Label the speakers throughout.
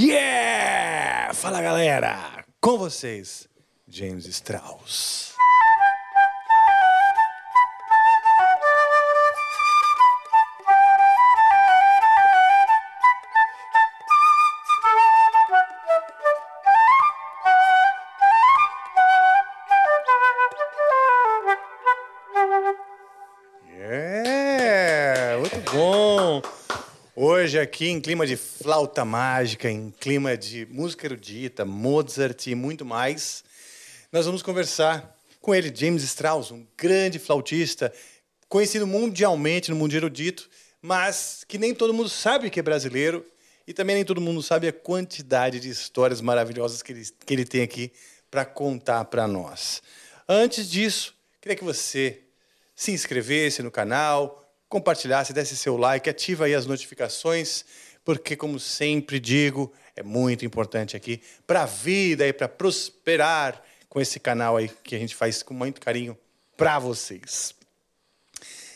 Speaker 1: Yeah! Fala galera! Com vocês, James Strauss. Yeah! É, Muito bom! Hoje aqui em clima de flauta mágica, em clima de música erudita, Mozart e muito mais, nós vamos conversar com ele, James Strauss, um grande flautista, conhecido mundialmente no mundo erudito, mas que nem todo mundo sabe que é brasileiro e também nem todo mundo sabe a quantidade de histórias maravilhosas que ele, que ele tem aqui para contar para nós. Antes disso, queria que você se inscrevesse no canal, compartilhasse, desse seu like, ativa aí as notificações, porque como sempre digo, é muito importante aqui para a vida e para prosperar com esse canal aí que a gente faz com muito carinho para vocês.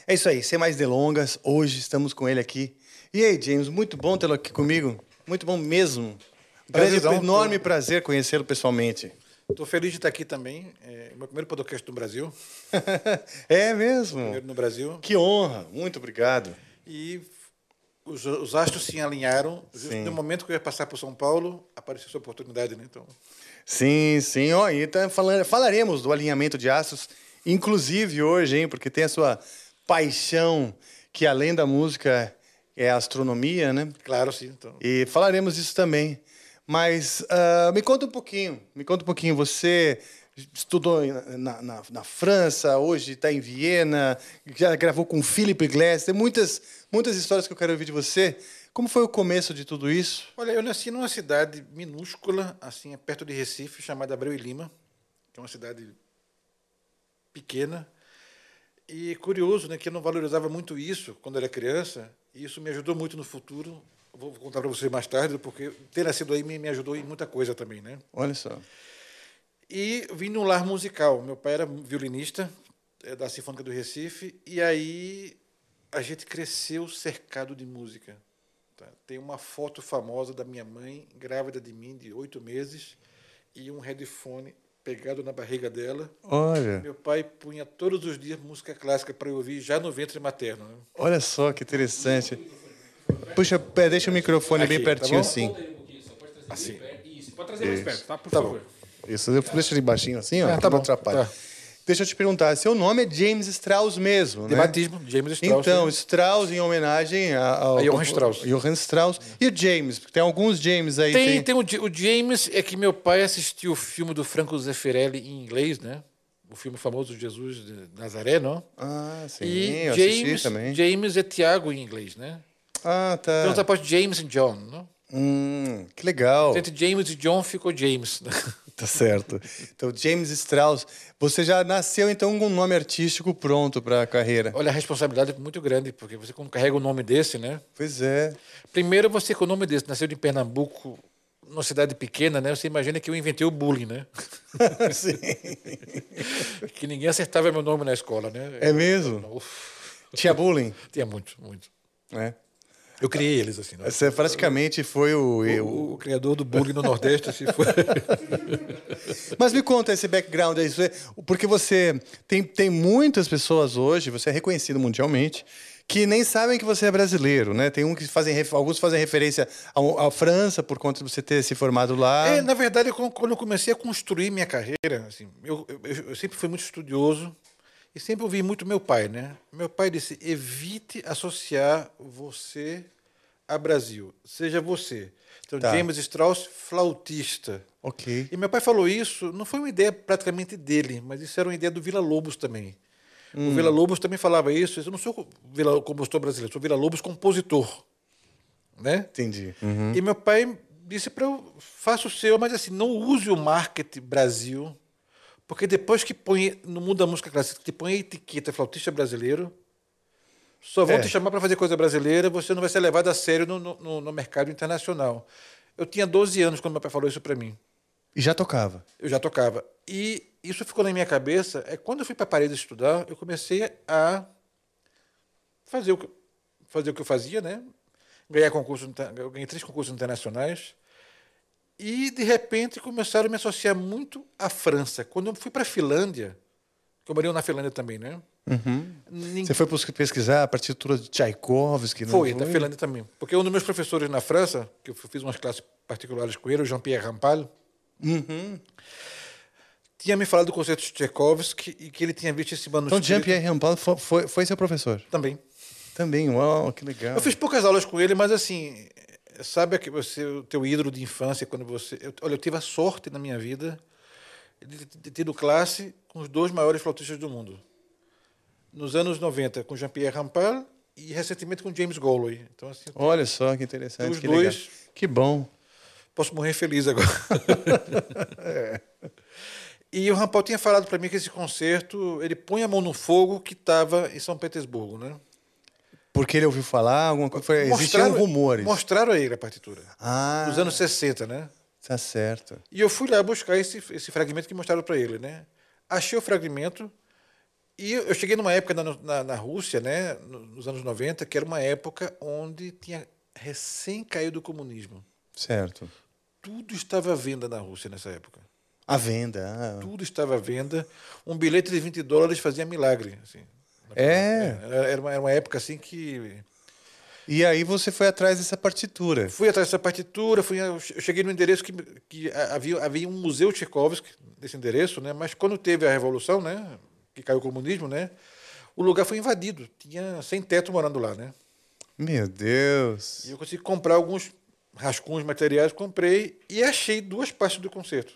Speaker 1: É isso aí, sem mais delongas, hoje estamos com ele aqui. E aí, James, muito bom tê-lo aqui comigo, muito bom mesmo. Grande,
Speaker 2: Prazerzão.
Speaker 1: enorme prazer conhecê-lo pessoalmente.
Speaker 2: Estou feliz de estar aqui também. É meu primeiro podcast no Brasil.
Speaker 1: é mesmo?
Speaker 2: Primeiro no Brasil.
Speaker 1: Que honra, muito obrigado.
Speaker 2: E os, os astros se alinharam. Justo
Speaker 1: Sim.
Speaker 2: no momento que eu ia passar por São Paulo, apareceu essa oportunidade, né? Então,
Speaker 1: Sim, sim. Ó, e tá falando, falaremos do alinhamento de astros, inclusive hoje, hein? Porque tem a sua paixão, que além da música é a astronomia, né?
Speaker 2: claro, sim. Então,
Speaker 1: E falaremos disso também. Mas ah, me conta um pouquinho, me conta um pouquinho. Você estudou em- na, na- na França, hoje está em Viena, já gravou com Philip Glass. Tem muitas, muitas histórias que eu quero ouvir de você. Como foi o começo de tudo isso?
Speaker 2: Olha, eu nasci numa cidade minúscula, assim, perto de Recife, chamada Abreu e Lima, que é uma cidade pequena. E curioso, né, que eu não valorizava muito isso quando era criança, e isso me ajudou muito no futuro. Eu Vou contar para vocês mais tarde, porque ter nascido aí me, me ajudou em muita coisa também, né?
Speaker 1: Olha só.
Speaker 2: E vim num lar musical. Meu pai era violinista eh, da Sinfônica do Recife, e aí a gente cresceu cercado de música. tá? Tem uma foto famosa da minha mãe, grávida de mim, de oito meses, e um headphone pegado na barriga dela.
Speaker 1: Olha.
Speaker 2: Meu pai punha todos os dias música clássica para eu ouvir já no ventre materno. Né?
Speaker 1: Olha só que interessante. Puxa, pé, deixa o microfone bem
Speaker 2: Aqui, tá
Speaker 1: pertinho
Speaker 2: bom?
Speaker 1: assim.
Speaker 2: Assim.
Speaker 3: Isso, um pode trazer mais perto, tá? Por
Speaker 2: Tá
Speaker 3: favor.
Speaker 1: Isso, eu- deixa de baixinho assim, ó.
Speaker 2: Ah, tá
Speaker 1: que não
Speaker 2: bom,
Speaker 1: atrapalha.
Speaker 2: tá.
Speaker 1: Deixa eu te perguntar, seu nome é James Strauss mesmo,
Speaker 2: De
Speaker 1: né?
Speaker 2: batismo, James Strauss.
Speaker 1: Então,
Speaker 2: né?
Speaker 1: Strauss em homenagem a- ao...
Speaker 2: A Johann Strauss.
Speaker 1: Johann Strauss. E o James, porque tem alguns James aí.
Speaker 2: Tem, tem o, Ja- o James, é que meu pai assistiu o filme do Franco Zeffirelli em inglês, né? O filme famoso Jesus de Nazaré, não?
Speaker 1: Ah, sim,
Speaker 2: e
Speaker 1: eu
Speaker 2: James,
Speaker 1: assisti também.
Speaker 2: James é Tiago em inglês, né?
Speaker 1: Ah, tá.
Speaker 2: Então tá parte James e John, não?
Speaker 1: Hum, que legal.
Speaker 2: Entre James e John ficou James. né?
Speaker 1: Tá certo. Então, James Strauss, você já nasceu então com um nome artístico pronto para a carreira.
Speaker 2: Olha, a responsabilidade é muito grande, porque você quando carrega um nome desse, né?
Speaker 1: Pois é.
Speaker 2: Primeiro você com o nome desse, nasceu em Pernambuco, numa cidade pequena, né? Você imagina que eu inventei o bullying, né?
Speaker 1: Sim.
Speaker 2: que ninguém acertava meu nome na escola, né?
Speaker 1: É mesmo? Tinha bullying,
Speaker 2: Tinha muito, muito.
Speaker 1: né?
Speaker 2: Eu criei eles assim, né?
Speaker 1: Você praticamente foi o eu.
Speaker 2: O, o criador do bullying no Nordeste assim, foi.
Speaker 1: Mas me conta esse background aí, você- porque você tem, tem muitas pessoas hoje, você é reconhecido mundialmente, que nem sabem que você é brasileiro, né? Tem um que fazem, ref- alguns fazem referência ao- à França por conta de você ter se formado lá.
Speaker 2: É, na verdade, eu- quando eu comecei a construir minha carreira, assim, eu, eu- eu sempre fui muito estudioso E sempre ouvi muito meu pai, né? Meu pai disse: evite associar você a Brasil. Seja você. Então,
Speaker 1: Tá.
Speaker 2: James Strauss, flautista.
Speaker 1: Ok.
Speaker 2: E meu pai falou isso, não foi uma ideia praticamente dele, mas isso era uma ideia do Vila Lobos também. O Vila Lobos também falava isso. Eu não sou co- Vila compositor brasileiro, sou Vila Lobos compositor. Né?
Speaker 1: Entendi.
Speaker 2: E meu pai disse para eu faça o seu, mas assim, não use o marketing Brasil, porque depois que põe no mundo da música clássica, que põe a etiqueta flautista brasileiro, só vão
Speaker 1: É.
Speaker 2: te chamar para fazer coisa brasileira, você não vai ser levado a sério no, no- no, no mercado internacional. Eu tinha 12 anos quando meu pai falou isso para mim.
Speaker 1: E já tocava.
Speaker 2: Eu já tocava. E isso ficou na minha cabeça. É quando eu fui para Paris estudar, eu comecei a fazer o que, fazer o que eu fazia, né? Ganhar concurso, inter- eu ganhei três concursos internacionais. E de repente começaram a me associar muito à França. Quando eu fui para a Finlândia, que eu morei na Finlândia também, né? Ninguém
Speaker 1: Você foi pus- pesquisar a partitura de Tchaikovsky? né? Não é
Speaker 2: foi, tá da Finlândia também. Porque um dos meus professores na França, que eu fiz umas classes particulares com ele, o Jean-Pierre Rampal,
Speaker 1: Uhum.
Speaker 2: tinha me falado do concerto de Tchaikovsky e que ele tinha visto esse manuscrito.
Speaker 1: Então, Jean-Pierre Rampal fo- foi, foi seu professor?
Speaker 2: Também.
Speaker 1: Também, uau, que legal.
Speaker 2: Eu fiz poucas aulas com ele, mas assim, sabe que você, o teu ídolo de infância, quando você. eu- olha, eu tive a sorte na minha vida de ter tido classe com os dois maiores flautistas do mundo. Nos anos 90, com Jean-Pierre Rampal e recentemente com James Galway. Então, assim, eu
Speaker 1: Olha só que interessante,
Speaker 2: Os
Speaker 1: que
Speaker 2: dois-
Speaker 1: legal. Que bom.
Speaker 2: Posso morrer feliz agora. É. E o Rampal tinha falado para mim que esse concerto, ele põe a mão no fogo que estava em São Petersburgo, né?
Speaker 1: Porque ele ouviu falar alguma coisa. Foi, É, existiam rumores.
Speaker 2: Mostraram a ele a partitura.
Speaker 1: Ah,
Speaker 2: Nos anos 60, né?
Speaker 1: tá certo.
Speaker 2: E eu fui lá buscar esse, esse fragmento que mostraram para ele, né? Achei o fragmento e eu cheguei numa época na, na, na Rússia, né? no- Nos anos 90, que era uma época onde tinha recém caído o comunismo.
Speaker 1: Certo.
Speaker 2: Tudo estava à venda na Rússia nessa época.
Speaker 1: A venda. ah.
Speaker 2: tudo estava à venda. Um bilhete de 20 dólares fazia milagre. assim.
Speaker 1: É.
Speaker 2: Era, era uma, era uma época assim que.
Speaker 1: E aí você foi atrás dessa partitura.
Speaker 2: Fui atrás dessa partitura, fui, eu cheguei no endereço que, que havia, havia um museu Tchaikovsky nesse endereço, né? mas quando teve a Revolução, né? que caiu o comunismo, né? o lugar foi invadido. Tinha sem teto morando lá. Né?
Speaker 1: Meu
Speaker 2: E
Speaker 1: Deus.
Speaker 2: eu consegui comprar alguns rascunhos materiais, comprei e achei duas partes do concerto.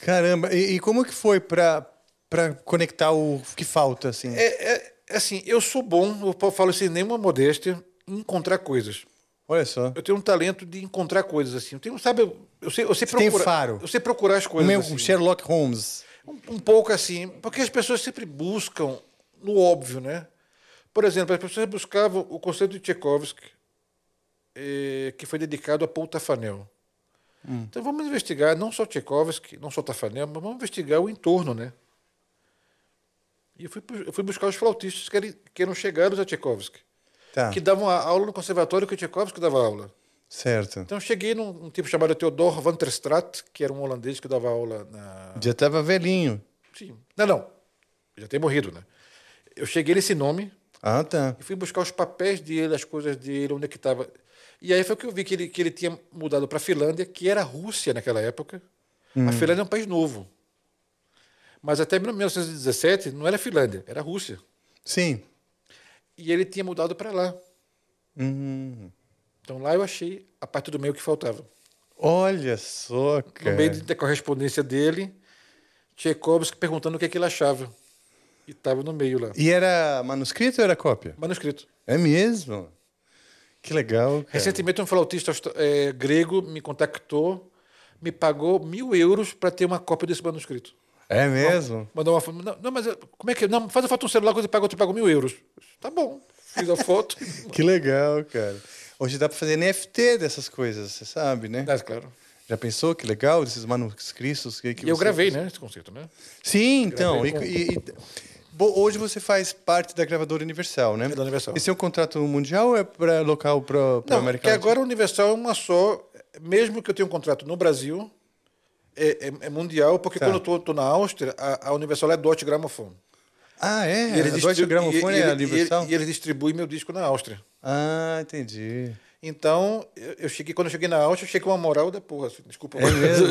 Speaker 1: Caramba. E, e como que foi pra, pra conectar o que falta, assim?
Speaker 2: É, é- é assim, eu sou bom, eu falo sem nenhuma modéstia, em encontrar coisas.
Speaker 1: Olha só.
Speaker 2: Eu tenho um talento de encontrar coisas assim. Eu tenho, sabe, eu, eu sei, eu sei
Speaker 1: tem
Speaker 2: procurar.
Speaker 1: faro.
Speaker 2: Eu sei procurar as
Speaker 1: O
Speaker 2: coisas.
Speaker 1: Um meu
Speaker 2: assim.
Speaker 1: Sherlock Holmes.
Speaker 2: Um, um pouco assim, porque as pessoas sempre buscam no óbvio, né? Por exemplo, as pessoas buscavam o conceito de Tchaikovsky, eh, que foi dedicado a Paul Tafanel.
Speaker 1: Hum.
Speaker 2: Então vamos investigar não só Tchaikovsky, não só Tafanel, mas vamos investigar o entorno, né? E eu fui, pu- eu fui buscar os flautistas que, eram- que eram chegados a Tchaikovsky,
Speaker 1: Tá.
Speaker 2: que davam a aula no conservatório que o Tchaikovsky dava aula.
Speaker 1: Certo.
Speaker 2: Então eu cheguei num, num tipo chamado Theodor van der Straat, que era um holandês que dava aula na.
Speaker 1: Já tava velhinho.
Speaker 2: Sim. Não, não. Já tem morrido, né? Eu cheguei nesse nome
Speaker 1: Ah, tá.
Speaker 2: e fui buscar os papéis dele, as coisas dele, onde é que estava. E aí foi que eu vi que ele, que ele tinha mudado para a Finlândia, que era a Rússia naquela época. A Finlândia é um país novo. Mas até 1917 não era a Finlândia, era a Rússia.
Speaker 1: Sim.
Speaker 2: E ele tinha mudado para lá. Então lá eu achei a parte do meio que faltava.
Speaker 1: Olha só,
Speaker 2: no
Speaker 1: cara.
Speaker 2: meio de- da correspondência dele, Tchaikovsky perguntando o que, é que ele achava. E estava no meio lá.
Speaker 1: E era manuscrito ou era cópia?
Speaker 2: Manuscrito.
Speaker 1: É mesmo? Que legal, cara.
Speaker 2: Recentemente, um flautista austra- eh, grego me contactou, me pagou mil euros para ter uma cópia desse manuscrito.
Speaker 1: É mesmo?
Speaker 2: Mandou uma foto. Não, não, mas eh, como é que. Não, faz a foto no celular, quando eu te pago, eu te pago mil euros. Tá bom. Fiz a foto.
Speaker 1: Que legal, cara. Hoje dá pra fazer NFT dessas coisas, você sabe, né?
Speaker 2: Mas, claro.
Speaker 1: Já pensou que legal desses manuscritos que, que
Speaker 2: E eu
Speaker 1: você-
Speaker 2: gravei, né? Esse concerto, né?
Speaker 1: Sim, então. E,
Speaker 2: Gravei
Speaker 1: e- e- Bo- hoje você faz parte da gravadora Universal, né?
Speaker 2: É da Universal.
Speaker 1: Esse é um contrato mundial ou é para local para
Speaker 2: Não,
Speaker 1: América?
Speaker 2: porque
Speaker 1: Latina?
Speaker 2: agora a Universal é uma só. Mesmo que eu tenha um contrato no Brasil, é, é- é mundial, porque
Speaker 1: Tá.
Speaker 2: quando eu tô, tô na Áustria, a, a Universal é Deutsche Grammophon.
Speaker 1: Ah, é.
Speaker 2: E eles
Speaker 1: a Deutsche
Speaker 2: distribu-
Speaker 1: Grammophon
Speaker 2: e- e
Speaker 1: é a
Speaker 2: ele- e ele-
Speaker 1: Universal?
Speaker 2: E eles distribuem meu disco na Áustria.
Speaker 1: Ah, entendi.
Speaker 2: Então, eu, eu cheguei, quando eu cheguei na Áustria, eu cheguei com uma moral da porra. assim, Desculpa. mas-
Speaker 1: É mesmo?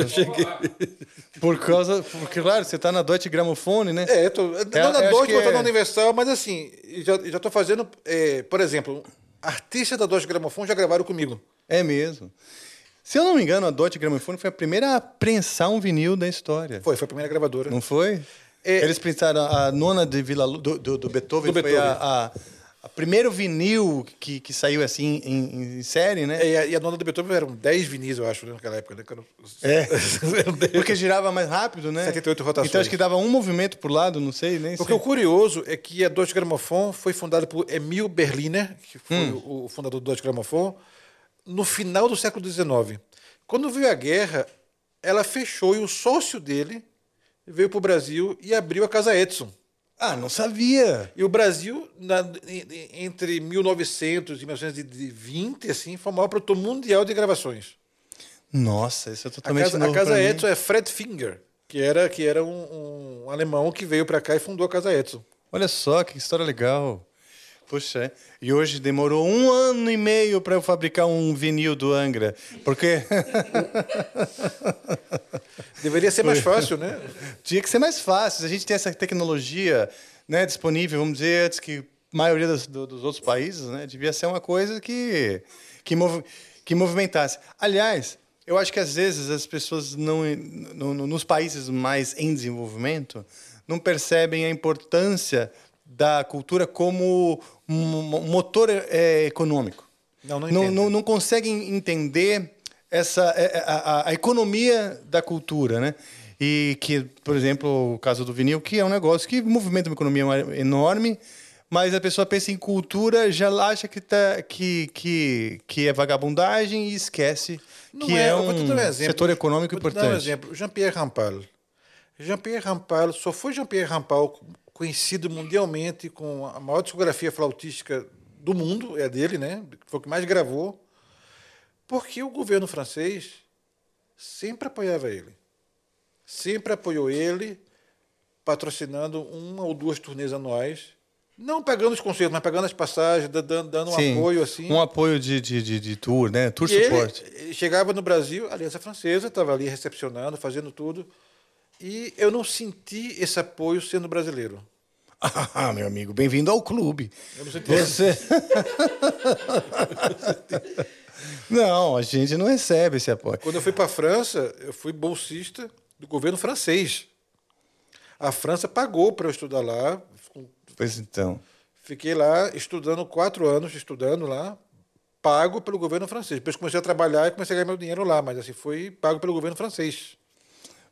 Speaker 1: Por causa. Porque, claro, você tá na Deutsche Grammophone, né?
Speaker 2: É, eu tô, não na
Speaker 1: acho
Speaker 2: Deutsche,
Speaker 1: que
Speaker 2: eu tô na
Speaker 1: é-
Speaker 2: Universal, mas assim, já, já tô fazendo, é, por exemplo, artistas da Deutsche Grammophon já gravaram comigo.
Speaker 1: É mesmo. Se eu não me engano, a Deutsche Grammophone foi a primeira a prensar um vinil da história.
Speaker 2: Foi, foi a primeira gravadora.
Speaker 1: Não foi?
Speaker 2: É.
Speaker 1: Eles prensaram a nona de Vila Lu- do, do, do Beethoven,
Speaker 2: Do
Speaker 1: foi
Speaker 2: Beethoven.
Speaker 1: a, a- a primeiro vinil que, que saiu assim em, em série,
Speaker 2: É,
Speaker 1: né?
Speaker 2: e a- e a dona do Beethoven eram 10 vinis, eu acho, né, naquela época. Né? quando- Eram 10.
Speaker 1: É. Porque girava mais rápido, né?
Speaker 2: 78 rotações.
Speaker 1: Então acho que dava um movimento por lado, não sei, nem
Speaker 2: Porque o
Speaker 1: sei.
Speaker 2: curioso é que a Deutsche Grammophon foi fundada por Emil Berliner, que foi
Speaker 1: Hum.
Speaker 2: o o fundador do Deutsche Grammophon, no final do século XIX. Quando veio a guerra, ela fechou e o sócio dele veio para o Brasil e abriu a Casa Edson.
Speaker 1: Ah, não sabia.
Speaker 2: E o Brasil, na- em- em- entre 1900 e 1920, assim, foi o maior produtor mundial de gravações.
Speaker 1: Nossa, isso é
Speaker 2: A
Speaker 1: totalmente
Speaker 2: casa, a
Speaker 1: novo
Speaker 2: Casa
Speaker 1: pra mim.
Speaker 2: Edson é Fred Finger, que era, que era um, um alemão que veio para cá e fundou a Casa Edson.
Speaker 1: Olha só, que história legal. Puxa, é. e hoje demorou um ano e meio para eu fabricar um vinil do Angra. Porque
Speaker 2: Deveria ser mais fácil, né?
Speaker 1: tinha que ser mais fácil. A gente tem essa tecnologia né, disponível, vamos dizer, antes que a maioria dos, do- dos outros países, né? Devia ser uma coisa que, que, mov- que movimentasse. Aliás, eu acho que às vezes as pessoas não, no- no- nos países mais em desenvolvimento não percebem a importância da cultura como um mo- motor eh, econômico
Speaker 2: Não, não
Speaker 1: não,
Speaker 2: entendo.
Speaker 1: não- não conseguem entender essa é, é, a, a- a economia da cultura, né? E que, por exemplo, o caso do vinil, que é um negócio que movimenta uma economia ma- enorme, mas a pessoa pensa em cultura, já acha que, tá, que, que, que é vagabundagem e esquece
Speaker 2: Não
Speaker 1: que é,
Speaker 2: eu vou te
Speaker 1: um,
Speaker 2: dar exemplo.
Speaker 1: setor econômico
Speaker 2: Vou te dar
Speaker 1: importante.
Speaker 2: um exemplo. Jean-Pierre Rampal. Jean-Pierre Rampal, só foi Jean-Pierre Rampal conhecido mundialmente com a maior discografia flautística do mundo, é a dele, né? Foi o que mais gravou. Porque o governo francês sempre apoiava ele. Sempre apoiou ele, patrocinando uma ou duas turnês anuais. Não pagando os concertos, mas pagando as passagens, da- dando, dando um
Speaker 1: Sim,
Speaker 2: apoio assim.
Speaker 1: Um apoio de, de, de, de tour, né? Tour
Speaker 2: E ele
Speaker 1: support.
Speaker 2: eh, chegava no Brasil, a Aliança Francesa estava ali recepcionando, fazendo tudo. E eu não senti esse apoio sendo brasileiro.
Speaker 1: Ah, meu amigo, bem-vindo ao clube.
Speaker 2: Eu não senti.
Speaker 1: Você. não, a gente não recebe esse apoio.
Speaker 2: Quando eu fui para a França, eu fui bolsista do governo francês. A França pagou para eu estudar lá. com-
Speaker 1: Pois então.
Speaker 2: Fiquei lá estudando quatro anos, estudando lá, pago pelo governo francês. Depois comecei a trabalhar e comecei a ganhar meu dinheiro lá, mas assim, foi pago pelo governo francês.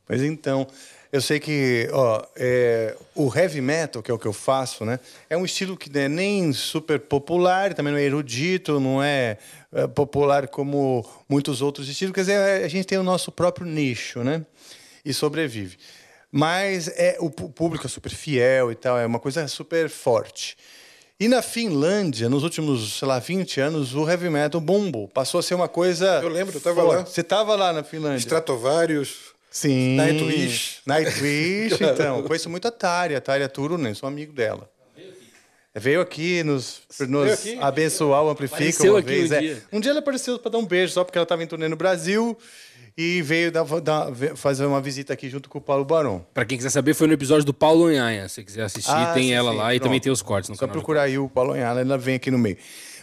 Speaker 1: Pois então. Eu sei que ó, é, o heavy metal, que é o que eu faço, né? É um estilo que não é nem super popular, também não é erudito, não é, é, popular como muitos outros estilos. Quer dizer, é, a gente tem o nosso próprio nicho, né? E sobrevive. Mas é, o pu- público é super fiel e tal, é uma coisa super forte. E na Finlândia, nos últimos, sei lá, 20 anos, o heavy metal bombou. Passou a ser uma coisa.
Speaker 2: Eu lembro, eu tava
Speaker 1: forte.
Speaker 2: lá.
Speaker 1: Você estava lá na Finlândia.
Speaker 2: Stratovarius.
Speaker 1: Sim.
Speaker 2: Nightwish.
Speaker 1: Nightwish, então. Eu Conheço muito a Tária, a Tária Turunen, né? sou amigo dela. Veio aqui nos, nos
Speaker 2: aqui?
Speaker 1: abençoar o Amplifica
Speaker 4: Apareceu
Speaker 1: uma
Speaker 4: aqui
Speaker 1: vez.
Speaker 4: um
Speaker 1: é.
Speaker 4: dia.
Speaker 1: Um dia ela apareceu para dar um beijo, só porque ela estava em turnê no Brasil e veio dar- dar- fazer uma visita aqui junto com o Paulo Barão.
Speaker 4: Pra quem quiser saber, foi no episódio do Paulo Anhanha. Se quiser assistir,
Speaker 1: Ah,
Speaker 4: tem
Speaker 1: sim,
Speaker 4: ela
Speaker 1: sim,
Speaker 4: lá e
Speaker 1: pronto.
Speaker 4: também tem os cortes no
Speaker 1: Só
Speaker 4: canal. do
Speaker 1: procurar aí o Paulo Anhala, ela vem aqui no meio.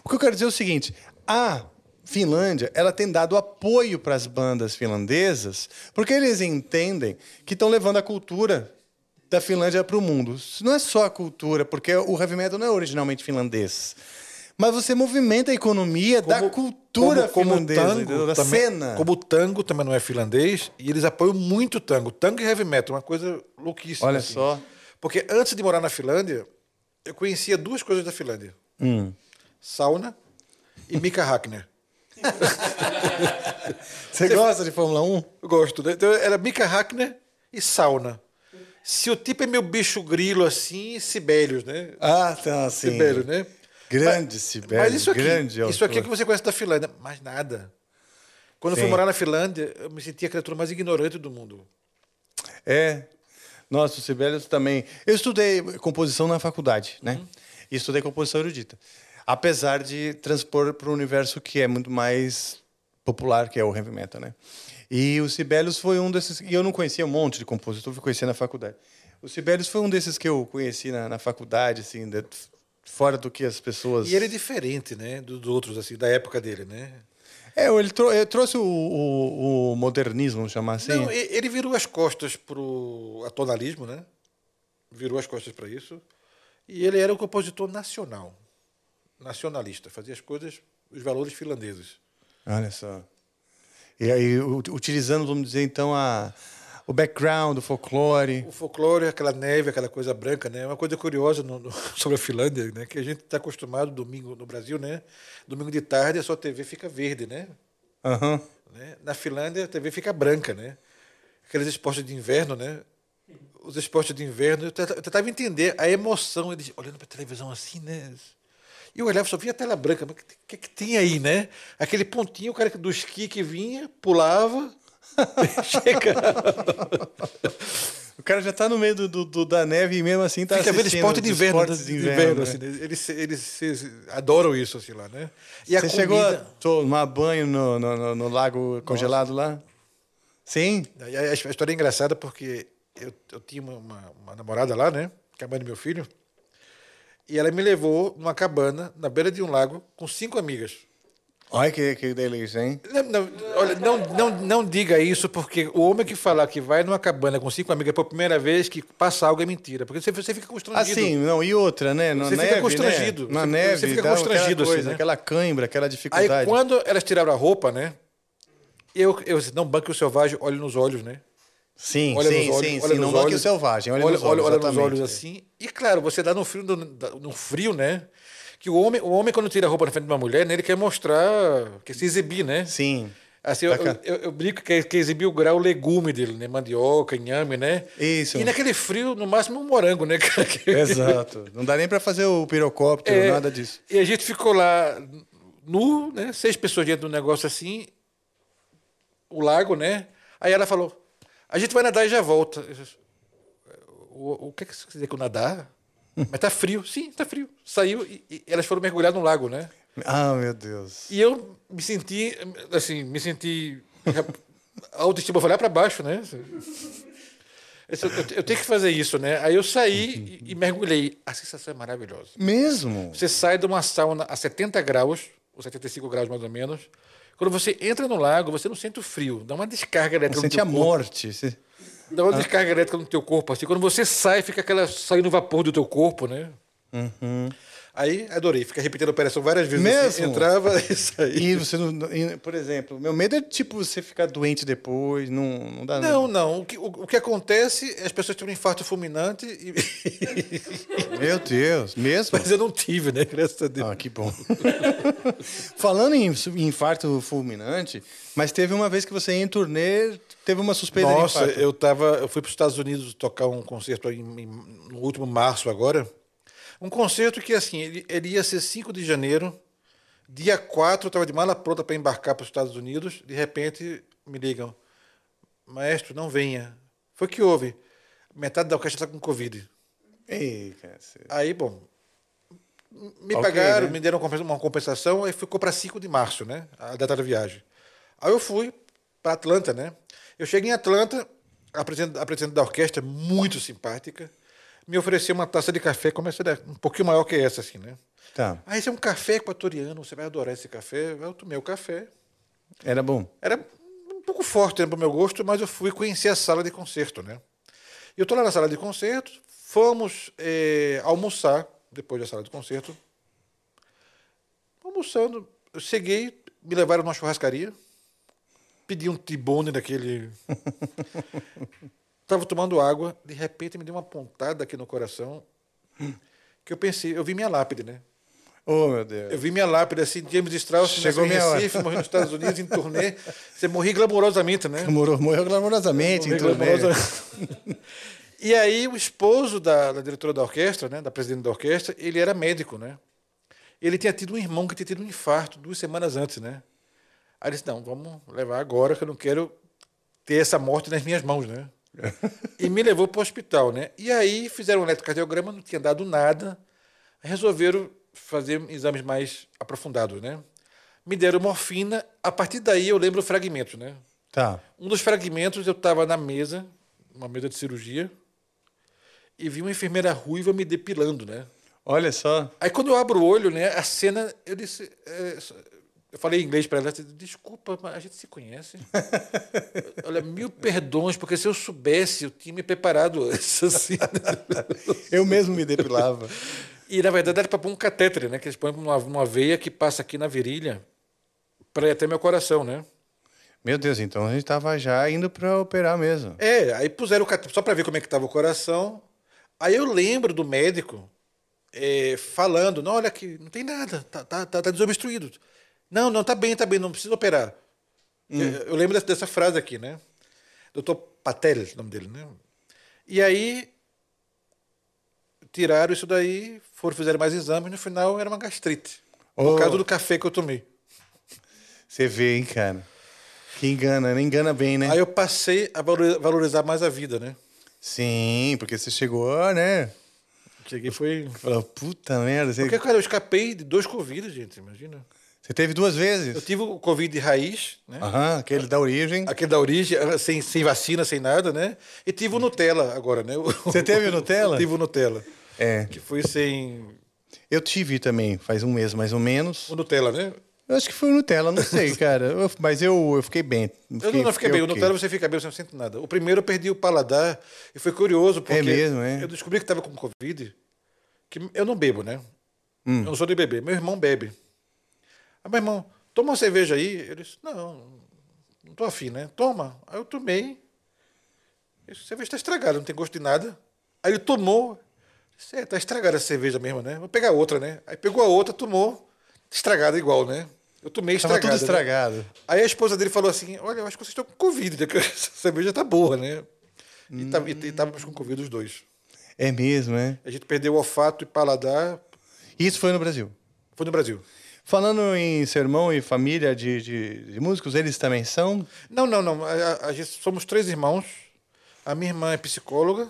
Speaker 1: O que eu quero dizer é o seguinte: a Finlândia, ela tem dado apoio para as bandas finlandesas, porque eles entendem que estão levando a cultura da Finlândia para o mundo. Isso não é só a cultura, porque o heavy metal não é originalmente finlandês. Mas você movimenta a economia da cultura
Speaker 2: o
Speaker 1: finlandesa, entendeu? da
Speaker 2: também-
Speaker 1: cena.
Speaker 2: Como o tango também não é finlandês, e eles apoiam muito o tango. Tango e heavy metal, uma coisa louquíssima. assim.
Speaker 1: Olha só.
Speaker 2: Porque antes de morar na Finlândia, eu conhecia duas coisas da Finlândia.
Speaker 1: Hum.
Speaker 2: Sauna e Mika Hackner.
Speaker 1: Você gosta de Fórmula 1?
Speaker 2: Eu gosto, né? Então era Mika Hackner e sauna. Se o tipo é meu bicho grilo assim, Sibelius, né?
Speaker 1: Ah, tá, sim.
Speaker 2: Sibelius, né?
Speaker 1: Grande Sibelius,
Speaker 2: Mas isso aqui,
Speaker 1: grande
Speaker 2: isso aqui
Speaker 1: autor.
Speaker 2: é o que você conhece da Finlândia, mais nada. Quando eu
Speaker 1: Sim.
Speaker 2: fui morar na Finlândia, eu me sentia a criatura mais ignorante do mundo.
Speaker 1: É. Nossa,
Speaker 2: Uhum.
Speaker 1: o Sibelius também. Eu estudei composição na faculdade, né? E estudei composição erudita. Apesar de transpor para o universo que é muito mais popular, que é o heavy metal, né? E o Sibelius foi um desses... E eu não conhecia um monte de compositor, fui conhecer na faculdade. O Sibelius foi um desses que eu conheci na, na faculdade, assim, de- fora do que as pessoas...
Speaker 2: E ele é diferente, né? do- Dos outros, assim, da época dele, né?
Speaker 1: É, ele, trou- ele trouxe o, o- o modernismo, vamos chamar assim.
Speaker 2: Não, e- ele virou as costas pro atonalismo, né? Virou as costas para isso. E ele era um compositor nacional, nacionalista, fazia as coisas, os valores finlandeses.
Speaker 1: Olha só. E aí, u- utilizando, vamos dizer, então, a, o background, o folclore.
Speaker 2: O folclore, aquela neve, aquela coisa branca, né? Uma coisa curiosa no- no- sobre a Finlândia, né? Que a gente está acostumado domingo no Brasil, né? Domingo de tarde a sua TV fica verde, né?
Speaker 1: Aham.
Speaker 2: né? Na Finlândia a TV fica branca, né? Aqueles esportes de inverno, né? Os esportes de inverno, eu tenta- eu tentava entender a emoção, eles olhando para a televisão assim, né? E eu olhava, só via a tela branca, mas o que, que, que tem aí, né? Aquele pontinho, o cara que- do esqui que vinha, pulava, chegava.
Speaker 1: O cara já tá no meio do, do- do- da neve e mesmo assim tá
Speaker 2: Fica vendo
Speaker 1: assistindo
Speaker 2: esporte de
Speaker 1: os
Speaker 2: inverno.
Speaker 1: esportes
Speaker 2: né?
Speaker 1: de
Speaker 2: De
Speaker 1: inverno,
Speaker 2: inverno,
Speaker 1: né?
Speaker 2: assim, né? eles, se- eles se- adoram isso, assim, lá, né? E a
Speaker 1: Você
Speaker 2: comida-
Speaker 1: chegou a tomar banho no, no- no- no lago congelado lá? Sim?
Speaker 2: Aí A a história é engraçada porque eu, eu tinha uma, uma- uma namorada lá, né? Que é a mãe do meu filho. E ela me levou numa cabana na beira de um lago com cinco amigas.
Speaker 1: Olha que, que delícia, hein?
Speaker 2: Não, não, olha, não, não, não diga isso, porque o homem que falar que vai numa cabana com cinco amigas pela primeira vez que passa algo é mentira. Porque você, você fica constrangido.
Speaker 1: Assim, não, e outra, né? Na
Speaker 2: Você fica
Speaker 1: neve,
Speaker 2: constrangido.
Speaker 1: Né? Na
Speaker 2: Você-
Speaker 1: neve,
Speaker 2: você fica
Speaker 1: dá
Speaker 2: constrangido,
Speaker 1: aquela
Speaker 2: assim,
Speaker 1: coisa,
Speaker 2: né?
Speaker 1: aquela cãibra, aquela
Speaker 2: Aí
Speaker 1: dificuldade.
Speaker 2: quando elas tiraram a roupa, né? Eu, eu disse, não banque o selvagem, olhe nos olhos, né?
Speaker 1: Sim,
Speaker 2: olha
Speaker 1: sim,
Speaker 2: nos olhos,
Speaker 1: sim, sim.
Speaker 2: olha
Speaker 1: Não
Speaker 2: nos
Speaker 1: banque o
Speaker 2: olhos.
Speaker 1: selvagem, olha,
Speaker 2: olha,
Speaker 1: nos olhos.
Speaker 2: olha nos
Speaker 1: exatamente.
Speaker 2: olhos assim. E claro, você dá no frio, do- da- no frio, né? Que o homem, o homem quando tira a roupa na frente de uma mulher, né, ele quer mostrar, quer se exibir, né?
Speaker 1: Sim.
Speaker 2: Assim, eu,
Speaker 1: Tá cá.
Speaker 2: eu, eu brinco que é- que exibir o grau legume dele, né? Mandioca, inhame, né?
Speaker 1: Isso.
Speaker 2: E naquele frio, no máximo, um morango, né? cara? Que-
Speaker 1: Exato. Não dá nem para fazer o pirocóptero,
Speaker 2: É,
Speaker 1: nada disso.
Speaker 2: E a gente ficou lá nu, né? Seis pessoas dentro de um negócio assim, o lago, né? Aí ela falou: a gente vai nadar e já volta. Eu disse, O, o que é que você quer dizer com nadar? Mas tá frio. Sim, tá frio. Saiu e, e elas foram mergulhar no lago, né?
Speaker 1: Ah, meu Deus.
Speaker 2: E eu me senti, assim, me senti. A autoestima foi lá para baixo, né? Eu, disse, "Eu- eu tenho que fazer isso, né? Aí eu saí e, e mergulhei. A sensação é maravilhosa.
Speaker 1: Mesmo?
Speaker 2: Você sai de uma sauna a 70 graus, ou 75 graus mais ou menos. Quando você entra no lago, você não sente o frio. Dá uma descarga
Speaker 1: Você
Speaker 2: elétrica
Speaker 1: sente
Speaker 2: no
Speaker 1: a Ah.
Speaker 2: teu corpo.
Speaker 1: morte. Você-
Speaker 2: Dá uma descarga elétrica no teu corpo. Assim. Quando você sai, fica aquela saindo vapor do teu corpo, né? Aí, adorei. Fica repetindo a operação várias vezes. assim.
Speaker 1: Uhum. Mesmo?
Speaker 2: Entrava e saía.
Speaker 1: E você não. e, por exemplo, meu medo é tipo você ficar doente depois, não, não dá
Speaker 2: Não, não. O que, o, o que acontece é as pessoas têm um infarto fulminante, e-
Speaker 1: Meu Deus, mesmo?
Speaker 2: mas eu não tive, né? Graças a Deus.
Speaker 1: Ah, que bom. Falando em su- em infarto fulminante, mas teve uma vez que você ia em turnê, teve uma suspeita de
Speaker 2: Nossa,
Speaker 1: infarto.
Speaker 2: eu tava, eu fui para os Estados Unidos tocar um concerto aí em- em- no último março agora. Um concerto que assim, ele, ele ia ser 5 de janeiro, dia 4 eu estava de mala pronta para embarcar para os Estados Unidos, de repente me ligam: "Maestro, não venha". Foi o que houve. Metade da orquestra está com covid.
Speaker 1: Ei, cacete.
Speaker 2: Aí, bom, me
Speaker 1: Ok,
Speaker 2: pagaram,
Speaker 1: né?
Speaker 2: me deram compensa- uma compensação, aí ficou para 5 de março, né? A data da viagem. Aí eu fui para Atlanta, né? Eu cheguei em Atlanta, a presidente, a presidente da orquestra, muito simpática, me ofereceu uma taça de café, começa um pouquinho maior que essa, assim, né?
Speaker 1: Tá,
Speaker 2: Ah, esse é um café equatoriano, você vai adorar esse café. Eu tomei o café.
Speaker 1: era bom.
Speaker 2: Era um pouco forte né, para o meu gosto, mas eu fui conhecer a sala de concerto, né? E eu estou lá na sala de concerto, fomos eh, almoçar depois da sala de concerto. Almoçando, eu cheguei, me levaram numa churrascaria, pedi um tibone daquele. Estava tomando água, de repente me deu uma pontada aqui no coração, que eu pensei, eu vi minha lápide, né?
Speaker 1: Oh, meu Deus.
Speaker 2: Eu vi minha lápide assim, James Strauss,
Speaker 1: Chegou
Speaker 2: chegou
Speaker 1: minha
Speaker 2: em
Speaker 1: hora.
Speaker 2: Recife, morreu nos Estados Unidos, em turnê. Você morri glamourosamente, né?
Speaker 1: Morreu, morreu glamorosamente em
Speaker 2: Morri
Speaker 1: turnê.
Speaker 2: glamourosa- E aí o esposo da, da diretora da orquestra, né, da presidente da orquestra, ele era médico, né? Ele tinha tido um irmão que tinha tido um infarto duas semanas antes, né? Aí ele disse, não, vamos levar agora, que eu não quero ter essa morte nas minhas mãos, né? e me levou para o hospital, né? E aí fizeram um eletrocardiograma, não tinha dado nada. Resolveram fazer exames mais aprofundados, né? Me deram morfina, a partir daí eu lembro fragmentos, né?
Speaker 1: Tá.
Speaker 2: Um dos fragmentos eu estava na mesa, uma mesa de cirurgia, e vi uma enfermeira ruiva me depilando, né?
Speaker 1: Olha só.
Speaker 2: Aí quando eu abro o olho, né, a cena, eu disse. é, só- eu falei em inglês para ela, assim, desculpa, mas a gente se conhece. Olha, mil perdões, porque se eu soubesse, eu tinha me preparado antes. Assim.
Speaker 1: Eu mesmo me depilava.
Speaker 2: E na verdade era para pôr um catéter, né? Que eles põem numa, numa veia que passa aqui na virilha para ir até meu coração, né?
Speaker 1: Meu Deus, então a gente tava já indo pra operar mesmo.
Speaker 2: É, aí puseram o catéter só para ver como é que estava o coração. Aí eu lembro do médico é, falando, não, olha aqui, não tem nada, tá, tá, tá, tá desobstruído. Não, não, tá bem, tá bem, não precisa operar. É, Eu, eu lembro dessa, dessa frase aqui, né? Doutor Patel, o nome dele, né? E aí tiraram isso daí, foram fizeram mais exames, no final era uma gastrite.
Speaker 1: Oh.
Speaker 2: Por causa do café que eu tomei.
Speaker 1: Você vê, hein, cara? Que engana, né? Engana bem, né?
Speaker 2: Aí eu passei a valori- valorizar mais a vida, né?
Speaker 1: Sim, porque você chegou, né?
Speaker 2: Cheguei foi
Speaker 1: Falou, puta merda. Você,
Speaker 2: Porque, cara, eu escapei de dois Covid, gente, imagina.
Speaker 1: você teve duas
Speaker 2: Eu
Speaker 1: vezes?
Speaker 2: tive o Covid raiz, né?
Speaker 1: Aham, aquele da origem.
Speaker 2: Aquele da origem, ah, sem, sem vacina, sem nada, né? E tive o Nutella agora, né? Você
Speaker 1: teve o Nutella?
Speaker 2: Eu tive o Nutella.
Speaker 1: É.
Speaker 2: Que foi sem.
Speaker 1: Eu tive também, faz um mês mais ou menos.
Speaker 2: O Nutella, né?
Speaker 1: Eu acho que foi o Nutella, não sei, cara. Eu- mas eu, eu fiquei bem.
Speaker 2: Eu não, não fiquei bem. O
Speaker 1: ok.
Speaker 2: Nutella você fica bem, você não sente nada. O primeiro eu perdi o paladar e foi curioso porque
Speaker 1: É mesmo, é?
Speaker 2: eu descobri que estava com Covid, que eu não bebo, né?
Speaker 1: Hum.
Speaker 2: Eu não sou de beber. Meu irmão bebe. Ah, meu irmão, toma uma cerveja aí. Eu disse, não, não tô afim, né? Toma. Aí eu tomei. Essa cerveja está estragada, não tem gosto de nada. Aí ele tomou. Disse, é, tá estragada a cerveja mesmo, né? Vou pegar outra, né? Aí pegou a outra, tomou. Estragada igual, né? Eu tomei
Speaker 1: Tava
Speaker 2: estragada.
Speaker 1: tudo
Speaker 2: né?
Speaker 1: estragado.
Speaker 2: Aí a esposa dele falou assim: Olha, eu acho que vocês estão com Covid, né? Que essa cerveja tá boa, né? E tá- E estávamos com Covid os dois.
Speaker 1: É mesmo, é?
Speaker 2: A gente perdeu o olfato e paladar.
Speaker 1: Isso foi no Brasil.
Speaker 2: Foi no Brasil.
Speaker 1: Falando em sermão e família de, de- de músicos, eles também são?
Speaker 2: Não, não, não. A, a- a gente somos três irmãos. A minha irmã é psicóloga.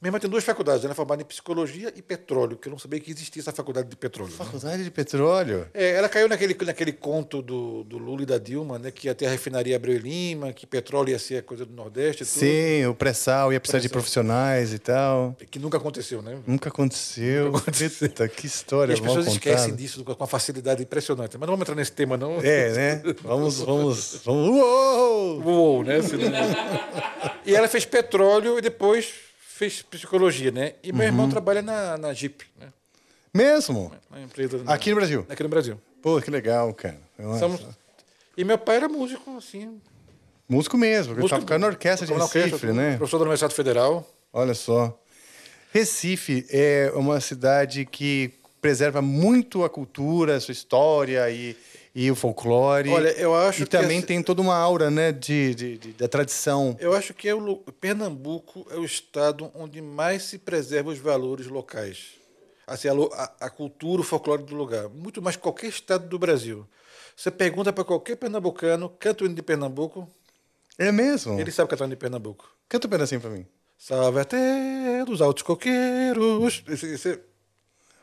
Speaker 2: Minha irmã tem duas faculdades. Ela é formada em psicologia e petróleo, que eu não sabia que existia essa faculdade de petróleo. né?
Speaker 1: Faculdade de Petróleo?
Speaker 2: É, ela caiu naquele, naquele conto do, do Lula e da Dilma, né? Que ia ter a refinaria Abreu e Lima, que petróleo ia ser a coisa do Nordeste e tudo.
Speaker 1: Sim, o pré-sal ia precisar de profissionais e tal.
Speaker 2: Que nunca aconteceu, né?
Speaker 1: Nunca aconteceu. Puta, que
Speaker 2: E
Speaker 1: história
Speaker 2: as
Speaker 1: mal
Speaker 2: pessoas esquecem
Speaker 1: contada.
Speaker 2: disso com uma facilidade impressionante. Mas não vamos entrar nesse tema, não.
Speaker 1: É, né? Vamos, vamos, vamos. Uou!
Speaker 2: Uou, né?
Speaker 4: É,
Speaker 2: Se não- e ela fez petróleo e depois fez psicologia, né? E meu
Speaker 1: Uhum.
Speaker 2: irmão trabalha na, na Jeep, né?
Speaker 1: Mesmo?
Speaker 2: Na empresa.
Speaker 1: Aqui no Brasil?
Speaker 2: Aqui no Brasil.
Speaker 1: Pô, que legal, cara. Nossa.
Speaker 2: Somos- E meu pai era músico, assim.
Speaker 1: Músico mesmo, porque eu
Speaker 2: músico-
Speaker 1: tava ficando na orquestra de
Speaker 2: tocava na
Speaker 1: Recife,
Speaker 2: orquestra,
Speaker 1: né?
Speaker 2: Professor da Universidade Federal.
Speaker 1: Olha só. Recife é uma cidade que preserva muito a cultura, a sua história e, e o folclore.
Speaker 2: Olha, eu acho
Speaker 1: e
Speaker 2: que
Speaker 1: também
Speaker 2: essa-
Speaker 1: tem toda uma aura, né, de, de- de- da tradição.
Speaker 2: Eu acho que é o lu- Pernambuco é o estado onde mais se preserva os valores locais. Assim, a, lo- a- a cultura, o folclore do lugar. Muito mais que qualquer estado do Brasil. Você pergunta para qualquer pernambucano, canta o hino de Pernambuco,
Speaker 1: É mesmo?
Speaker 2: ele sabe cantar o hino de Pernambuco.
Speaker 1: Canta um pedacinho pra mim.
Speaker 2: Salve até dos altos coqueiros. Esse- esse-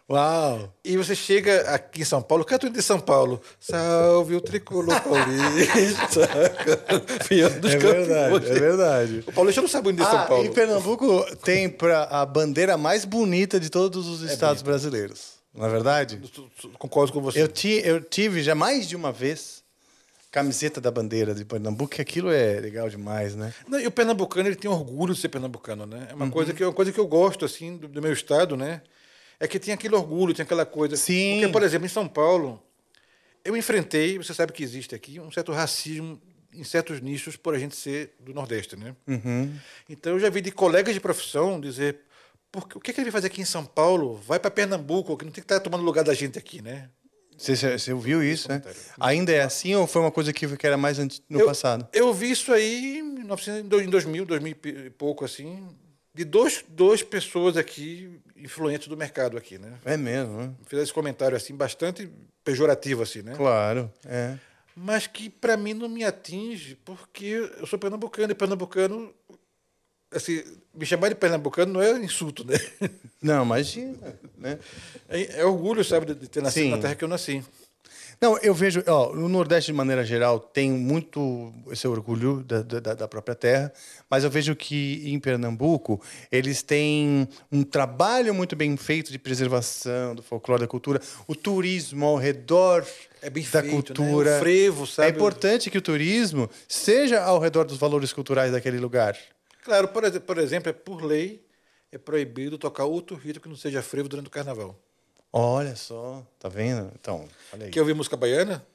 Speaker 1: Uau!
Speaker 2: E você chega aqui em São Paulo, canta o hino de São Paulo. Salve o tricolor paulista. Piano dos
Speaker 1: É verdade,
Speaker 2: cantores.
Speaker 1: é verdade.
Speaker 2: O paulista não sabe o hino de São
Speaker 1: Ah,
Speaker 2: Paulo.
Speaker 1: e Pernambuco tem pra, a bandeira mais bonita de todos os
Speaker 2: É
Speaker 1: estados brasileiros. Não é verdade?
Speaker 2: Concordo com você.
Speaker 1: Eu, ti- eu tive já mais de uma vez camiseta da bandeira de Pernambuco, que aquilo é legal demais, né?
Speaker 2: Não, e o pernambucano, ele tem orgulho de ser pernambucano, né? É uma, coisa, que, é uma coisa que eu gosto, assim, do, do meu estado, né? É que tem aquele orgulho, tem aquela coisa.
Speaker 1: Sim.
Speaker 2: Porque, por exemplo, em São Paulo, eu enfrentei, você sabe que existe aqui, um certo racismo em certos nichos por a gente ser do Nordeste, né? Então, eu já vi de colegas de profissão dizer, Por que- o que, que ele vai fazer aqui em São Paulo? Vai para Pernambuco, que não tem que estar tomando lugar da gente aqui, né?
Speaker 1: Você, você- você ouviu isso, né? Ainda é assim ou foi uma coisa que, que era mais anti- no
Speaker 2: eu,
Speaker 1: passado?
Speaker 2: Eu vi isso aí em 1900 em dois- em 2000, 2000 e pouco, assim, de dois, dois pessoas aqui, influentes do mercado aqui, né?
Speaker 1: É mesmo, né?
Speaker 2: Fizeram esse comentário, assim, bastante pejorativo, assim, né?
Speaker 1: Claro, é.
Speaker 2: Mas que, para mim, não me atinge, porque eu sou pernambucano, e pernambucano assim, me chamar de pernambucano não é insulto, né?
Speaker 1: Não, imagina, né?
Speaker 2: É, é orgulho, sabe, de- de ter nascido
Speaker 1: Sim.
Speaker 2: na terra que eu nasci.
Speaker 1: Não, eu vejo, ó, o Nordeste de maneira geral tem muito esse orgulho da, da- da própria terra, mas eu vejo que em Pernambuco eles têm um trabalho muito bem feito de preservação do folclore, da cultura, o turismo ao redor
Speaker 2: É bem
Speaker 1: da
Speaker 2: feito, né?
Speaker 1: cultura.
Speaker 2: O frevo, sabe?
Speaker 1: É importante que o turismo seja ao redor dos valores culturais daquele lugar.
Speaker 2: Claro, por, exe- por exemplo, é por lei é proibido tocar outro ritmo que não seja frevo durante o carnaval.
Speaker 1: Olha só, tá vendo? Então, olha aí.
Speaker 2: Quer ouvir música baiana?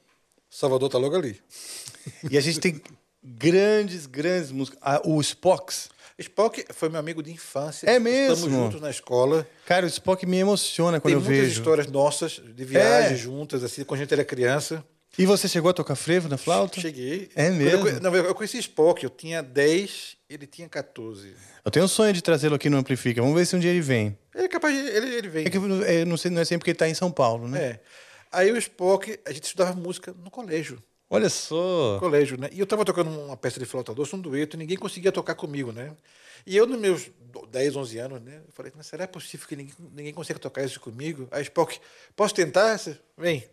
Speaker 2: Salvador tá logo ali.
Speaker 1: E a gente tem grandes, grandes músicas. Ah, o Spox.
Speaker 2: Spock foi meu amigo de infância.
Speaker 1: É mesmo?
Speaker 2: Estamos juntos na escola.
Speaker 1: Cara, o Spock me emociona quando eu
Speaker 2: Tem muitas
Speaker 1: vejo.
Speaker 2: histórias nossas de viagens
Speaker 1: É.
Speaker 2: juntas, assim, quando a gente era criança.
Speaker 1: E você chegou a tocar frevo na flauta?
Speaker 2: Cheguei.
Speaker 1: É
Speaker 2: Quando
Speaker 1: mesmo?
Speaker 2: Eu, conhe- não, eu eu conheci Spock, eu tinha 10, ele tinha 14.
Speaker 1: Eu tenho um sonho de trazê-lo aqui no Amplifica. Vamos ver se um dia ele vem.
Speaker 2: Ele é capaz de. Ele, ele vem.
Speaker 1: É que eu não- é, não, sei, não é sempre que ele tá em São Paulo, né?
Speaker 2: É. Aí o Spock, a gente estudava música no colégio.
Speaker 1: Olha só.
Speaker 2: colégio, né? E eu tava tocando uma peça de flauta doce, um dueto, e ninguém conseguia tocar comigo, né? E eu, nos meus do- 10, 11 anos, né? Eu falei, mas será possível que ninguém, ninguém consiga tocar isso comigo? Aí Spock, posso tentar? Você- Vem.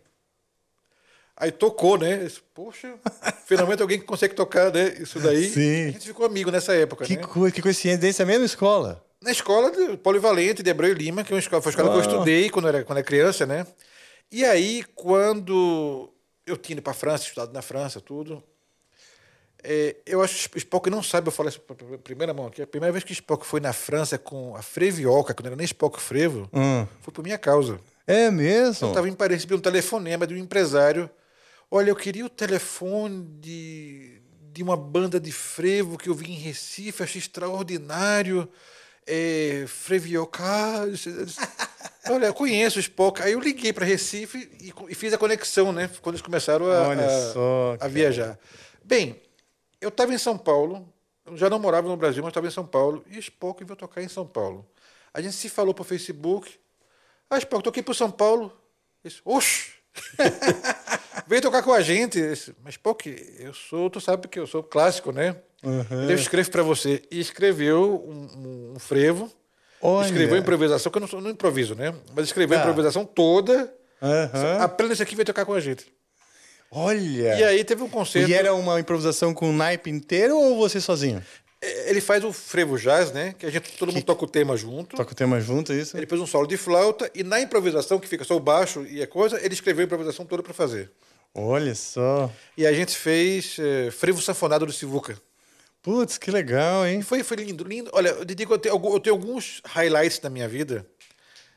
Speaker 2: Aí tocou, né? Eu disse, Poxa, finalmente alguém que consegue tocar, né? Isso daí.
Speaker 1: Sim.
Speaker 2: A gente ficou amigo nessa época,
Speaker 1: Que
Speaker 2: né?
Speaker 1: coisa, que coincidência, é a mesma escola.
Speaker 2: Na escola de Polivalente, de Abreu e Lima, que é uma escola, foi a escola que eu estudei quando era, quando era criança, né? E aí, quando eu tinha ido para França, estudado na França, tudo, é, eu acho que Spock não sabe, eu falo isso pra- pra- primeira mão aqui, a primeira vez que Spock foi na França com a Frevioca, que não era nem Spock Frevo, foi por minha causa.
Speaker 1: É
Speaker 2: Eu
Speaker 1: mesmo?
Speaker 2: estava em Paris, recebi um telefonema de um empresário. Olha, eu queria o telefone de, de uma banda de frevo que eu vi em Recife, achei extraordinário. É, Freviocar. Olha, eu conheço o Spock. Aí eu liguei para Recife e, co- e fiz a conexão, né? Quando eles começaram a,
Speaker 1: Olha
Speaker 2: a-
Speaker 1: só,
Speaker 2: a
Speaker 1: cara.
Speaker 2: viajar. Bem, eu estava em São Paulo, eu já não morava no Brasil, mas estava em São Paulo, e Spock veio tocar em São Paulo. A gente se falou por Facebook. Ah, Spock, toquei por São Paulo. Eu Disse, Oxi! Veio tocar com a gente. Eu disse, Mas, Spock, eu sou, tu sabe que eu sou clássico, né? Eu escrevo para você. E escreveu um, um- um frevo.
Speaker 1: Olha.
Speaker 2: Escreveu improvisação, que eu não, sou- não improviso, né? Mas escreveu a
Speaker 1: Tá.
Speaker 2: improvisação toda.
Speaker 1: Aham.
Speaker 2: Apenas isso aqui veio tocar com a gente.
Speaker 1: Olha.
Speaker 2: E aí teve um concerto.
Speaker 1: É. E era uma improvisação com o naipe inteiro ou você sozinho?
Speaker 2: É, Ele faz o frevo jazz, né? Que a gente todo mundo toca o tema junto.
Speaker 1: Toca o tema junto, é isso?
Speaker 2: Ele fez um solo de flauta e na improvisação, que fica só o baixo e a coisa, ele escreveu a improvisação toda para fazer.
Speaker 1: Olha só.
Speaker 2: E a gente fez eh, frevo sanfonado do Sivuca.
Speaker 1: Putz, que legal, hein?
Speaker 2: E foi, foi lindo, lindo. Olha, eu te digo, eu tenho, algu- eu tenho alguns highlights da minha vida.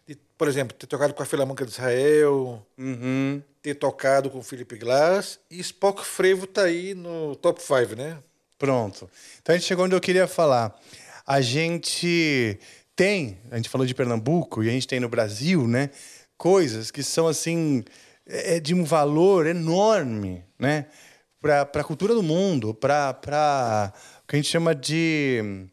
Speaker 2: De, por exemplo, ter tocado com a Filarmônica de Israel,
Speaker 1: Uhum.
Speaker 2: ter tocado com o Felipe Glass e Spock Frevo tá aí no top 5, né?
Speaker 1: Pronto. Então a gente chegou onde eu queria falar. A gente tem, a gente falou de Pernambuco e a gente tem no Brasil, né? Coisas que são assim é é de um valor enorme, né? Para a cultura do mundo, para o que a gente chama de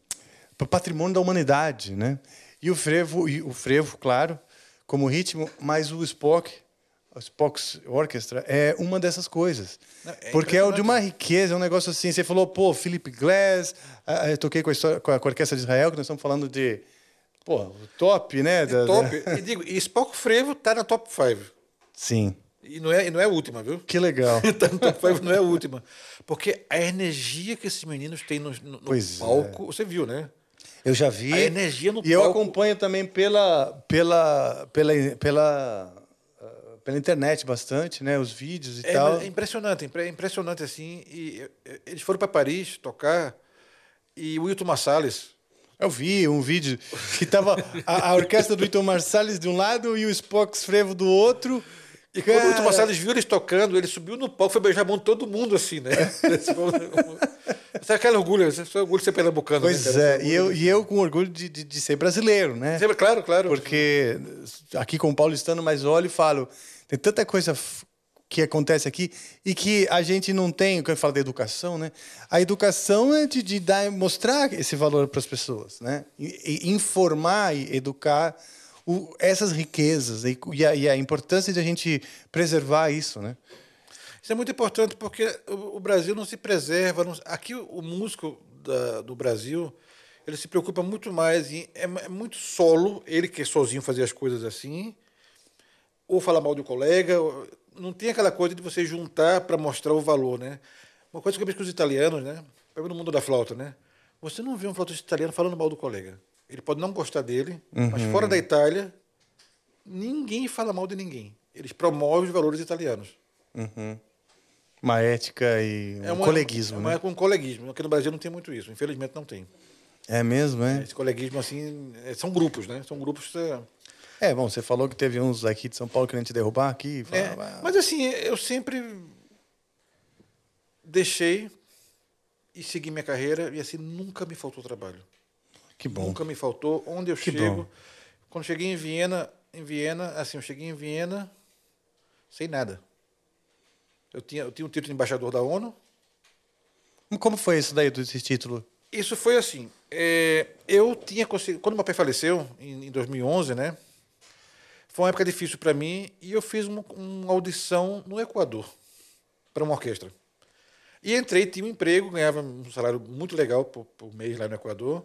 Speaker 1: pro patrimônio da humanidade, né? E o frevo, e o frevo, claro, como ritmo, mas o Spock, o Spock's Orchestra é uma dessas coisas.
Speaker 2: é
Speaker 1: porque é o de uma riqueza, é um negócio assim. Você falou, pô, Philip Glass, ah, ah, eu toquei com a, história- com a com a Orquestra de Israel, que nós estamos falando de, pô, o top, né? da- da-
Speaker 2: É Top. E digo, e Spock Frevo tá na top 5.
Speaker 1: Sim,
Speaker 2: E não é, e não é a última, viu?
Speaker 1: que legal.
Speaker 2: tá no top five, não é a última. Porque a energia que esses meninos têm no, no- no
Speaker 1: Pois é.
Speaker 2: palco, você viu, né?
Speaker 1: Eu já vi.
Speaker 2: A energia no
Speaker 1: E eu
Speaker 2: é palco.
Speaker 1: acompanho também pela pela pela pela ah, pela internet bastante, né? Os vídeos e
Speaker 2: É,
Speaker 1: tal.
Speaker 2: mas é impressionante, impre- é impressionante assim. E eh, eh, eles foram para Paris tocar e o Wilton Massales.
Speaker 1: Eu vi um vídeo que tava a, a orquestra do Iton Marsalis de um lado e o Spock Frevo do outro.
Speaker 2: E quando o
Speaker 1: Cara,
Speaker 2: Wilton Massales viu eles tocando, ele subiu no palco, foi beijar a mão de todo mundo, assim, né? Sabe um, é aquele orgulho? Esse orgulho de ser pernambucano.
Speaker 1: Pois
Speaker 2: né, cara?
Speaker 1: é, e eu, e eu com orgulho de, de, de ser brasileiro, né?
Speaker 2: Sempre- Claro, claro.
Speaker 1: Porque aqui com o paulistano, mas olho e falo, tem tanta coisa f- que acontece aqui e que a gente não tem, quando eu falo da educação, né? A educação é de, de dar, mostrar esse valor para as pessoas, né? E, e informar e educar o- essas riquezas e, e a, e a importância de a gente preservar isso, né?
Speaker 2: Isso é muito importante porque o, o Brasil não se preserva. não- aqui o, o músico da- do Brasil Ele se preocupa muito mais em. É, mu- é muito solo, ele quer sozinho fazer as coisas assim. Ou falar mal do colega. ou- não tem aquela coisa de você juntar para mostrar o valor, né? Uma coisa que eu vejo com os italianos, né? Pega no mundo da flauta, né? Você não vê um flautista italiano falando mal do colega. Ele pode não gostar dele, mas fora da Itália, ninguém fala mal de ninguém. Eles promovem os valores italianos.
Speaker 1: Uma ética e um
Speaker 2: uma-
Speaker 1: coleguismo,
Speaker 2: é uma-
Speaker 1: né?
Speaker 2: um coleguismo. Aqui no Brasil não tem muito isso. Infelizmente não tem.
Speaker 1: É mesmo, é?
Speaker 2: Esse coleguismo, assim, é- são grupos, né? São grupos... é,
Speaker 1: É, bom, você falou que teve uns aqui de São Paulo querendo te derrubar aqui. e "Ah,
Speaker 2: é,
Speaker 1: falava,
Speaker 2: mas, assim, eu sempre deixei e segui minha carreira e, assim, nunca me faltou trabalho.
Speaker 1: que bom.
Speaker 2: Nunca me faltou. Onde eu
Speaker 1: Que
Speaker 2: chego...
Speaker 1: bom.
Speaker 2: Quando cheguei em Viena, em Viena, assim, eu cheguei em Viena sem nada. Eu tinha, eu tinha um título de embaixador da ONU,
Speaker 1: Como foi isso daí, desse título?
Speaker 2: Isso foi assim. é, eu tinha conseguido. Quando meu pai faleceu, em, em 2011, né? Foi uma época difícil para mim e eu fiz uma, uma audição no Equador para uma orquestra. E entrei, tinha um emprego, ganhava um salário muito legal por, por mês lá no Equador.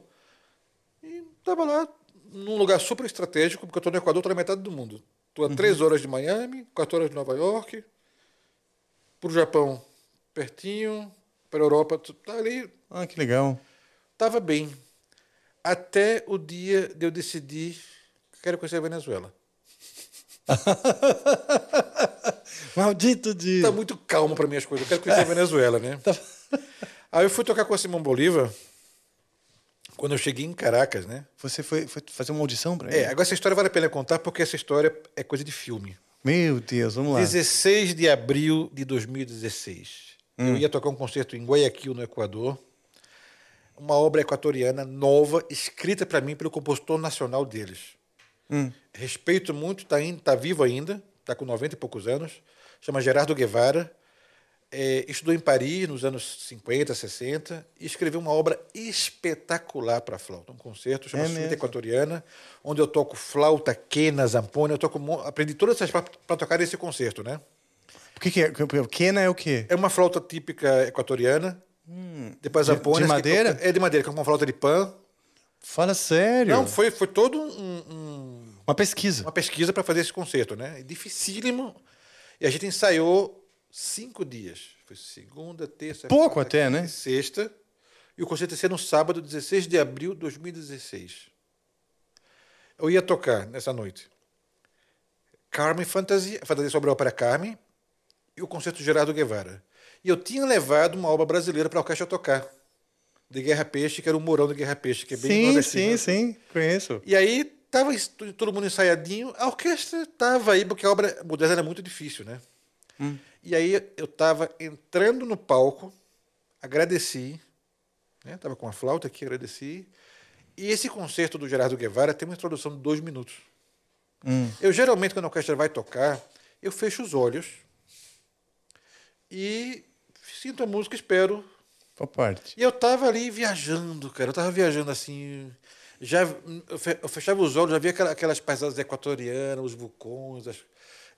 Speaker 2: E estava lá num lugar super estratégico, porque eu estou no Equador, estou na metade do mundo. Estou a três horas de Miami, quatro horas de Nova York, para o Japão pertinho, para a Europa, tu- tá ali
Speaker 1: Ah, que legal.
Speaker 2: Tava bem. Até o dia de eu decidir que quero conhecer a Venezuela.
Speaker 1: Maldito de...
Speaker 2: Tá muito calmo para mim as coisas. Eu quero conhecer a Venezuela, né? Aí eu fui tocar com a Simão Bolívar quando eu cheguei em Caracas, né?
Speaker 1: Você foi, foi fazer uma audição pra ele?
Speaker 2: É, agora essa história vale a pena contar porque essa história é coisa de filme.
Speaker 1: Meu Deus, vamos lá.
Speaker 2: 16 de abril de 2016. Eu ia tocar um concerto em Guayaquil, no Equador. Uma obra equatoriana nova, escrita para mim pelo compositor nacional deles. Respeito muito, está tá vivo ainda, está com 90 e poucos anos. Chama Gerardo Guevara. É, estudou em Paris nos anos 50, 60 e escreveu uma obra espetacular para flauta. Um concerto
Speaker 1: É
Speaker 2: chamado Suíte
Speaker 1: mesmo?
Speaker 2: Equatoriana, onde eu toco flauta, quena, zampona. Eu toco, mo- aprendi todas essas para tocar esse concerto, né?
Speaker 1: O que, que é? O Kena é o quê?
Speaker 2: É uma flauta típica equatoriana. Depois
Speaker 1: Hum, de-
Speaker 2: a zampona.
Speaker 1: de
Speaker 2: que-
Speaker 1: madeira?
Speaker 2: É de madeira, que é uma flauta de pan.
Speaker 1: Fala sério.
Speaker 2: Não, foi, foi todo um- um-
Speaker 1: Uma pesquisa.
Speaker 2: uma pesquisa para fazer esse concerto, né? É dificílimo. E a gente ensaiou cinco dias. Foi segunda, terça,
Speaker 1: Pouco
Speaker 2: quarta,
Speaker 1: até,
Speaker 2: quinta
Speaker 1: né?
Speaker 2: e Sexta. E o concerto ia ser no sábado, 16 de abril de 2016. Eu ia tocar nessa noite. Carmen Fantasy, a fantasia sobre a ópera Carmen e o concerto Gerardo Guevara. E eu tinha levado uma obra brasileira para a orquestra tocar, de Guerra Peixe, que era o Mourão de Guerra Peixe, que é bem
Speaker 1: Sim,
Speaker 2: nordestino,
Speaker 1: sim,
Speaker 2: né?
Speaker 1: sim. Conheço.
Speaker 2: E aí tava isso tudo- todo mundo ensaiadinho, a orquestra tava aí, porque a obra moderna era muito difícil, né? E aí eu tava entrando no palco, agradeci, né? Tava com a flauta aqui, agradeci. E esse concerto do Gerardo Guevara tem uma introdução de dois minutos. Eu geralmente, quando a orquestra vai tocar, eu fecho os olhos e sinto a música, espero
Speaker 1: Boa parte.
Speaker 2: e eu tava ali viajando, cara. Eu tava viajando assim. Já, eu fe- eu fechava os olhos, já via aquela- aquelas paisagens equatorianas, os vulcões. as-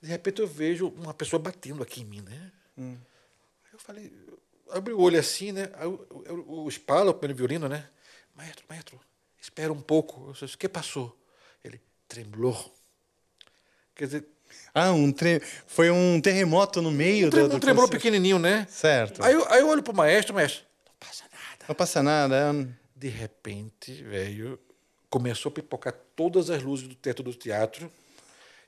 Speaker 2: De repente eu vejo uma pessoa batendo aqui em mim, né?
Speaker 1: Hum.
Speaker 2: Aí eu falei, eu abri o olho assim, né? Aí eu- eu- eu- o Spala, o primeiro violino, né? Maestro, maestro, espera um pouco. Eu disse, o que passou? Ele, tremblou. Quer dizer,
Speaker 1: Ah, um tre... foi um terremoto no meio
Speaker 2: um,
Speaker 1: do,
Speaker 2: tre
Speaker 1: do
Speaker 2: um tremblou
Speaker 1: concerto.
Speaker 2: pequenininho, né?
Speaker 1: Certo.
Speaker 2: Aí eu, aí eu olho pro maestro, maestro, não passa nada.
Speaker 1: Não passa nada. é um-
Speaker 2: De repente, velho, começou a pipocar todas as luzes do teto do teatro.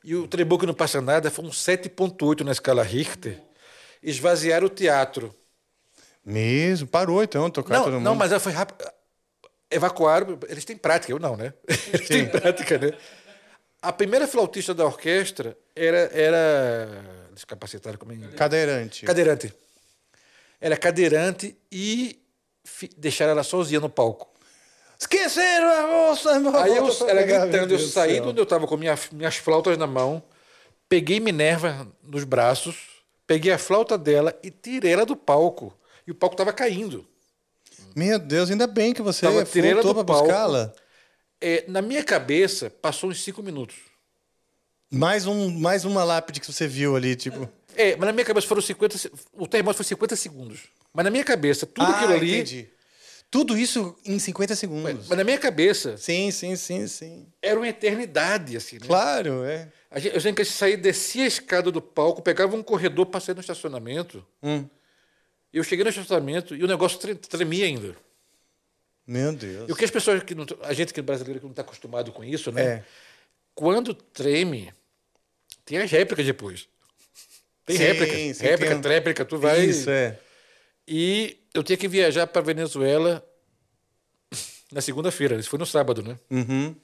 Speaker 2: E o Trebou que não passa nada foi um 7.8 na escala Richter. Esvaziaram o teatro.
Speaker 1: Mesmo. Parou então, tocar todo
Speaker 2: Não,
Speaker 1: mundo.
Speaker 2: não, mas foi rápido. Evacuaram. Eles têm prática, eu não, né? Eles têm prática, né? A primeira flautista da orquestra era. era descapacitada, como é que-
Speaker 1: Cadeirante.
Speaker 2: Cadeirante. Era cadeirante e fi- deixaram ela sozinha no palco.
Speaker 1: Esqueceram a moça.
Speaker 2: Aí eu, ela gritando, eu saí de onde eu tava com minha, minhas flautas na mão, peguei Minerva nos braços, peguei a flauta dela e tirei ela do palco. E o palco tava caindo.
Speaker 1: Meu Deus, ainda bem que você
Speaker 2: Tava tirando
Speaker 1: voltou
Speaker 2: do
Speaker 1: pra
Speaker 2: palco.
Speaker 1: buscá-la.
Speaker 2: É, na minha cabeça, passou uns cinco minutos.
Speaker 1: Mais, um, mais uma lápide que você viu ali, tipo...
Speaker 2: É, mas na minha cabeça foram 50. se- O terremoto foi 50 segundos. Mas na minha cabeça, tudo
Speaker 1: Ah,
Speaker 2: aquilo ali.
Speaker 1: entendi. Tudo isso em 50 segundos.
Speaker 2: Mas na minha cabeça,
Speaker 1: Sim, sim, sim, sim.
Speaker 2: era uma eternidade, assim, né?
Speaker 1: Claro, é.
Speaker 2: A gente, eu lembro que a gente saía, descia a escada do palco, pegava um corredor, passei no estacionamento.
Speaker 1: Hum.
Speaker 2: Eu cheguei no estacionamento e o negócio tre- tremia ainda.
Speaker 1: Meu Deus.
Speaker 2: E o que as pessoas que não, a gente que é brasileiro que não está acostumado com isso, né?
Speaker 1: É.
Speaker 2: Quando treme, tem as réplicas depois. Tem
Speaker 1: Sim,
Speaker 2: réplica,
Speaker 1: sim,
Speaker 2: réplica,
Speaker 1: tem um-
Speaker 2: tréplica, tu vai.
Speaker 1: Isso, é.
Speaker 2: E eu tinha que viajar para Venezuela na segunda-feira. Isso foi no sábado, né?
Speaker 1: Uhum.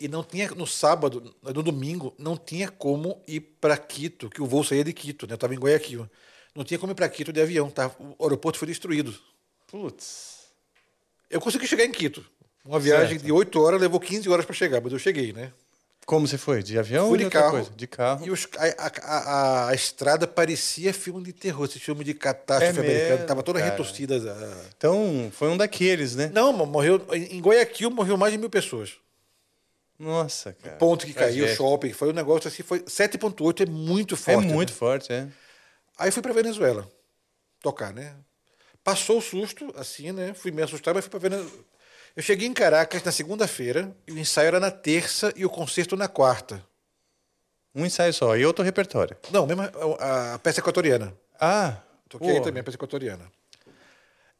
Speaker 2: E não tinha no sábado, no domingo, não tinha como ir para Quito, que o voo saía de Quito, né? Eu estava em Guayaquil. Não tinha como ir para Quito de avião, tá? O aeroporto foi destruído.
Speaker 1: Putz.
Speaker 2: Eu consegui chegar em Quito. Uma viagem
Speaker 1: Certo.
Speaker 2: de 8 horas levou 15 horas para chegar, mas eu cheguei, né?
Speaker 1: Como você foi? De avião ou
Speaker 2: Fui
Speaker 1: de
Speaker 2: de
Speaker 1: outra
Speaker 2: carro.
Speaker 1: coisa? De carro.
Speaker 2: E os- a, a- a- a estrada parecia filme de terror, esse filme de catástrofe
Speaker 1: É
Speaker 2: americano.
Speaker 1: mesmo,
Speaker 2: Tava toda
Speaker 1: cara.
Speaker 2: retorcida. a-
Speaker 1: Então, foi um daqueles, né?
Speaker 2: Não, mo- morreu. Em Guayaquil morreu mais de mil pessoas.
Speaker 1: Nossa, cara.
Speaker 2: Ponto que caiu,
Speaker 1: Tragédia.
Speaker 2: shopping. Foi um negócio assim, foi 7,8 é muito
Speaker 1: É
Speaker 2: forte.
Speaker 1: muito
Speaker 2: né?
Speaker 1: forte, é.
Speaker 2: Aí fui pra Venezuela tocar, né? Passou o susto, assim, né? Fui me assustar, mas fui pra Venezuela. Eu cheguei em Caracas na segunda-feira, e o ensaio era na terça e o concerto na quarta.
Speaker 1: Um ensaio só. E outro repertório.
Speaker 2: Não, mesmo a, a peça equatoriana.
Speaker 1: Ah.
Speaker 2: Toquei
Speaker 1: pô.
Speaker 2: também a peça equatoriana.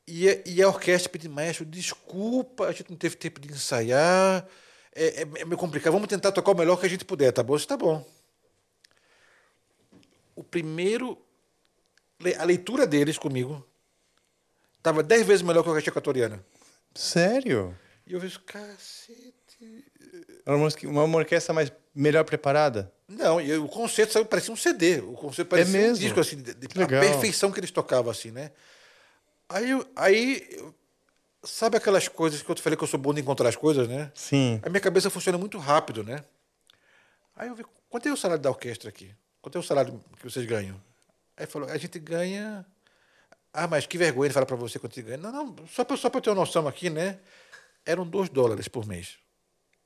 Speaker 2: E, a- e a orquestra pediu, maestro, desculpa, a gente não teve tempo de ensaiar, é, é, é meio complicado, vamos tentar tocar o melhor que a gente puder, tá bom? Eu disse, tá bom. O primeiro, le- a leitura deles comigo estava dez vezes melhor que a orquestra equatoriana.
Speaker 1: Sério?
Speaker 2: E eu disse, cacete.
Speaker 1: Era uma orque- uma orquestra mais melhor preparada?
Speaker 2: Não, e o concerto saiu, parecia um CD. O concerto parecia um
Speaker 1: É mesmo?
Speaker 2: disco, assim, de, de-
Speaker 1: Que
Speaker 2: a
Speaker 1: legal.
Speaker 2: perfeição que eles tocavam, assim, né? Aí, eu- aí eu- sabe aquelas coisas que eu te falei que eu sou bom de encontrar as coisas, né?
Speaker 1: Sim.
Speaker 2: A minha cabeça funciona muito rápido, né? Aí eu vi, quanto é o salário da orquestra aqui? Quanto é o salário que vocês ganham? Aí falou, a gente ganha. Ah, mas que vergonha de falar pra você quanto você ganha. Não, não, só pra, só pra eu ter uma noção aqui, né? Eram 2 dólares por mês.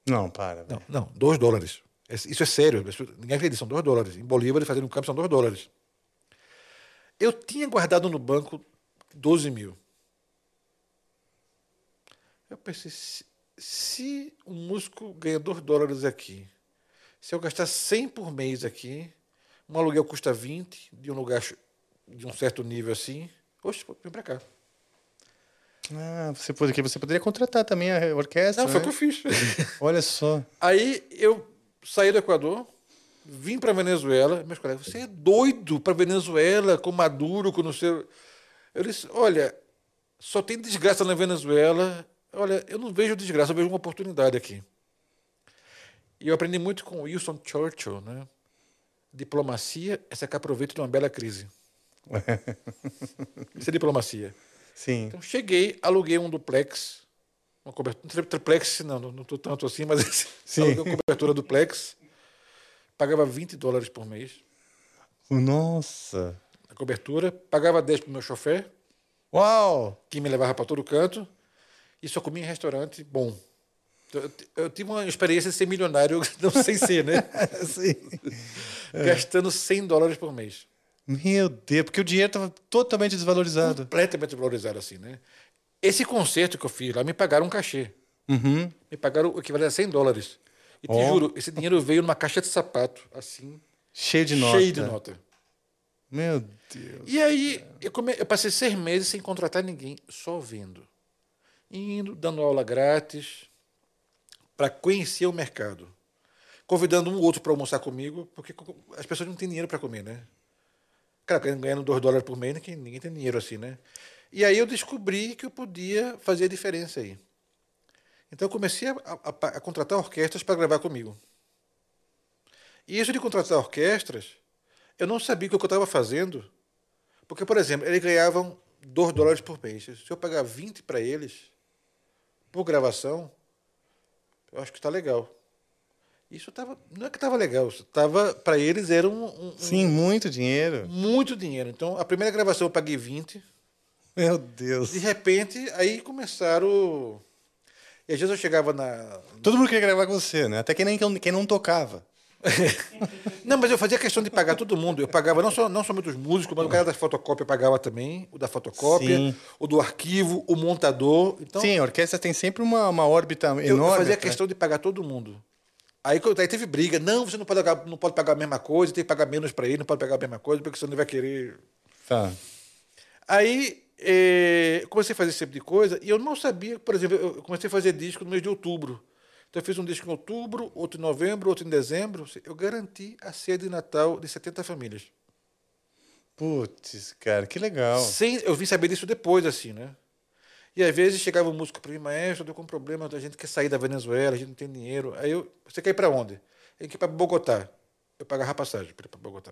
Speaker 1: Não, para. velho.
Speaker 2: Não, não, 2 dólares. É- Isso é sério. as pessoas- Ninguém acredita, são 2 dólares. Em Bolívar, fazendo um campo, são 2 dólares. Eu tinha guardado no banco 12 mil. Eu pensei, se, se um músico ganha 2 dólares aqui, se eu gastar 100 por mês aqui, um aluguel custa 20 de um lugar ch- de um certo nível assim, oxe, pô, vem pra cá.
Speaker 1: Ah, você, porque você poderia contratar também a orquestra.
Speaker 2: Não, foi o
Speaker 1: né?
Speaker 2: que eu fiz.
Speaker 1: Olha só.
Speaker 2: Aí eu saí do Equador, vim para Venezuela. Meus colegas, você é doido para Venezuela com Maduro, com não sei. Eu disse: olha, só tem desgraça na Venezuela. Olha, eu não vejo desgraça, eu vejo uma oportunidade aqui. E eu aprendi muito com Wilson Churchill, né? Diplomacia é sacar proveito de uma bela crise. Isso é diplomacia.
Speaker 1: Sim.
Speaker 2: Então cheguei, aluguei um duplex, uma cobertura, um tri- triplex, não, não estou tanto assim, mas
Speaker 1: Sim.
Speaker 2: aluguei uma cobertura duplex, pagava 20 dólares por mês
Speaker 1: Nossa.
Speaker 2: a cobertura, pagava 10 para o meu chofer,
Speaker 1: Uau!
Speaker 2: que me levava para todo canto, e só comia em restaurante bom. Então, Eu, ti- eu tive uma experiência de ser milionário, não sei ser, né?
Speaker 1: Sim.
Speaker 2: Gastando 100 dólares por mês.
Speaker 1: Meu Deus, porque o dinheiro estava totalmente desvalorizado.
Speaker 2: completamente valorizado assim, né? Esse concerto que eu fiz lá, me pagaram um cachê. Me pagaram o equivalente a 100 dólares. E te
Speaker 1: Uhum. Ó.
Speaker 2: juro, esse dinheiro veio numa caixa de sapato, assim,
Speaker 1: Cheio de nota.
Speaker 2: cheio de nota.
Speaker 1: Meu Deus.
Speaker 2: E aí, eu, come- eu passei seis meses sem contratar ninguém, só vendo. Indo, dando aula grátis, para conhecer o mercado. Convidando um ou outro para almoçar comigo, porque co- as pessoas não têm dinheiro para comer, né? Cara, ganhando- ganhando 2 dólares por mês, ninguém, ninguém tem dinheiro assim, né? E aí eu descobri que eu podia fazer a diferença aí. Então eu comecei a, a- a- a contratar orquestras para gravar comigo. E isso de contratar orquestras, eu não sabia o que eu estava fazendo, porque, por exemplo, eles ganhavam 2 dólares por mês. Se eu pagar 20 para eles por gravação, eu acho que está legal. Isso tava, não é que estava legal, isso tava, para eles era um- um- um,
Speaker 1: Sim, muito dinheiro.
Speaker 2: muito dinheiro. Então, a primeira gravação eu paguei 20.
Speaker 1: Meu Deus.
Speaker 2: De repente, aí começaram. E às vezes eu chegava na.
Speaker 1: Todo mundo queria gravar com você, né? Até quem, nem, quem não tocava.
Speaker 2: Não, mas eu fazia questão de pagar todo mundo. Eu pagava não, só, não somente os músicos, mas o cara da fotocópia pagava também, o da fotocópia,
Speaker 1: Sim.
Speaker 2: o do arquivo, o montador. Então,
Speaker 1: Sim, a orquestra tem sempre uma, uma órbita enorme. tá?
Speaker 2: eu, eu fazia questão de pagar todo mundo. Aí, quando- aí teve briga. Não, você não pode, pagar, não pode pagar a mesma coisa, tem que pagar menos para ele, não pode pagar a mesma coisa, porque você não vai querer
Speaker 1: Tá.
Speaker 2: Aí eh, eu comecei a fazer esse tipo de coisa e eu não sabia, por exemplo, eu eu comecei a fazer disco no mês de outubro. Então eu fiz um disco em outubro, outro em novembro, outro em dezembro. Eu garanti a ceia de Natal de 70 famílias.
Speaker 1: Putz, cara, que legal.
Speaker 2: Sem, eu vim saber disso depois, assim, né? E às vezes chegava um músico para mim, maestro, eu tô com problema, a gente quer sair da Venezuela, a gente não tem dinheiro. Aí eu, você quer ir para onde? Ele quer ir para Bogotá. Eu pagava a passagem para ir para Bogotá.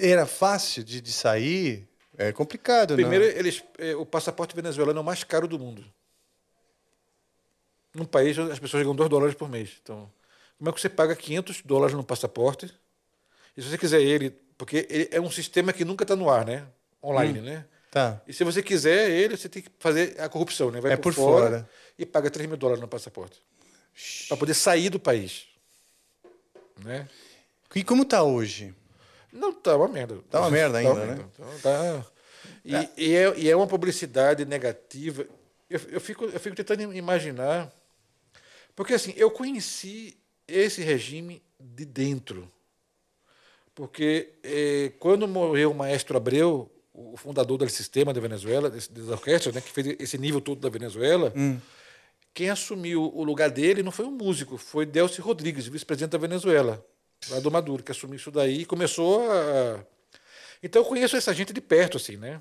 Speaker 1: E Era fácil de, de sair? É complicado,
Speaker 2: Primeiro,
Speaker 1: né?
Speaker 2: eles, eh, o passaporte venezuelano é o mais caro do mundo. Num país onde as pessoas ganham 2 dólares por mês. Então, como é que você paga 500 dólares no passaporte? E se você quiser ele, porque ele é um sistema que nunca está no ar, né? Online, né?
Speaker 1: Tá.
Speaker 2: E se você quiser ele, você tem que fazer a corrupção, né? Vai
Speaker 1: É
Speaker 2: por,
Speaker 1: por
Speaker 2: fora,
Speaker 1: fora.
Speaker 2: e paga 3 mil dólares no passaporte. Para poder sair do país. Né?
Speaker 1: E como tá hoje?
Speaker 2: Não, tá uma merda.
Speaker 1: Tá uma merda ainda, né?
Speaker 2: Então, tá. E, e é, e é uma publicidade negativa. Eu, eu, fico, eu fico tentando im- imaginar. Porque, assim, eu conheci esse regime de dentro. Porque eh, quando morreu o maestro Abreu, o fundador do sistema da Venezuela, desse- das orquestras, né, que fez esse nível todo da Venezuela,
Speaker 1: Hum.
Speaker 2: quem assumiu o lugar dele não foi um músico, foi Delcy Rodrigues, vice-presidente da Venezuela, lá do Maduro, que assumiu isso daí e começou a. Então eu conheço essa gente de perto, assim, né?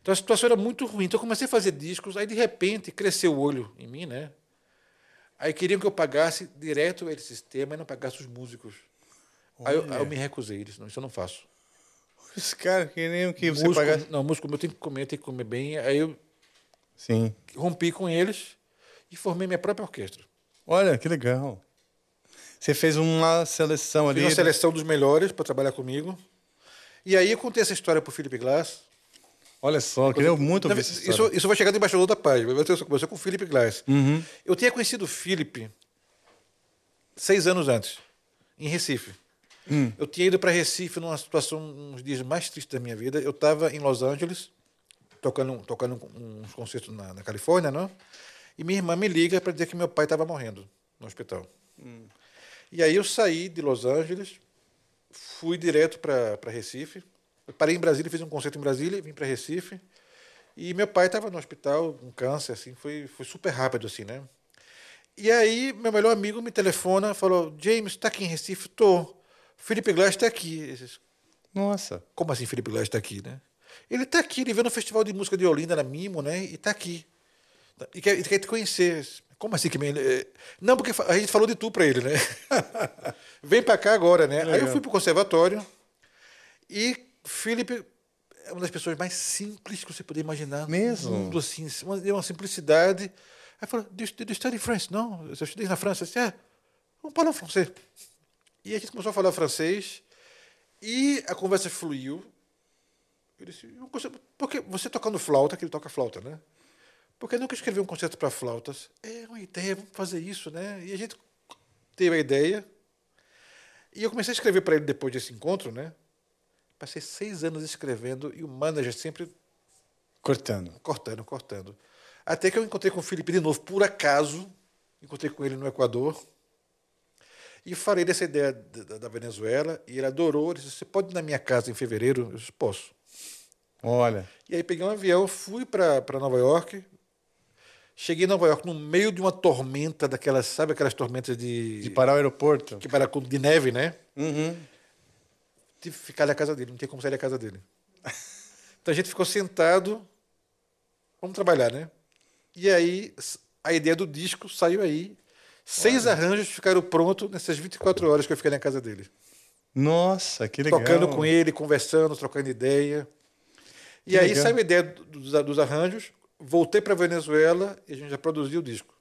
Speaker 2: Então a situação era muito ruim. Então eu comecei a fazer discos, aí de repente cresceu o olho em mim, né? Aí queriam que eu pagasse direto esse sistema e não pagasse os músicos. Aí eu, aí eu me recusei, disse, não, isso eu não faço.
Speaker 1: Os caras queriam que você
Speaker 2: músico,
Speaker 1: pagasse.
Speaker 2: Não, músico meu tem que comer, tem que comer bem. Aí eu
Speaker 1: Sim.
Speaker 2: rompi com eles e formei minha própria orquestra.
Speaker 1: Olha, que legal. Você fez uma seleção ali. né?
Speaker 2: Fiz uma seleção dos melhores para trabalhar comigo. E aí eu contei essa história para o Felipe Glass.
Speaker 1: Olha só, eu queria muito
Speaker 2: Na-
Speaker 1: ouvir essa
Speaker 2: isso,
Speaker 1: história. Uhum.
Speaker 2: isso vai chegar do embaixador da paz. Vai ter conversou com o Felipe Glass. Eu tinha conhecido o Felipe seis anos antes, em Recife.
Speaker 1: Hum.
Speaker 2: Eu tinha ido para Recife numa situação, uns dias mais tristes da minha vida. Eu estava em Los Angeles, tocando, tocando uns concertos na, na Califórnia, não? e minha irmã me liga para dizer que meu pai estava morrendo no hospital.
Speaker 1: Hum.
Speaker 2: E aí eu saí de Los Angeles, fui direto para Recife. Eu parei em Brasília, fiz um concerto em Brasília, vim para Recife. E meu pai estava no hospital com câncer, assim, foi, foi super rápido, assim, né? E aí meu melhor amigo me telefona, falou: James, está aqui em Recife? Tô. Felipe Glass está aqui. Eu disse,
Speaker 1: Nossa.
Speaker 2: Como assim Felipe Glass está aqui, né? Ele está aqui, ele veio no Festival de Música de Olinda, na Mimo, né? E está aqui. E quer, e quer te conhecer. Como assim que me... eh, Não, porque fa- a gente falou de tu para ele, né? Vem para cá agora, né? Aí eu fui pro conservatório e Felipe é uma das pessoas mais simples que você poder imaginar.
Speaker 1: Mesmo?
Speaker 2: No mundo, assim, uma, de uma simplicidade. Aí falou, do you, do you study French? Não, eu estudei na França. Eu disse, ah, vamos falar francês. E a gente começou a falar francês e a conversa fluiu. Eu disse, um "Eu não consigo- porque você tocando flauta, que ele toca flauta, né? Porque eu nunca escrevi um concerto para flautas. É uma ideia, vamos fazer isso, né? E a gente teve a ideia. E eu comecei a escrever para ele depois desse encontro, né? Passei seis anos escrevendo e o manager sempre
Speaker 1: Cortando.
Speaker 2: cortando, cortando. Até que eu encontrei com o Felipe de novo, por acaso. Encontrei com ele no Equador. E falei dessa ideia da, da- da Venezuela. E ele adorou. Ele disse: Você pode ir na minha casa em fevereiro? Eu disse: Posso.
Speaker 1: Olha.
Speaker 2: E aí peguei um avião, fui para Nova York. Cheguei em Nova York no meio de uma tormenta daquelas, sabe aquelas tormentas de,
Speaker 1: De parar o aeroporto.
Speaker 2: que para de neve, né?
Speaker 1: Uhum.
Speaker 2: Tive que ficar na casa dele, não tinha como sair da casa dele. Então a gente ficou sentado, vamos trabalhar, né? E aí s- a ideia do disco saiu aí. Seis arranjos ficaram prontos nessas 24 horas que eu fiquei na casa dele.
Speaker 1: Nossa, que legal.
Speaker 2: Tocando com ele, conversando, trocando ideia. E
Speaker 1: Que
Speaker 2: aí
Speaker 1: legal.
Speaker 2: saiu a ideia do- dos, dos arranjos, voltei para Venezuela e a gente já produziu o disco.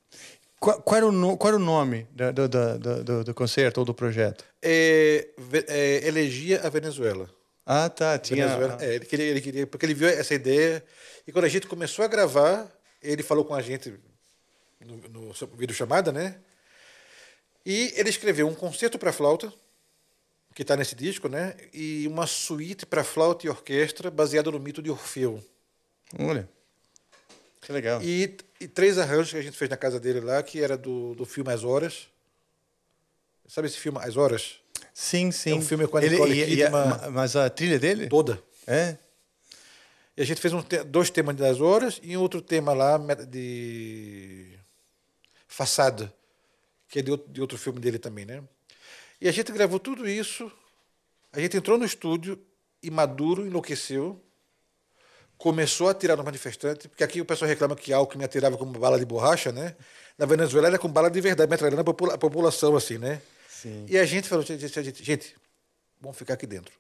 Speaker 1: Qual, qual era o no- qual era o nome da- do, da- do- do- do concerto ou do projeto?
Speaker 2: É, ve- é, elegia a Venezuela.
Speaker 1: Ah, tá. Tinha.
Speaker 2: Venezuela. É, ele, queria, ele queria, porque ele viu essa ideia. E quando a gente começou a gravar, ele falou com a gente no, no vídeo chamada, né? E ele escreveu um concerto para flauta, que está nesse disco, né? E uma suíte para flauta e orquestra baseada no mito de Orfeu.
Speaker 1: É. Olha. Que legal.
Speaker 2: E, e três arranjos que a gente fez na casa dele lá, que era do, do filme As Horas. Sabe esse filme, As Horas?
Speaker 1: Sim, sim.
Speaker 2: É um filme com a Nicole
Speaker 1: e- e a-
Speaker 2: Kidman.
Speaker 1: ma- Mas a trilha dele?
Speaker 2: Toda.
Speaker 1: É?
Speaker 2: E a gente fez um te- dois temas das horas e um outro tema lá me- de façada, que é de outro, de outro filme dele também, né? E a gente gravou tudo isso. A gente entrou no estúdio e Maduro enlouqueceu. Começou a atirar no manifestante, porque aqui o pessoal reclama que álcool me atirava como bala de borracha, né? Na Venezuela era com bala de verdade, metralhando a, popula- a população, assim, né?
Speaker 1: Sim.
Speaker 2: E a gente falou, gente, gente, gente, vamos ficar aqui dentro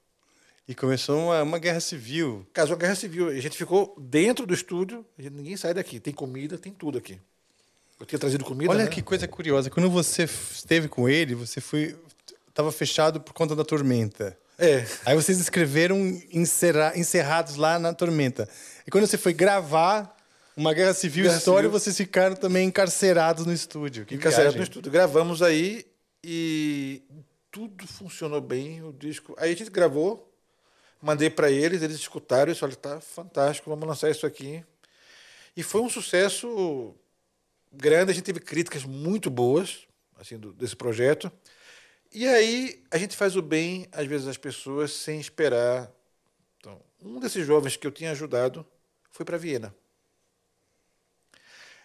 Speaker 1: E começou uma, uma guerra civil.
Speaker 2: casou a guerra civil. E a gente ficou dentro do estúdio, a gente- ninguém sai daqui. Tem comida, tem tudo aqui. Eu tinha trazido comida.
Speaker 1: Olha
Speaker 2: né?
Speaker 1: que coisa curiosa. Quando você f- esteve com ele, você foi. Tava fechado por conta da tormenta.
Speaker 2: É.
Speaker 1: Aí vocês escreveram encerra- encerrados lá na tormenta. E quando você foi gravar uma guerra civil
Speaker 2: Guerra
Speaker 1: história,
Speaker 2: Civil.
Speaker 1: vocês ficaram também encarcerados no estúdio. Que
Speaker 2: Encarcerado
Speaker 1: viagem.
Speaker 2: no estúdio. Gravamos aí e tudo funcionou bem. O disco. Aí a gente gravou, mandei para eles, eles escutaram e falaram: tá fantástico, vamos lançar isso aqui. E foi um sucesso grande. A gente teve críticas muito boas assim do- desse projeto. E aí a gente faz o bem às vezes às pessoas sem esperar. Então, um desses jovens que eu tinha ajudado foi para Viena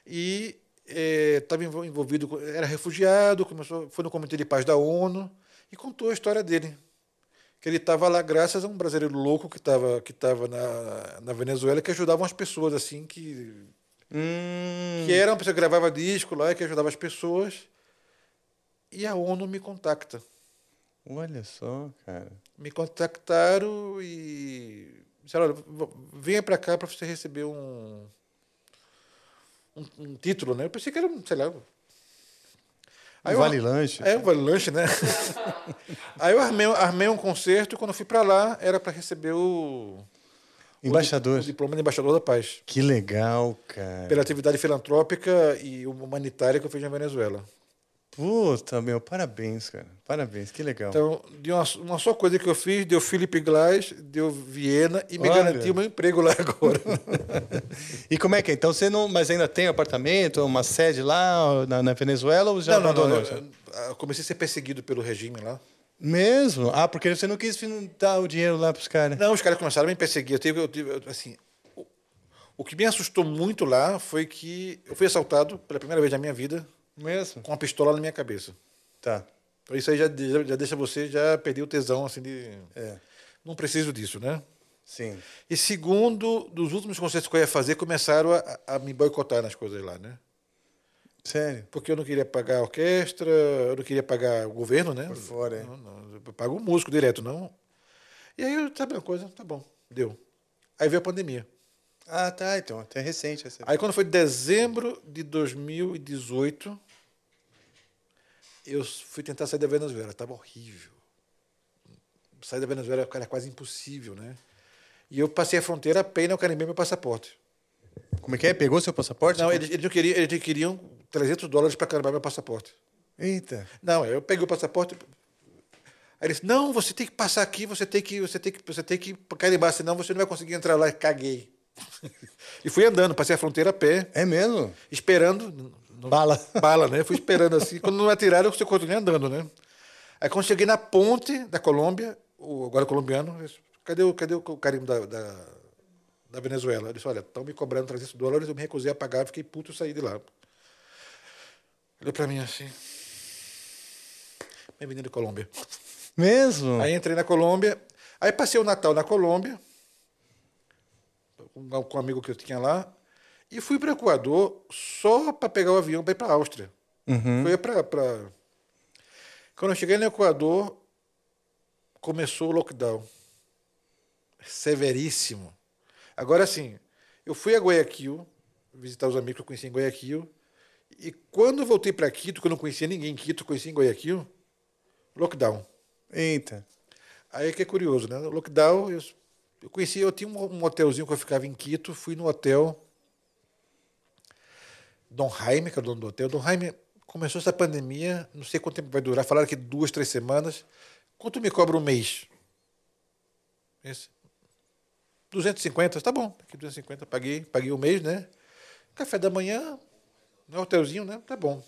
Speaker 2: e estava envolvido, com- era refugiado, começou, foi no Comitê de Paz da ONU e contou a história dele. Que ele estava lá graças a um brasileiro louco que estava que tava na, na Venezuela que ajudava umas pessoas assim que
Speaker 1: Hum,
Speaker 2: que era uma pessoa que gravava disco lá, que ajudava as pessoas. E a ONU me contacta.
Speaker 1: olha só, cara.
Speaker 2: Me contactaram e disseram, olha, v- venha para cá para você receber um, um um título, né? Eu pensei que era, um, sei lá, Aí eu-
Speaker 1: vale lanche.
Speaker 2: É, um vale lanche, né? Aí eu armei, armei um concerto e quando eu fui pra lá era pra receber o, o,
Speaker 1: Embaixador.
Speaker 2: di- o diploma de embaixador da paz.
Speaker 1: Que legal, cara.
Speaker 2: Pela atividade filantrópica e humanitária que eu fiz na Venezuela.
Speaker 1: Puta, meu, parabéns, cara. Parabéns, que legal.
Speaker 2: Então, de uma, uma só coisa que eu fiz, deu Felipe Glass, deu Viena e me
Speaker 1: Olha.
Speaker 2: garantiu meu emprego lá agora.
Speaker 1: E como é que é? Então você não. Mas ainda tem um apartamento, uma sede lá na, na Venezuela ou já
Speaker 2: não, não, não.
Speaker 1: abandonou?
Speaker 2: eu-
Speaker 1: já?
Speaker 2: eu- eu comecei a ser perseguido pelo regime lá.
Speaker 1: Mesmo? Ah, porque você não quis fin- dar o dinheiro lá pros caras. né?
Speaker 2: Não, os caras começaram a me perseguir. Eu tive, eu tive eu- assim, o, o que me assustou muito lá foi que eu fui assaltado pela primeira vez na minha vida
Speaker 1: Mesmo?
Speaker 2: com uma pistola na minha cabeça.
Speaker 1: Tá.
Speaker 2: Então isso aí já, de- já deixa você, já perdeu o tesão, assim, de...
Speaker 1: É.
Speaker 2: Não preciso disso, né?
Speaker 1: Sim.
Speaker 2: E segundo, dos últimos concertos que eu ia fazer, começaram a, a me boicotar nas coisas lá, né?
Speaker 1: Sério?
Speaker 2: Porque eu não queria pagar a orquestra, eu não queria pagar o governo, né? Por
Speaker 1: fora, é.
Speaker 2: Não, não, eu pago o músico direto, não. E aí, eu, sabe uma coisa? Tá bom, deu. Aí veio a pandemia.
Speaker 1: Ah, tá. Então, até recente essa.
Speaker 2: Aí quando foi dezembro de 2018, eu fui tentar sair da Venezuela. Tava horrível. Sair da Venezuela cara, é quase impossível, né? E eu passei a fronteira a pé e não carimbei meu passaporte.
Speaker 1: Como é que é? Pegou seu passaporte?
Speaker 2: Não, eles, eles, não queriam, eles queriam 300 dólares para carimbar meu passaporte.
Speaker 1: Eita.
Speaker 2: Não, eu peguei o passaporte. Aí eles, não, você tem que passar aqui, você tem que, você tem que, você tem que carimbar, senão você não vai conseguir entrar lá. Caguei. e fui andando, passei a fronteira a pé
Speaker 1: É mesmo?
Speaker 2: esperando.
Speaker 1: Bala.
Speaker 2: Bala, né? Fui esperando assim. Quando não atiraram, eu continuei andando, né? Aí quando cheguei na ponte da Colômbia, o agora colombiano, eu disse, cadê o, cadê o carimbo da, da, da Venezuela? Ele disse, olha, estão me cobrando 300 dólares, eu me recusei a pagar, fiquei puto e saí de lá. Olhou pra mim assim. Bem-vindo de Colômbia.
Speaker 1: Mesmo?
Speaker 2: Aí entrei na Colômbia. Aí passei o Natal na Colômbia, com com um amigo que eu tinha lá, e fui para o Equador só para pegar o avião para ir para a Áustria. Foi para. Pra... Quando eu cheguei no Equador, começou o lockdown. Severíssimo. Agora sim, eu fui a Guayaquil, visitar os amigos que eu conheci em Guayaquil, e quando eu voltei para Quito, que eu não conhecia ninguém em Quito, conheci em Guayaquil, lockdown.
Speaker 1: Eita.
Speaker 2: Aí que é curioso, né? No lockdown, eu, eu conheci, eu tinha um, um hotelzinho que eu ficava em Quito, fui no hotel Don Jaime, que é o dono do hotel. Don Jaime começou essa pandemia, não sei quanto tempo vai durar, falaram que duas, três semanas. Quanto me cobra um mês? Esse. 250, tá bom. Aqui 250, paguei, paguei o mês, né? Café da manhã, no hotelzinho, né? Tá bom.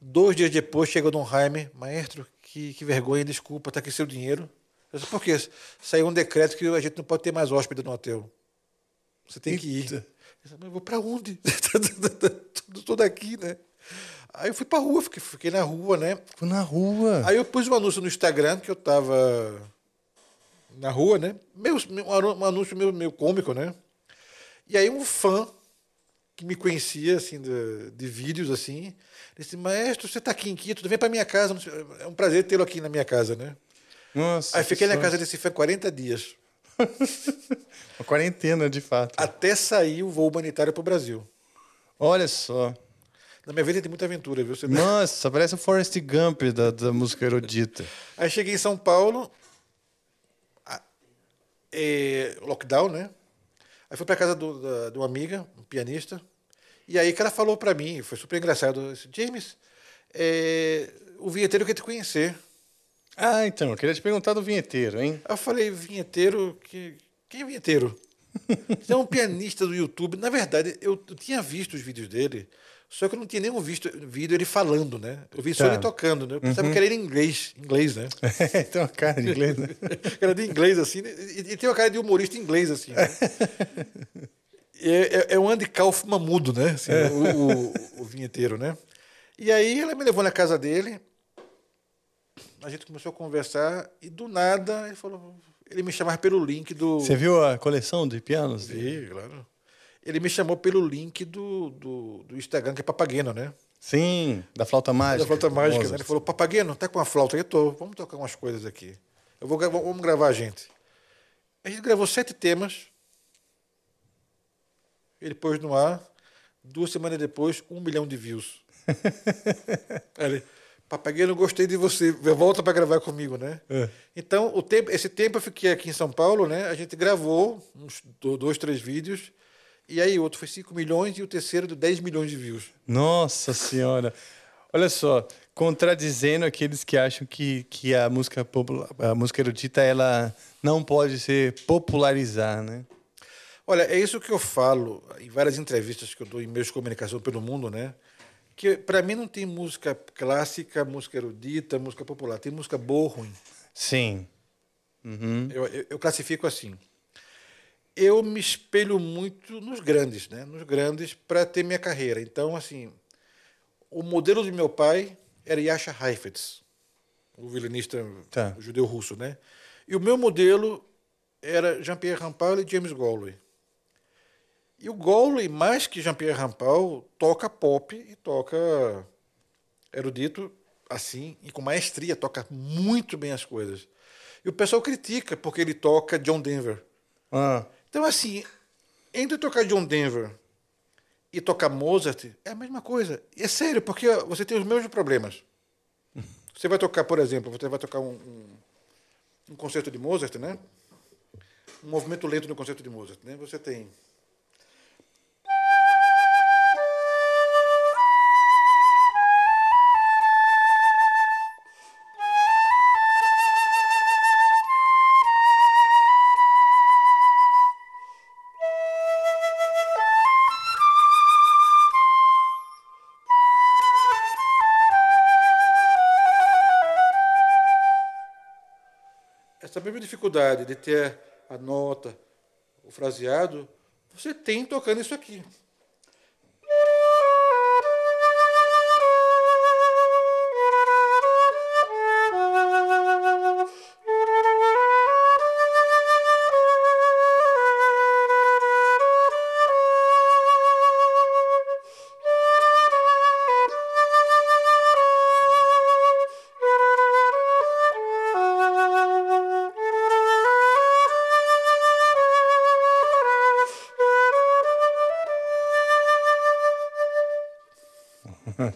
Speaker 2: Dois dias depois chega o Don Jaime, maestro, que, que vergonha, desculpa, tá aqui seu dinheiro. Eu disse, por quê? Saiu um decreto que a gente não pode ter mais hóspede no hotel. Você tem que ir. Eu disse, mas eu vou para onde? Tô daqui, né? Aí eu fui pra rua, fiquei, fiquei na rua, né?
Speaker 1: Fui na rua.
Speaker 2: Aí eu pus um anúncio no Instagram que eu tava na rua, né? Meu, meu- um anu- um anúncio meu, meu cômico, né? E aí um fã que me conhecia, assim, de, de vídeos, assim, disse, maestro, você tá aqui em Quito, vem pra minha casa. É um prazer tê-lo aqui na minha casa, né?
Speaker 1: Nossa.
Speaker 2: Aí fiquei
Speaker 1: que
Speaker 2: na casa
Speaker 1: sorte.
Speaker 2: desse fã 40 dias,
Speaker 1: Uma quarentena, de fato.
Speaker 2: até sair o voo humanitário pro Brasil.
Speaker 1: Olha só.
Speaker 2: Na minha vida tem muita aventura, viu? Você-
Speaker 1: Nossa, parece o Forrest Gump da, da música erudita.
Speaker 2: Aí cheguei em São Paulo, a- é, lockdown, né? Aí fui pra casa do- da- de uma amiga, um pianista, e aí que ela falou pra mim, foi super engraçado, ela disse, James, é, o vinheteiro quer te conhecer.
Speaker 1: Ah, então, eu queria te perguntar do vinheteiro, hein?
Speaker 2: Aí eu falei, vinheteiro, que, quem é vinheteiro? Você é um pianista do YouTube. Na verdade, eu, eu tinha visto os vídeos dele, só que eu não tinha nenhum visto, vídeo ele falando, né? Eu vi só
Speaker 1: Tá.
Speaker 2: ele tocando, né? Eu pensava que era ele em inglês, inglês, né?
Speaker 1: Tem uma cara de inglês, né?
Speaker 2: cara de inglês, assim. né? E, e tem uma cara de humorista inglês, assim. Né? É, é, é um Andy Kaufman mudo, né? Assim, o, o, o vinheteiro, né? E aí ela me levou na casa dele. A gente começou a conversar e do nada ele falou... Ele me chamava pelo link do...
Speaker 1: Você viu a coleção de pianos? dele?
Speaker 2: Ih, claro. Ele me chamou pelo link do, do, do Instagram, que é Papagueno, né?
Speaker 1: Sim, da flauta mágica.
Speaker 2: da flauta mágica, né?
Speaker 1: Mozart.
Speaker 2: Ele falou, Papagueno, tá com a flauta? Eu tô, vamos tocar umas coisas aqui. Eu vou, gra- vamos gravar, gente. A gente gravou sete temas. Ele pôs no ar. Duas semanas depois, um milhão de views. Aí ele, Papagueno, gostei de você. Volta para gravar comigo, né?
Speaker 1: É.
Speaker 2: Então, o tempo, esse tempo eu fiquei aqui em São Paulo, né? A gente gravou uns do- dois, três vídeos. E aí, outro foi 5 milhões e o terceiro deu 10 milhões de views.
Speaker 1: Nossa Senhora. Olha só, contradizendo aqueles que acham que, que a, música popula- a música erudita ela não pode se popularizar, né?
Speaker 2: Olha, é isso que eu falo em várias entrevistas que eu dou em meios de comunicação pelo mundo, né? Que para mim não tem música clássica, música erudita, música popular. Tem música boa ou ruim.
Speaker 1: Sim.
Speaker 2: Eu, eu- eu classifico assim. Eu me espelho muito nos grandes, né? Nos grandes para ter minha carreira. Então, assim, o modelo do meu pai era Yasha Heifetz, o violinista
Speaker 1: Tá.
Speaker 2: judeu russo, né? E o meu modelo era Jean-Pierre Rampal e James Galway. E o Galway, mais que Jean-Pierre Rampal, toca pop e toca erudito assim e com maestria, toca muito bem as coisas. E o pessoal critica porque ele toca John Denver.
Speaker 1: Ah,
Speaker 2: Então, assim, entre tocar John Denver e tocar Mozart é a mesma coisa. E é sério, porque ó, você tem os mesmos problemas. Você vai tocar, por exemplo, você vai tocar um, um, um concerto de Mozart, né? Um movimento lento no concerto de Mozart, né? Você tem. essa mesma dificuldade de ter a nota, o fraseado, você tem tocando isso aqui.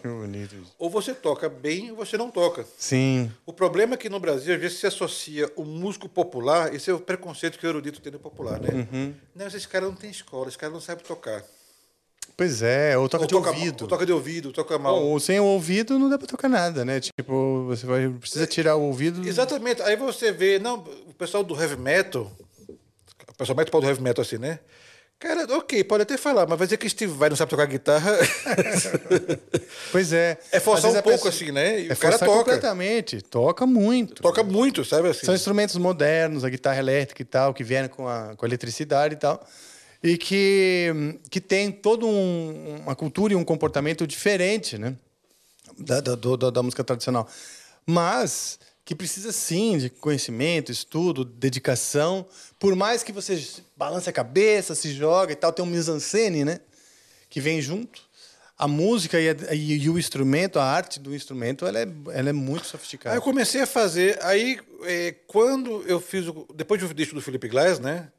Speaker 1: que bonito. isso.
Speaker 2: Ou você toca bem ou você não toca.
Speaker 1: Sim.
Speaker 2: O problema é que no Brasil, às vezes, se associa o músico popular, esse é o preconceito que o erudito tem no popular, né? Não, esse cara não tem escola, esse cara não sabe tocar.
Speaker 1: Pois é, ou toca
Speaker 2: Ou
Speaker 1: de ouvido.
Speaker 2: ou toca de ouvido, toca mal.
Speaker 1: Bom, ou sem o ouvido não dá pra tocar nada, né? Tipo, você vai, precisa tirar o ouvido.
Speaker 2: Exatamente. Aí você vê, não, o pessoal do heavy metal, o pessoal mete o pau do heavy metal assim, né? Cara, ok, pode até falar, mas vai dizer que Steve Vai não sabe tocar guitarra.
Speaker 1: Pois é.
Speaker 2: É forçar
Speaker 1: Às vezes
Speaker 2: um
Speaker 1: a
Speaker 2: pouco assim, né? E
Speaker 1: é
Speaker 2: o cara
Speaker 1: forçar
Speaker 2: toca.
Speaker 1: completamente. Toca muito.
Speaker 2: Toca muito, sabe assim?
Speaker 1: São instrumentos modernos, a guitarra elétrica e tal, que vieram com a, com a eletricidade e tal. E que, que tem toda uma cultura e um comportamento diferente, né? Da, da, do- da, da música tradicional. Mas que precisa sim de conhecimento, estudo, dedicação. Por mais que você balance a cabeça, se joga e tal, tem um mise-en-scène, né? Que vem junto. A música e, a- e o instrumento, a arte do instrumento, ela é, ela é muito sofisticada.
Speaker 2: Aí Ah, eu comecei a fazer. Aí, é, quando eu fiz. O, depois do disco do Felipe Glass, né?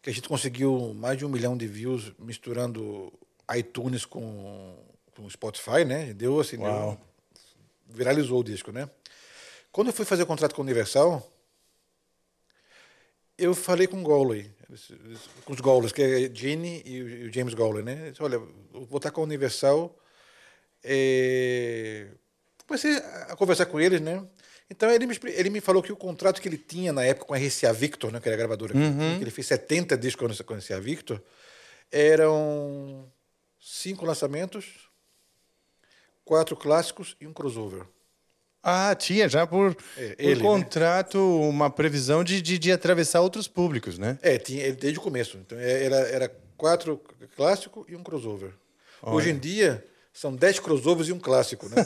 Speaker 2: Que a gente conseguiu mais de um milhão de views misturando iTunes com, com Spotify, né? Deu assim. Deu,
Speaker 1: Uau.
Speaker 2: viralizou o disco, né? Quando eu fui fazer o contrato com a Universal, eu falei com o Gowley, eles- eles- com os Gowleys, que é Gene e o- e o James Gowley, né? Eu disse, Olha, eu vou estar com a Universal. É, Comecei a conversar com eles, né? Então ele me, expli- ele me falou que o contrato que ele tinha na época com a RCA Victor, né, que era a gravadora, que ele tinha, que ele fez 70 discos com a RCA Victor, eram cinco lançamentos, quatro clássicos e um crossover.
Speaker 1: Ah, tinha já por,
Speaker 2: É,
Speaker 1: por
Speaker 2: ele, né?
Speaker 1: contrato uma previsão de, de, de atravessar outros públicos, né?
Speaker 2: É, tinha ele desde o começo. Então é- era, era quatro clássico e um crossover. Hoje em dia são dez crossovers e um clássico, né?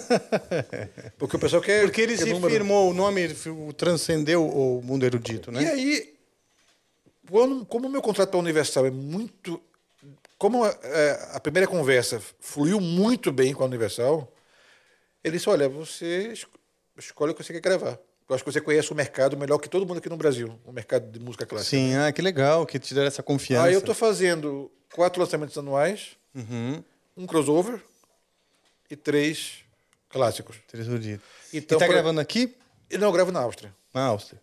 Speaker 2: Porque o pessoal quer.
Speaker 1: Porque ele
Speaker 2: quer
Speaker 1: se
Speaker 2: número.
Speaker 1: firmou, o nome ele fi- o transcendeu o mundo erudito,
Speaker 2: E
Speaker 1: né?
Speaker 2: aí, quando- como o meu contrato para a Universal é muito. Como a, a- a primeira conversa fluiu muito bem com a Universal, ele disse: Olha, você es- escolhe o que você quer gravar. Eu acho que você conhece o mercado melhor que todo mundo aqui no Brasil o mercado de música clássica.
Speaker 1: Sim, ah, que legal que te deram essa confiança.
Speaker 2: Aí eu tô fazendo quatro lançamentos anuais,
Speaker 1: Uhum.
Speaker 2: um crossover e três clássicos.
Speaker 1: Três eruditos. e
Speaker 2: Então,
Speaker 1: tá
Speaker 2: por-
Speaker 1: gravando aqui?
Speaker 2: E não, eu gravo na Áustria.
Speaker 1: Na Áustria.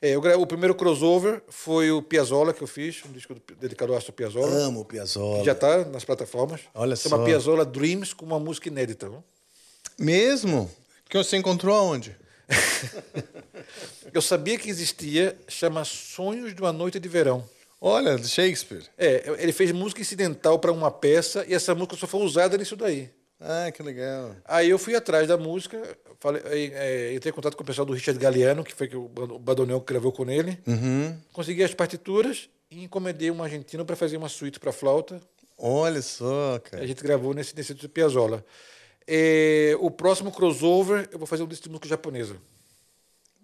Speaker 2: É, eu gra- O primeiro crossover foi o Piazzolla que eu fiz, um disco do- dedicado ao Astro Piazzolla.
Speaker 1: Amo o Piazzolla.
Speaker 2: que Já tá nas plataformas.
Speaker 1: Olha
Speaker 2: Chama
Speaker 1: só.
Speaker 2: Piazzolla Dreams com uma música inédita. não?
Speaker 1: Mesmo? Que você encontrou aonde?
Speaker 2: Eu sabia que existia, chama Sonhos de uma Noite de Verão.
Speaker 1: Olha, do Shakespeare.
Speaker 2: É, ele fez música incidental para uma peça e essa música só foi usada nisso daí.
Speaker 1: Ah, que legal.
Speaker 2: Aí eu fui atrás da música, falei, aí, é, entrei em contato com o pessoal do Richard Galeano, que foi que o Bado- o Badoneon que gravou com ele.
Speaker 1: Uhum.
Speaker 2: Consegui as partituras e encomendei um argentino para fazer uma suíte para flauta.
Speaker 1: Olha só,
Speaker 2: A
Speaker 1: cara.
Speaker 2: gente gravou nesse nesse do Piazzolla. É, o próximo crossover eu vou fazer um disco de música japonesa,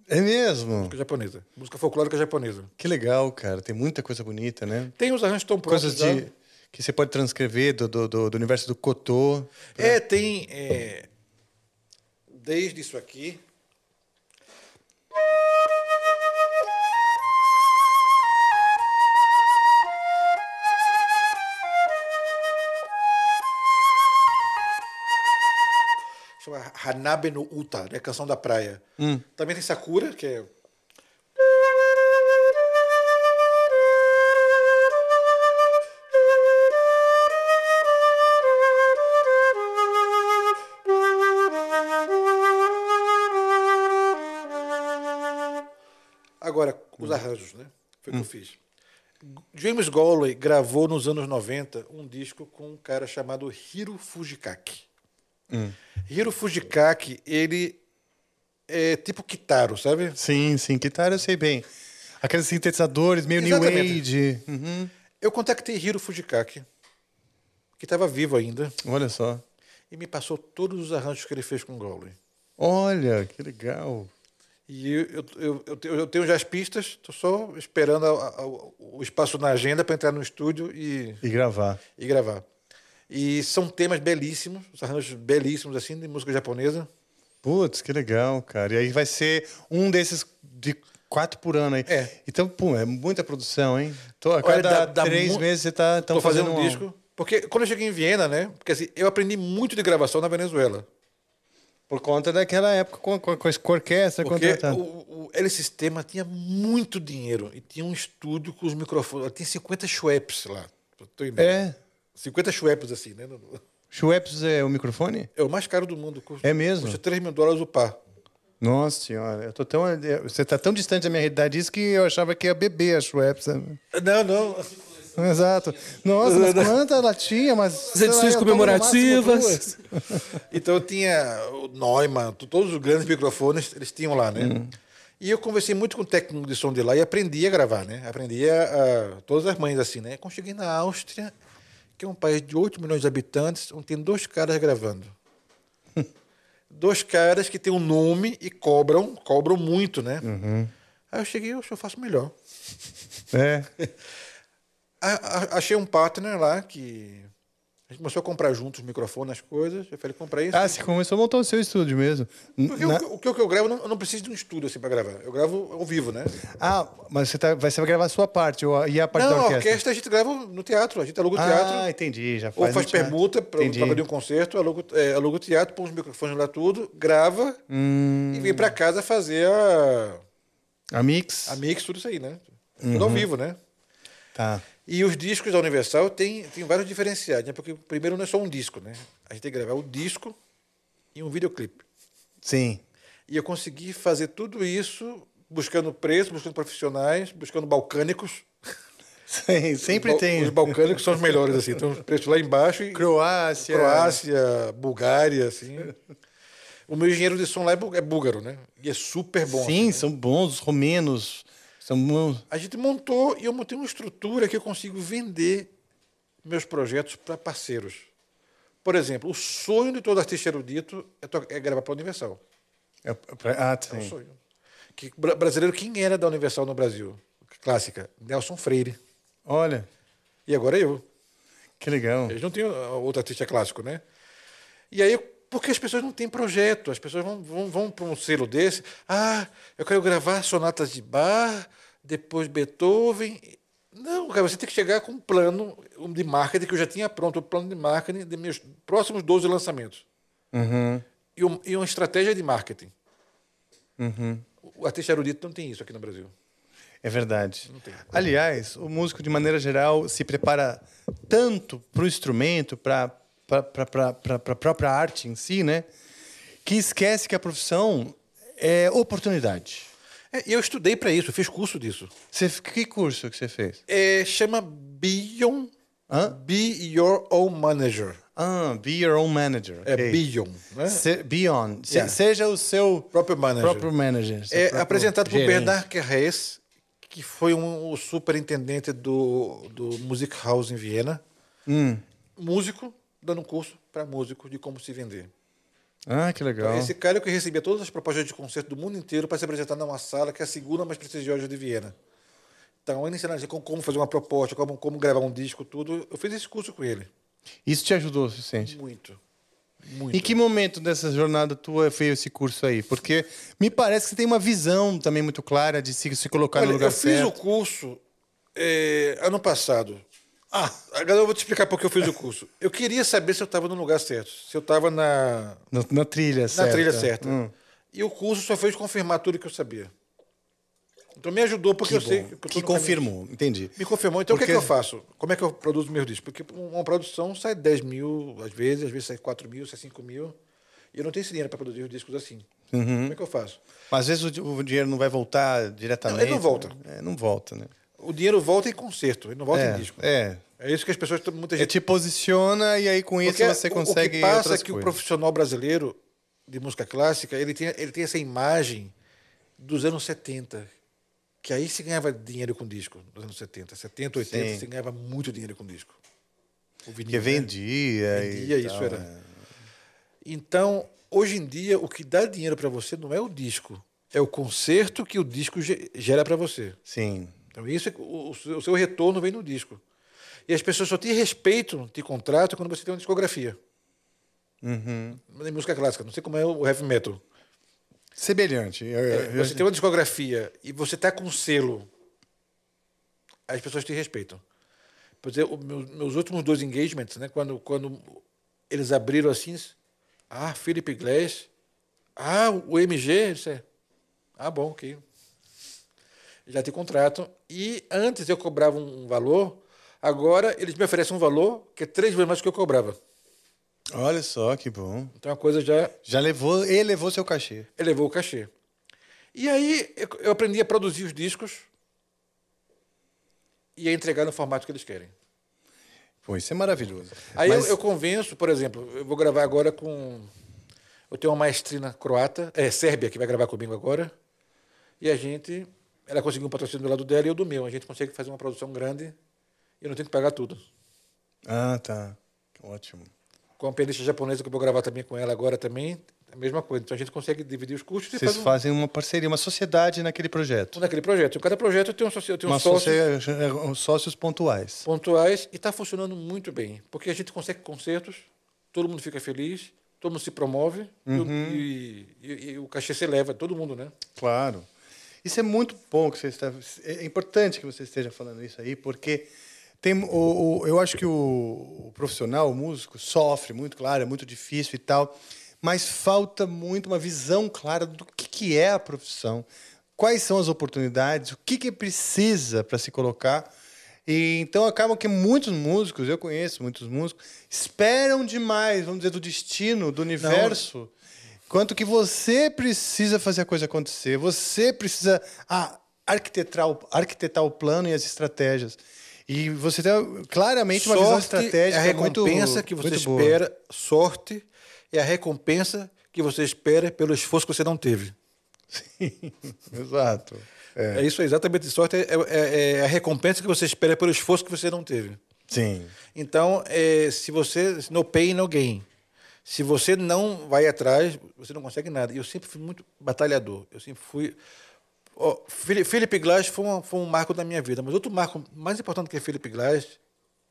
Speaker 1: É mesmo?
Speaker 2: música japonesa, música folclórica japonesa.
Speaker 1: Que legal, cara. Tem muita coisa bonita, né?
Speaker 2: Tem os arranjos tão prontos
Speaker 1: Coisas
Speaker 2: já.
Speaker 1: de, né? que você pode transcrever do, do, do- do universo do Cotô.
Speaker 2: É, tem é, desde isso aqui. Chama Hanabe no Uta, né? Canção da Praia.
Speaker 1: Hum.
Speaker 2: Também tem Sakura, que é. Agora, os arranjos, né? Foi o que eu fiz. James Galway gravou nos anos 90 um disco com um cara chamado Hiro Fujikaki. Hiro Fujikaki, ele é tipo Kitaro, sabe?
Speaker 1: Sim, sim. Guitarra eu sei bem. Aqueles sintetizadores meio New
Speaker 2: Exatamente.
Speaker 1: Age. Uhum.
Speaker 2: Eu contactei Hiro Fujikaki, que estava vivo ainda,
Speaker 1: Olha só.
Speaker 2: e me passou todos os arranjos que ele fez com o Galway.
Speaker 1: Olha, que legal.
Speaker 2: E eu, eu, eu- eu, te- eu tenho já as pistas, estou só esperando a- a- o- o espaço na agenda para entrar no estúdio e,
Speaker 1: E gravar.
Speaker 2: e gravar. E são temas belíssimos, os arranjos belíssimos, assim, de música japonesa.
Speaker 1: Putz, que legal, cara. E aí vai ser um desses de quatro por ano aí.
Speaker 2: É.
Speaker 1: Então, pô, é muita produção, hein? Tô, a
Speaker 2: Olha,
Speaker 1: cada
Speaker 2: dá- dá
Speaker 1: três
Speaker 2: mu-
Speaker 1: meses você tá tão
Speaker 2: Estou fazendo, um
Speaker 1: álbum.
Speaker 2: disco. Porque quando eu cheguei em Viena, né? Porque assim, eu aprendi muito de gravação na Venezuela.
Speaker 1: Por conta daquela época com, com, com, com a orquestra
Speaker 2: Porque
Speaker 1: contratada.
Speaker 2: o, o LS Sistema tinha muito dinheiro e tinha um estúdio com os microfones. Tinha 50 Schweppes lá. pra tu ter ideia.
Speaker 1: É.
Speaker 2: 50 chuepes, assim, né? No- no-
Speaker 1: Schweppes é o microfone?
Speaker 2: É o mais caro do mundo. custa-
Speaker 1: É mesmo?
Speaker 2: Custa 3 mil dólares o par.
Speaker 1: Nossa senhora, eu tô tão. eu- Você tá tão distante da minha realidade isso que eu achava que ia beber a Schweppes. né?
Speaker 2: Não, não.
Speaker 1: Exato. Nossa, mas quanta latinha, mas.
Speaker 2: é
Speaker 4: As edições
Speaker 1: sei lá, eu tomo no máximo duas.
Speaker 4: comemorativas.
Speaker 2: Então eu tinha o Neumann, t- todos os grandes microfones, eles tinham lá, né? E eu conversei muito com o técnico de som de lá e aprendi a gravar, né? Aprendi a, a- todas as mães assim, né? Quando cheguei na Áustria, que é um país de 8 milhões de habitantes, onde tem dois caras gravando. dois caras que têm um nome e cobram, cobram muito, né? Aí eu cheguei, "Oxe, eu faço melhor.
Speaker 1: É.
Speaker 2: A- a- achei um partner lá que a gente começou a comprar juntos os microfones, as coisas. Eu falei, compra isso.
Speaker 1: Ah, né? você começou a montar o seu estúdio mesmo.
Speaker 2: Porque
Speaker 1: Na-
Speaker 2: o, que- o que eu gravo, eu não, eu não preciso de um estúdio assim pra gravar. Eu gravo ao vivo, né?
Speaker 1: Ah, mas você, tá, vai- você vai gravar a sua parte ou a- e a parte
Speaker 2: não,
Speaker 1: da
Speaker 2: a
Speaker 1: orquestra?
Speaker 2: orquestra a gente grava no teatro. A gente aluga o
Speaker 1: Ah,
Speaker 2: teatro.
Speaker 1: entendi. Já faz
Speaker 2: Ou faz
Speaker 1: no teatro.
Speaker 2: permuta pra,
Speaker 1: Entendi.
Speaker 2: pra abrir um concerto, aluga, o- é, aluga o teatro, põe os microfones lá tudo, grava
Speaker 1: Hum.
Speaker 2: e vem pra casa fazer a,
Speaker 1: A mix?
Speaker 2: a mix, tudo isso aí, né? Tudo
Speaker 1: Uhum.
Speaker 2: ao vivo, né?
Speaker 1: Tá.
Speaker 2: E os discos da Universal tem, tem vários diferenciais, né? Porque primeiro não é só um disco, né? A gente tem que gravar o disco e um videoclipe.
Speaker 1: Sim.
Speaker 2: E eu consegui fazer tudo isso buscando preço, buscando profissionais, buscando balcânicos.
Speaker 1: Sim, sempre
Speaker 2: Ba-
Speaker 1: tem.
Speaker 2: Os balcânicos são os melhores, assim. Então, os preços lá embaixo. E
Speaker 1: Croácia.
Speaker 2: Croácia, Bulgária, assim. O meu engenheiro de som lá é bú- é búlgaro, né? E é super bom. assim,
Speaker 1: Sim,
Speaker 2: né?
Speaker 1: são bons, os romenos. São bons.
Speaker 2: A gente montou e eu montei uma estrutura que eu consigo vender meus projetos para parceiros. Por exemplo, o sonho de todo artista erudito é, to- é gravar para a Universal.
Speaker 1: É pra- Ah, sim.
Speaker 2: Sonho. Que, bra- brasileiro, quem era da Universal no Brasil? Clássica. Nelson Freire.
Speaker 1: Olha,
Speaker 2: E agora eu.
Speaker 1: que legal.
Speaker 2: Eles não têm ah, outro artista clássico, né? E aí, porque as pessoas não têm projeto, as pessoas vão, vão, vão para um selo desse. Ah, eu quero gravar sonatas de Bach, depois Beethoven. Não, cara, você tem que chegar com um plano um de marketing que eu já tinha pronto, o plano de marketing de meus próximos 12 lançamentos. E, um- e uma estratégia de marketing. O artista erudito não tem isso aqui no Brasil.
Speaker 1: É verdade. Aliás, o músico, de maneira geral, se prepara tanto para o instrumento, para a própria arte em si, né? Que esquece que a profissão é oportunidade.
Speaker 2: É, E eu estudei para isso, eu fiz curso disso.
Speaker 1: Você, que curso que você fez?
Speaker 2: É, chama Beyond
Speaker 1: Hã?
Speaker 2: Be Your Own Manager.
Speaker 1: Ah, be your own manager.
Speaker 2: É
Speaker 1: ok.
Speaker 2: Beyond, né?
Speaker 1: Se, be on. Se-
Speaker 2: Yeah.
Speaker 1: Seja o seu
Speaker 2: Próprio manager.
Speaker 1: próprio manager, seu
Speaker 2: É
Speaker 1: próprio
Speaker 2: apresentado por
Speaker 1: gerente.
Speaker 2: Bernard Carrez, que foi um, o superintendente do, do Music House em Viena.
Speaker 1: Hum.
Speaker 2: Músico, dando um curso para músico de como se vender.
Speaker 1: Ah, que legal.
Speaker 2: Esse cara é o que recebia todas as propostas de concerto do mundo inteiro para se apresentar numa sala que é a segunda mais prestigiosa de Viena. Então, ele ensinava a gente como- como fazer uma proposta, como, como gravar um disco, tudo. Eu fiz esse curso com ele.
Speaker 1: Isso te ajudou o suficiente?
Speaker 2: Muito. Muito.
Speaker 1: Em que momento dessa jornada tua foi esse curso aí? Porque me parece que você tem uma visão também muito clara de se, se colocar
Speaker 2: Olha,
Speaker 1: no lugar
Speaker 2: eu fiz o
Speaker 1: certo.
Speaker 2: curso eh, ano passado. Ah, agora eu vou te explicar por que eu fiz o curso. Eu queria saber se eu estava no lugar certo, se eu estava na,
Speaker 1: Na, na trilha
Speaker 2: na
Speaker 1: certa.
Speaker 2: trilha certa.
Speaker 1: Hum.
Speaker 2: E o curso só fez confirmar tudo que eu sabia. Então me ajudou porque eu sei que, eu tô
Speaker 1: Que
Speaker 2: no caminho.
Speaker 1: confirmou, entendi.
Speaker 2: Me confirmou. Então o que, é que
Speaker 1: Porque-
Speaker 2: eu faço? Como é que eu produzo meus discos? Porque um, uma produção sai 10 mil, às vezes, às vezes sai 4 mil, sai 5 mil. E eu não tenho esse dinheiro para produzir os discos assim.
Speaker 1: Uhum.
Speaker 2: Como é que eu faço?
Speaker 1: Mas às vezes o, di- o dinheiro não vai voltar diretamente.
Speaker 2: Não, ele não volta.
Speaker 1: né? É, não volta, né?
Speaker 2: O dinheiro volta em concerto, ele não volta em disco.
Speaker 1: É, é.
Speaker 2: É isso que as pessoas, tão- muita
Speaker 1: Ele
Speaker 2: gente.
Speaker 1: te posiciona e aí com tipo isso
Speaker 2: Porque
Speaker 1: você
Speaker 2: o-
Speaker 1: consegue.
Speaker 2: O que passa é
Speaker 1: outras
Speaker 2: que o
Speaker 1: coisas.
Speaker 2: profissional brasileiro de música clássica ele tem, ele tem essa imagem dos anos 70, que aí se ganhava dinheiro com disco, nos anos 70. 70, 80,
Speaker 1: Sim.
Speaker 2: se ganhava muito dinheiro com disco. O vinil,
Speaker 1: Porque
Speaker 2: né?
Speaker 1: vendia. e
Speaker 2: Vendia, isso
Speaker 1: tal,
Speaker 2: era.
Speaker 1: né?
Speaker 2: Então, hoje em dia, o que dá dinheiro para você não é o disco, é o concerto que o disco ge- gera para você.
Speaker 1: Sim.
Speaker 2: Então, isso é, o, o seu- o seu retorno vem no disco. E as pessoas só te respeitam, te contratam quando você tem uma discografia. Uhum. Em música clássica, não sei como é o heavy metal.
Speaker 1: Semelhante. Eu- eu-
Speaker 2: É, Você tem uma discografia e você tá com um selo, as pessoas te respeitam. Por exemplo, o meu- meus últimos dois engagements, né, quando, quando eles abriram assim, ah, Felipe Glass, ah, o MG, isso é. Ah, bom, ok. Já te contratam. E antes eu cobrava um valor, Agora eles me oferecem um valor que é três vezes mais do que eu cobrava. um
Speaker 1: Olha só que bom.
Speaker 2: Então a coisa já
Speaker 1: Já levou, elevou seu cachê.
Speaker 2: elevou o cachê. E aí eu- eu aprendi a produzir os discos e a entregar no formato que eles querem.
Speaker 1: Pô, isso é maravilhoso.
Speaker 2: Aí
Speaker 1: Mas-
Speaker 2: eu, eu convenço, por exemplo, eu vou gravar agora com. Eu tenho uma maestrina croata, é sérbia, que vai gravar comigo agora. E a gente. Ela conseguiu um patrocínio do lado dela e eu do meu. A gente consegue fazer uma produção grande e eu não tenho que pagar tudo.
Speaker 1: Ah, tá. Ótimo.
Speaker 2: Com a pianista japonesa que eu vou gravar também com ela agora também, a mesma coisa. Então a gente consegue dividir os custos e
Speaker 1: Vocês
Speaker 2: faz um,
Speaker 1: fazem uma parceria, uma sociedade naquele projeto.
Speaker 2: um naquele projeto. Em cada projeto eu tenho um, sócio- eu tenho um
Speaker 1: Uma
Speaker 2: sócio.
Speaker 1: socie- sócios pontuais.
Speaker 2: pontuais e está funcionando muito bem, porque a gente consegue concertos, todo mundo fica feliz, todo mundo se promove e o- e, e- e o cachê se eleva, todo mundo, né?
Speaker 1: Claro. Isso é muito bom que você está. É importante que você esteja falando isso aí, porque tem o, o- eu acho que o, o profissional, o músico, sofre muito, claro, é muito difícil e tal, mas falta muito uma visão clara do que, que é a profissão, quais são as oportunidades, o que, que precisa para se colocar. E então acabam que muitos músicos, eu conheço muitos músicos, esperam demais, vamos dizer, do destino, do universo. Quanto que você precisa fazer a coisa acontecer, você precisa ah, arquitetar, o, arquitetar o plano e as estratégias. E você tem claramente uma visão estratégica né?
Speaker 2: é a recompensa
Speaker 1: muito,
Speaker 2: que você
Speaker 1: muito boa.
Speaker 2: espera, sorte é a recompensa que você espera pelo esforço que você não teve.
Speaker 1: Exato. É,
Speaker 2: É, isso, é exatamente isso. sorte, é, é- é a recompensa que você espera pelo esforço que você não teve.
Speaker 1: Sim.
Speaker 2: Então, é, se você. No pain, no gain. Se você não vai atrás, você não consegue nada. E eu sempre fui muito batalhador. Eu sempre fui. ó, Philip Philip Glass foi, uma- foi um marco da minha vida, mas outro marco mais importante que Philip Glass,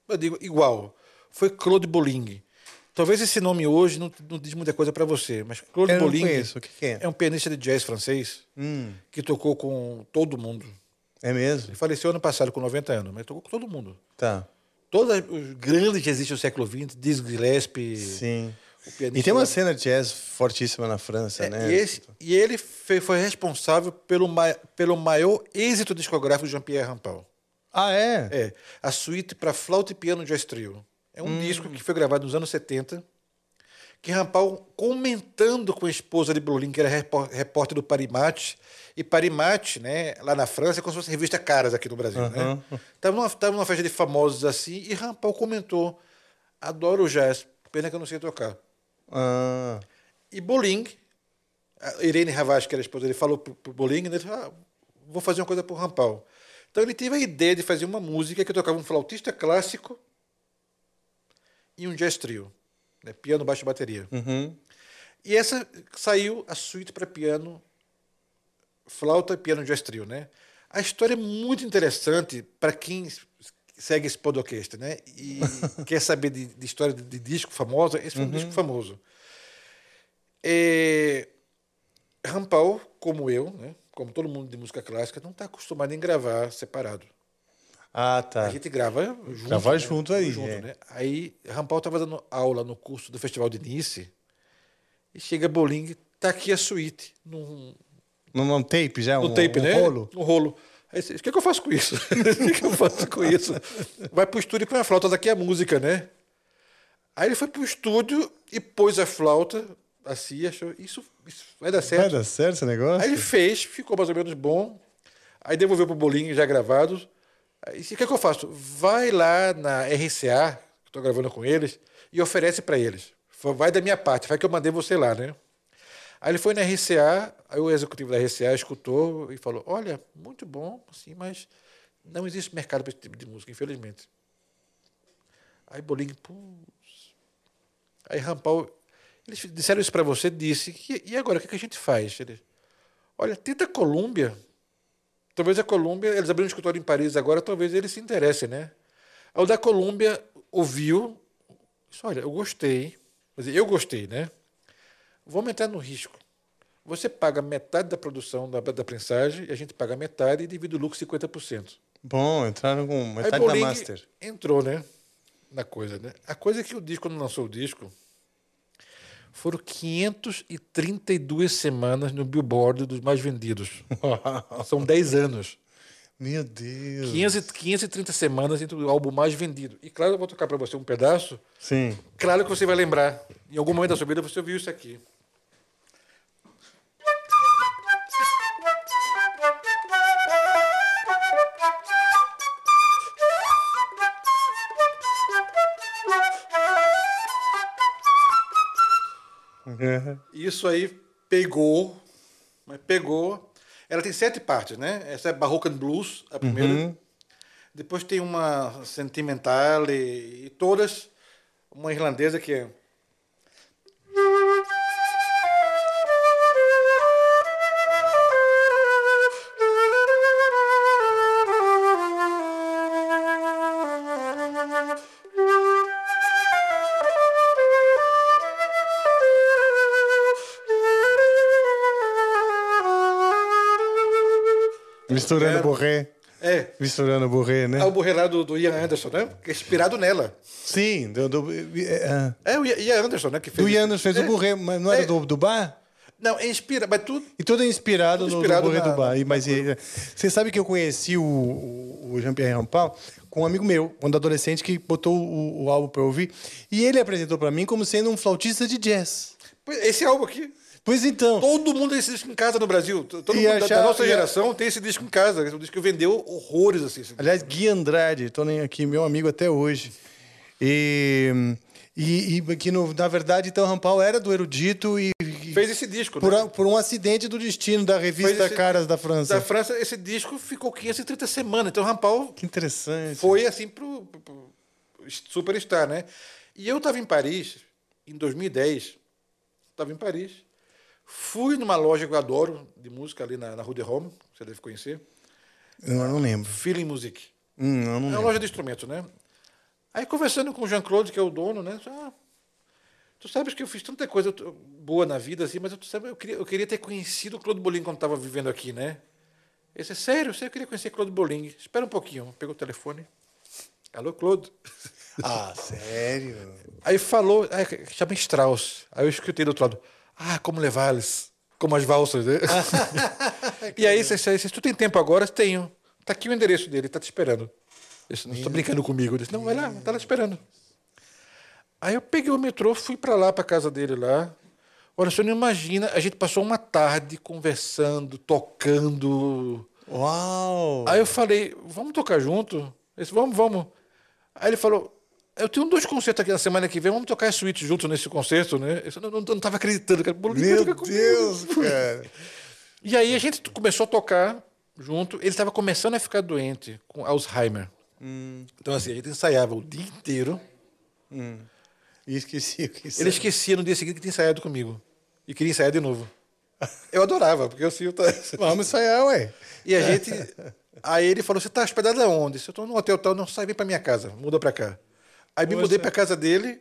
Speaker 2: eu digo igual, foi Claude Bolling. Talvez esse nome hoje não, não diz muita coisa para você, mas Claude
Speaker 1: Eu não
Speaker 2: Bolling
Speaker 1: conheço. O que que é? Hum.
Speaker 2: um pianista de jazz francês que tocou com todo mundo.
Speaker 1: É mesmo?
Speaker 2: Ele faleceu ano passado com 90 anos, mas tocou com todo mundo
Speaker 1: Tá.
Speaker 2: todos os grandes que existem no século XX, Dizzy Gillespie,
Speaker 1: Sim.
Speaker 2: o pianista.
Speaker 1: E tem uma
Speaker 2: lá.
Speaker 1: cena de jazz fortíssima na França,
Speaker 2: É,
Speaker 1: né?
Speaker 2: e, esse- e ele fe- foi responsável pelo, ma- pelo maior êxito discográfico de Jean-Pierre Rampal.
Speaker 1: Ah, é?
Speaker 2: É, a suíte para flauta e piano jazz trio. É um disco que foi gravado nos anos 70, que Rampal, comentando com a esposa de Brolin, que era repo- repórter do Parimate, e Parimate, né, lá na França, é como se fosse revista Caras aqui no Brasil, né? Tava numa, tava numa festa de famosos assim, e Rampal comentou, adoro o jazz, pena que eu não sei tocar.
Speaker 1: Ah,
Speaker 2: E Boling, a Irene Havas, que era a esposa, ele falou pro, pro Boling, né, ele falou, ah, vou fazer uma coisa pro Rampal. Então ele teve a ideia de fazer uma música que tocava um flautista clássico e um jazz trio, né, piano, baixo e bateria. E essa saiu a suíte para piano, flauta e piano jazz trio, né? A história é muito interessante para quem s- segue esse podcast, né? E quer saber de, de história de, de disco famosa, esse foi um disco famoso. É, Rampal, como eu, né? como todo mundo de música clássica, não está acostumado em gravar separado.
Speaker 1: ah
Speaker 2: A
Speaker 1: tá.
Speaker 2: gente grava junto.
Speaker 1: Grava
Speaker 2: né?
Speaker 1: junto aí, é.
Speaker 2: né? Aí, Rampal estava dando aula no curso do Festival de Nice e chega Boling, tá aqui a suíte, num,
Speaker 1: Num, num tape já?
Speaker 2: no
Speaker 1: um,
Speaker 2: tape,
Speaker 1: um
Speaker 2: né?
Speaker 1: rolo?
Speaker 2: Um rolo. Aí você, o que, que eu faço com isso? o que, que eu faço com isso? Vai pro estúdio com a flauta, daqui é a música, né? Aí ele foi pro estúdio e pôs a flauta, assim, achou, isso, isso vai dar certo.
Speaker 1: Vai dar certo esse negócio?
Speaker 2: Aí ele fez, ficou mais ou menos bom. Aí devolveu pro Bolinho já gravado. Aí disse, o que, é que eu faço? Vai lá na RCA, que estou gravando com eles, e oferece para eles. Fa- Vai da minha parte, vai que eu mandei você lá, né? Aí ele foi na RCA, aí o executivo da RCA escutou e falou: Olha, muito bom, assim, mas não existe mercado para esse tipo de música, infelizmente. Aí Bolinho, putz. Aí Rampal, eles disseram isso para você, disse: E, e agora, o que, que a gente faz? Ele, Olha, tenta a Colômbia. Talvez a Colômbia, eles abriram um escritório em Paris agora, talvez eles se interessem, né? Aí O da Colômbia ouviu, disse, olha, eu gostei, quer dizer, eu gostei, né? Vamos entrar no risco. Você paga metade da produção da, da prensagem, e a gente paga metade e divide o lucro 50%.
Speaker 1: Bom, entraram com
Speaker 2: Aí
Speaker 1: metade da
Speaker 2: Boling
Speaker 1: master.
Speaker 2: entrou, né? Na coisa, né? A coisa é que o disco, quando lançou o disco, foram 532 semanas no Billboard dos mais vendidos. São 10 anos.
Speaker 1: Meu Deus.
Speaker 2: 500, 530 semanas entre o álbum mais vendido. E claro, eu vou tocar para você um pedaço.
Speaker 1: Sim.
Speaker 2: Claro que você vai lembrar. Em algum momento da sua vida você ouviu isso aqui.
Speaker 1: É.
Speaker 2: Isso aí pegou, mas pegou. Ela tem sete partes, né? Essa é Baroque and Blues,
Speaker 1: Uhum.
Speaker 2: a primeira. Depois tem uma sentimental e, e todas. Uma irlandesa que é.
Speaker 1: Misturando
Speaker 2: É.
Speaker 1: borré.
Speaker 2: É,
Speaker 1: Misturando borré, né?
Speaker 2: é o borrelá do, do Ian Anderson, né? Que é inspirado nela.
Speaker 1: Sim, do, do, é, é.
Speaker 2: É o Ian- Ian Anderson, né? Que fez
Speaker 1: do Yandos fez
Speaker 2: é.
Speaker 1: o borré, mas não era
Speaker 2: É.
Speaker 1: do, do bar?
Speaker 2: Não, é inspira, mas tudo.
Speaker 1: E todo inspirado,
Speaker 2: Tudo
Speaker 1: no-
Speaker 2: inspirado
Speaker 1: no borré
Speaker 2: na-
Speaker 1: do bar. E,
Speaker 2: na-
Speaker 1: mas e- você sabe que eu conheci o, o o Jean-Pierre Rampal com um amigo meu, quando adolescente, que botou o, o álbum pra eu ouvir. E ele apresentou pra mim como sendo um flautista de jazz.
Speaker 2: Pois, Esse álbum aqui.
Speaker 1: Pois então.
Speaker 2: Todo mundo tem esse disco em casa no Brasil. T- Todo
Speaker 1: E
Speaker 2: mundo da-
Speaker 1: achar-
Speaker 2: da nossa
Speaker 1: e-
Speaker 2: geração tem esse disco em casa. Esse é um disco que vendeu horrores, assim. esse disco.
Speaker 1: Aliás, Gui Andrade, tô nem aqui, meu amigo até hoje. E, e, e que, no- na verdade, então, Rampal era do erudito e. e-
Speaker 2: Fez esse disco,
Speaker 1: por,
Speaker 2: né?
Speaker 1: a- por um acidente do destino da
Speaker 2: Fez
Speaker 1: revista
Speaker 2: esse-
Speaker 1: Caras da França.
Speaker 2: Da França, esse disco ficou 530 semanas. Então, Rampal
Speaker 1: Que interessante.
Speaker 2: foi assim pro, pro, pro superstar, né? E eu estava em Paris, em 2010. Estava em Paris. Fui numa loja que eu adoro de música ali na, na Rue de Rome, você deve conhecer,
Speaker 1: Eu não lembro.
Speaker 2: Feeling Music.
Speaker 1: Hum, eu não
Speaker 2: É uma
Speaker 1: lembro.
Speaker 2: loja de instrumentos, né? Aí conversando com o Jean-Claude, que é o dono, né? Ah, tu sabes que eu fiz tanta coisa t- boa na vida, assim, mas eu, tu sabe, eu, queria, eu queria ter conhecido o Claude Bolin quando estava vivendo aqui, né? Ele disse, sério, sério, eu queria conhecer Claude Bolin. Espera um pouquinho. Pegou o telefone. Alô, Claude.
Speaker 1: Ah, sério?
Speaker 2: Aí falou, ah, que- chama Strauss. Aí eu escutei do outro lado, ah, como levá-los, como as valsas, né? e aí, você disse, se tu tem tempo agora, Eu disse, tenho. Tá aqui o endereço dele, tá te esperando. Eu disse, não está brincando comigo. Ele disse, não, vai lá, tá lá te esperando. Aí eu peguei o metrô, fui para lá, para casa dele lá. Olha, você não imagina, a gente passou uma tarde conversando, tocando.
Speaker 1: Uau!
Speaker 2: Aí eu falei, vamos tocar junto? Ele disse, vamos, vamos. Aí ele falou, eu tenho dois concertos aqui na semana que vem, vamos tocar a suíte junto nesse concerto, né? Eu disse, não, não, não tava acreditando, cara. Bolinha
Speaker 1: Meu
Speaker 2: vai tocar comigo.
Speaker 1: Deus, cara!
Speaker 2: E aí a gente começou a tocar junto. Ele estava começando a ficar doente com Alzheimer. Então, assim, a gente ensaiava o dia inteiro.
Speaker 1: E esqueci o que isso
Speaker 2: Ele
Speaker 1: era.
Speaker 2: esquecia no dia seguinte que tinha ensaiado comigo. E queria ensaiar de novo. Eu adorava, porque eu assim, eu tava...
Speaker 1: Vamos ensaiar, ué.
Speaker 2: E a gente. Aí ele falou: Você tá hospedado aonde? Se eu tô num hotel tal, não sai, vem pra minha casa, muda pra cá. Aí me mudei pra casa dele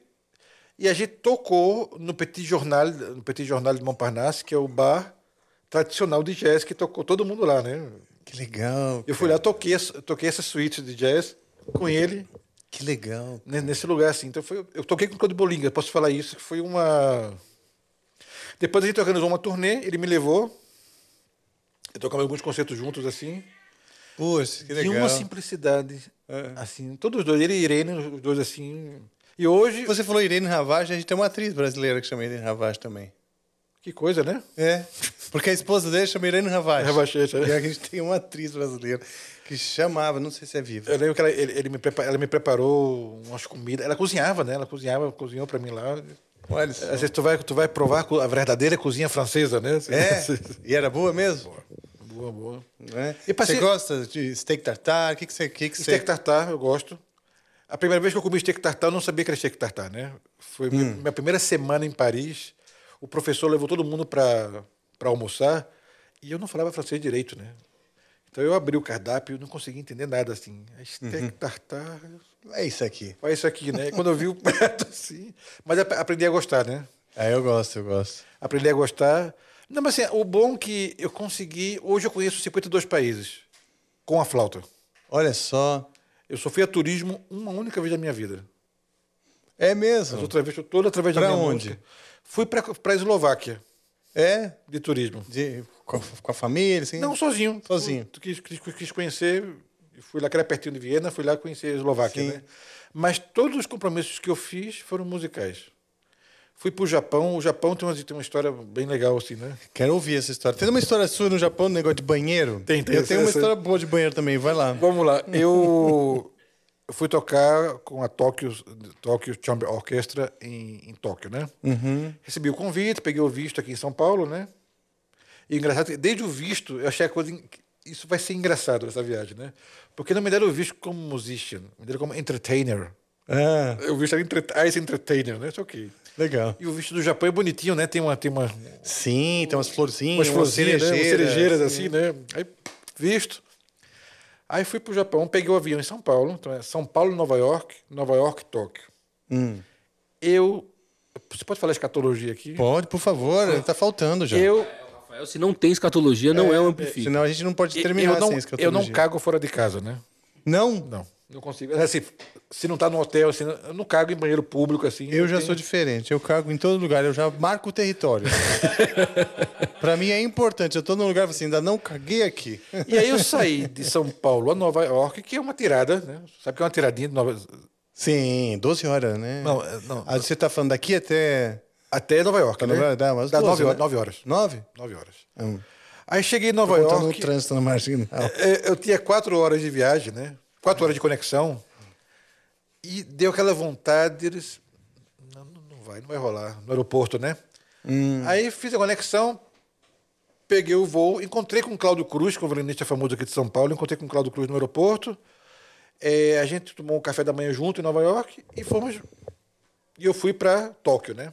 Speaker 2: e a gente tocou no Petit Jornal, no Petit Jornal de Montparnasse, que é o bar tradicional de jazz que tocou todo mundo lá, né?
Speaker 1: Que legal.
Speaker 2: Eu fui lá, toquei, essa- toquei essa suíte de jazz com ele
Speaker 1: Que legal.
Speaker 2: ne- nesse lugar assim. Então foi, eu toquei com o Claude Bolinga, posso falar isso, que foi uma Depois a gente organizou uma turnê, ele me levou. Eu tocamos alguns concertos juntos assim.
Speaker 1: Poxa, que
Speaker 2: E
Speaker 1: legal. É.
Speaker 2: uma simplicidade. Assim, todos os dois, ele e Irene, os dois assim. E hoje,
Speaker 1: Você falou Irene Ravage, a gente tem uma atriz brasileira que chama Irene Ravage também.
Speaker 2: que coisa, né?
Speaker 1: É, porque a esposa dele chama Irene Ravage.
Speaker 2: Ravachete, né?
Speaker 1: E a gente tem uma atriz brasileira que chamava, não sei se é viva.
Speaker 2: Eu lembro que ela, ele, ele me prepa- ela me preparou umas comidas. Ela cozinhava, né? Ela cozinhava, cozinhou pra mim lá.
Speaker 1: Olha só.
Speaker 2: Às vezes tu vai, tu vai provar co- a verdadeira cozinha francesa, né?
Speaker 1: É, e era boa mesmo?
Speaker 2: boa, boa.
Speaker 1: Né?
Speaker 2: E passei-
Speaker 1: Você gosta de steak tartar? O que, que você... Que que
Speaker 2: Steak
Speaker 1: você...
Speaker 2: tartar, eu gosto. A primeira vez que eu comi steak tartar, eu não sabia que era steak tartar, né? Foi
Speaker 1: Hum.
Speaker 2: minha- minha primeira semana em Paris. O professor levou todo mundo para almoçar e eu não falava francês direito, né? Então eu abri o cardápio e não conseguia entender nada assim. A Steak
Speaker 1: Uhum.
Speaker 2: tartar,
Speaker 1: É isso aqui.
Speaker 2: faz isso aqui, né? E Quando eu vi o prato assim. Mas ap- aprendi a gostar, né?
Speaker 1: Ah, eu gosto, eu gosto.
Speaker 2: Aprendi a gostar. Não, mas assim, o bom é que eu consegui. Hoje eu conheço 52 países com a flauta.
Speaker 1: Olha só.
Speaker 2: Eu só fui a turismo uma única vez na minha vida.
Speaker 1: É
Speaker 2: Mas
Speaker 1: mesmo?
Speaker 2: outra vez, toda através da
Speaker 1: Então. Pra
Speaker 2: minha
Speaker 1: onde?
Speaker 2: música. Fui para a Eslováquia.
Speaker 1: É,
Speaker 2: de turismo.
Speaker 1: de- com, a, com a família, assim?
Speaker 2: Não, sozinho.
Speaker 1: Sozinho.
Speaker 2: Tu quis, quis, quis conhecer, fui lá, que era pertinho de Viena, fui lá conhecer a Eslováquia,
Speaker 1: Sim.
Speaker 2: né? Mas todos os compromissos que eu fiz foram musicais. Fui pro Japão, o Japão tem uma, tem uma história bem legal, assim, né?
Speaker 1: Quero ouvir essa história. Tem uma história sua no Japão, um negócio de banheiro?
Speaker 2: Tem, tem,
Speaker 1: Eu
Speaker 2: essa-
Speaker 1: tenho uma
Speaker 2: essa-
Speaker 1: história boa de banheiro também, vai lá.
Speaker 2: Vamos lá, eu eu fui tocar com a Tokyo, Tokyo Chamber Orchestra em, em Tóquio, né? Recebi o convite, peguei o visto aqui em São Paulo, né? E engraçado, que desde o visto, eu achei a coisa. en- Isso vai ser engraçado essa viagem, né? Porque não me deram o visto como musician, me deram como entertainer.
Speaker 1: Ah,
Speaker 2: O visto era entre- as entertainer, né? Isso ok.
Speaker 1: legal.
Speaker 2: E o visto do Japão é bonitinho, né? Tem uma. Tem uma
Speaker 1: Sim, tem umas florzinhas,
Speaker 2: umas florzinhas, né? Umas cerejeiras
Speaker 1: cerejeiras.
Speaker 2: assim, né? Aí, visto. Aí fui pro Japão, peguei o avião em São Paulo, então é São Paulo, Nova York, Nova York, Tóquio.
Speaker 1: Hum.
Speaker 2: Eu. Você pode falar escatologia aqui?
Speaker 1: Pode, por favor, tá faltando já.
Speaker 2: Eu,
Speaker 4: Rafael, se não tem escatologia, não é, um amplifica.
Speaker 1: Senão a gente não pode terminar
Speaker 2: eu, não,
Speaker 1: sem escatologia.
Speaker 2: eu não cago fora de casa, né?
Speaker 1: Não?
Speaker 2: Não, não consigo. Assim, se não tá no hotel, assim, eu não cago em banheiro público, assim.
Speaker 1: Eu já
Speaker 2: tenho-
Speaker 1: sou diferente. Eu cago em todo lugar. Eu já marco o território. Pra mim é importante. Eu tô num lugar e falo assim, ainda não caguei aqui.
Speaker 2: E aí eu saí de São Paulo a Nova York, que é uma tirada, né? Sabe que é uma tiradinha de Nova
Speaker 1: Sim, 12 horas, né?
Speaker 2: Não, é, não.
Speaker 1: Ah, você tá falando daqui até...
Speaker 2: Até Nova York,
Speaker 1: Tá
Speaker 2: né?
Speaker 1: Nova- dá umas 12,
Speaker 2: 9 horas.
Speaker 1: né?
Speaker 2: 9 horas.
Speaker 1: 9?
Speaker 2: 9 horas. Aí cheguei em Nova
Speaker 1: Eu tô no
Speaker 2: York.
Speaker 1: trânsito na marginal.
Speaker 2: é, eu tinha quatro horas de viagem, né? Quatro horas de conexão. E deu aquela vontade. Eles, não, não não vai, não vai rolar. No aeroporto, né? Aí fiz a conexão, peguei o voo, encontrei com o Cláudio Cruz, que é um violinista famoso aqui de São Paulo. Encontrei com o Cláudio Cruz no aeroporto. É, a gente tomou um café da manhã junto em Nova York e fomos. E eu fui para Tóquio, né?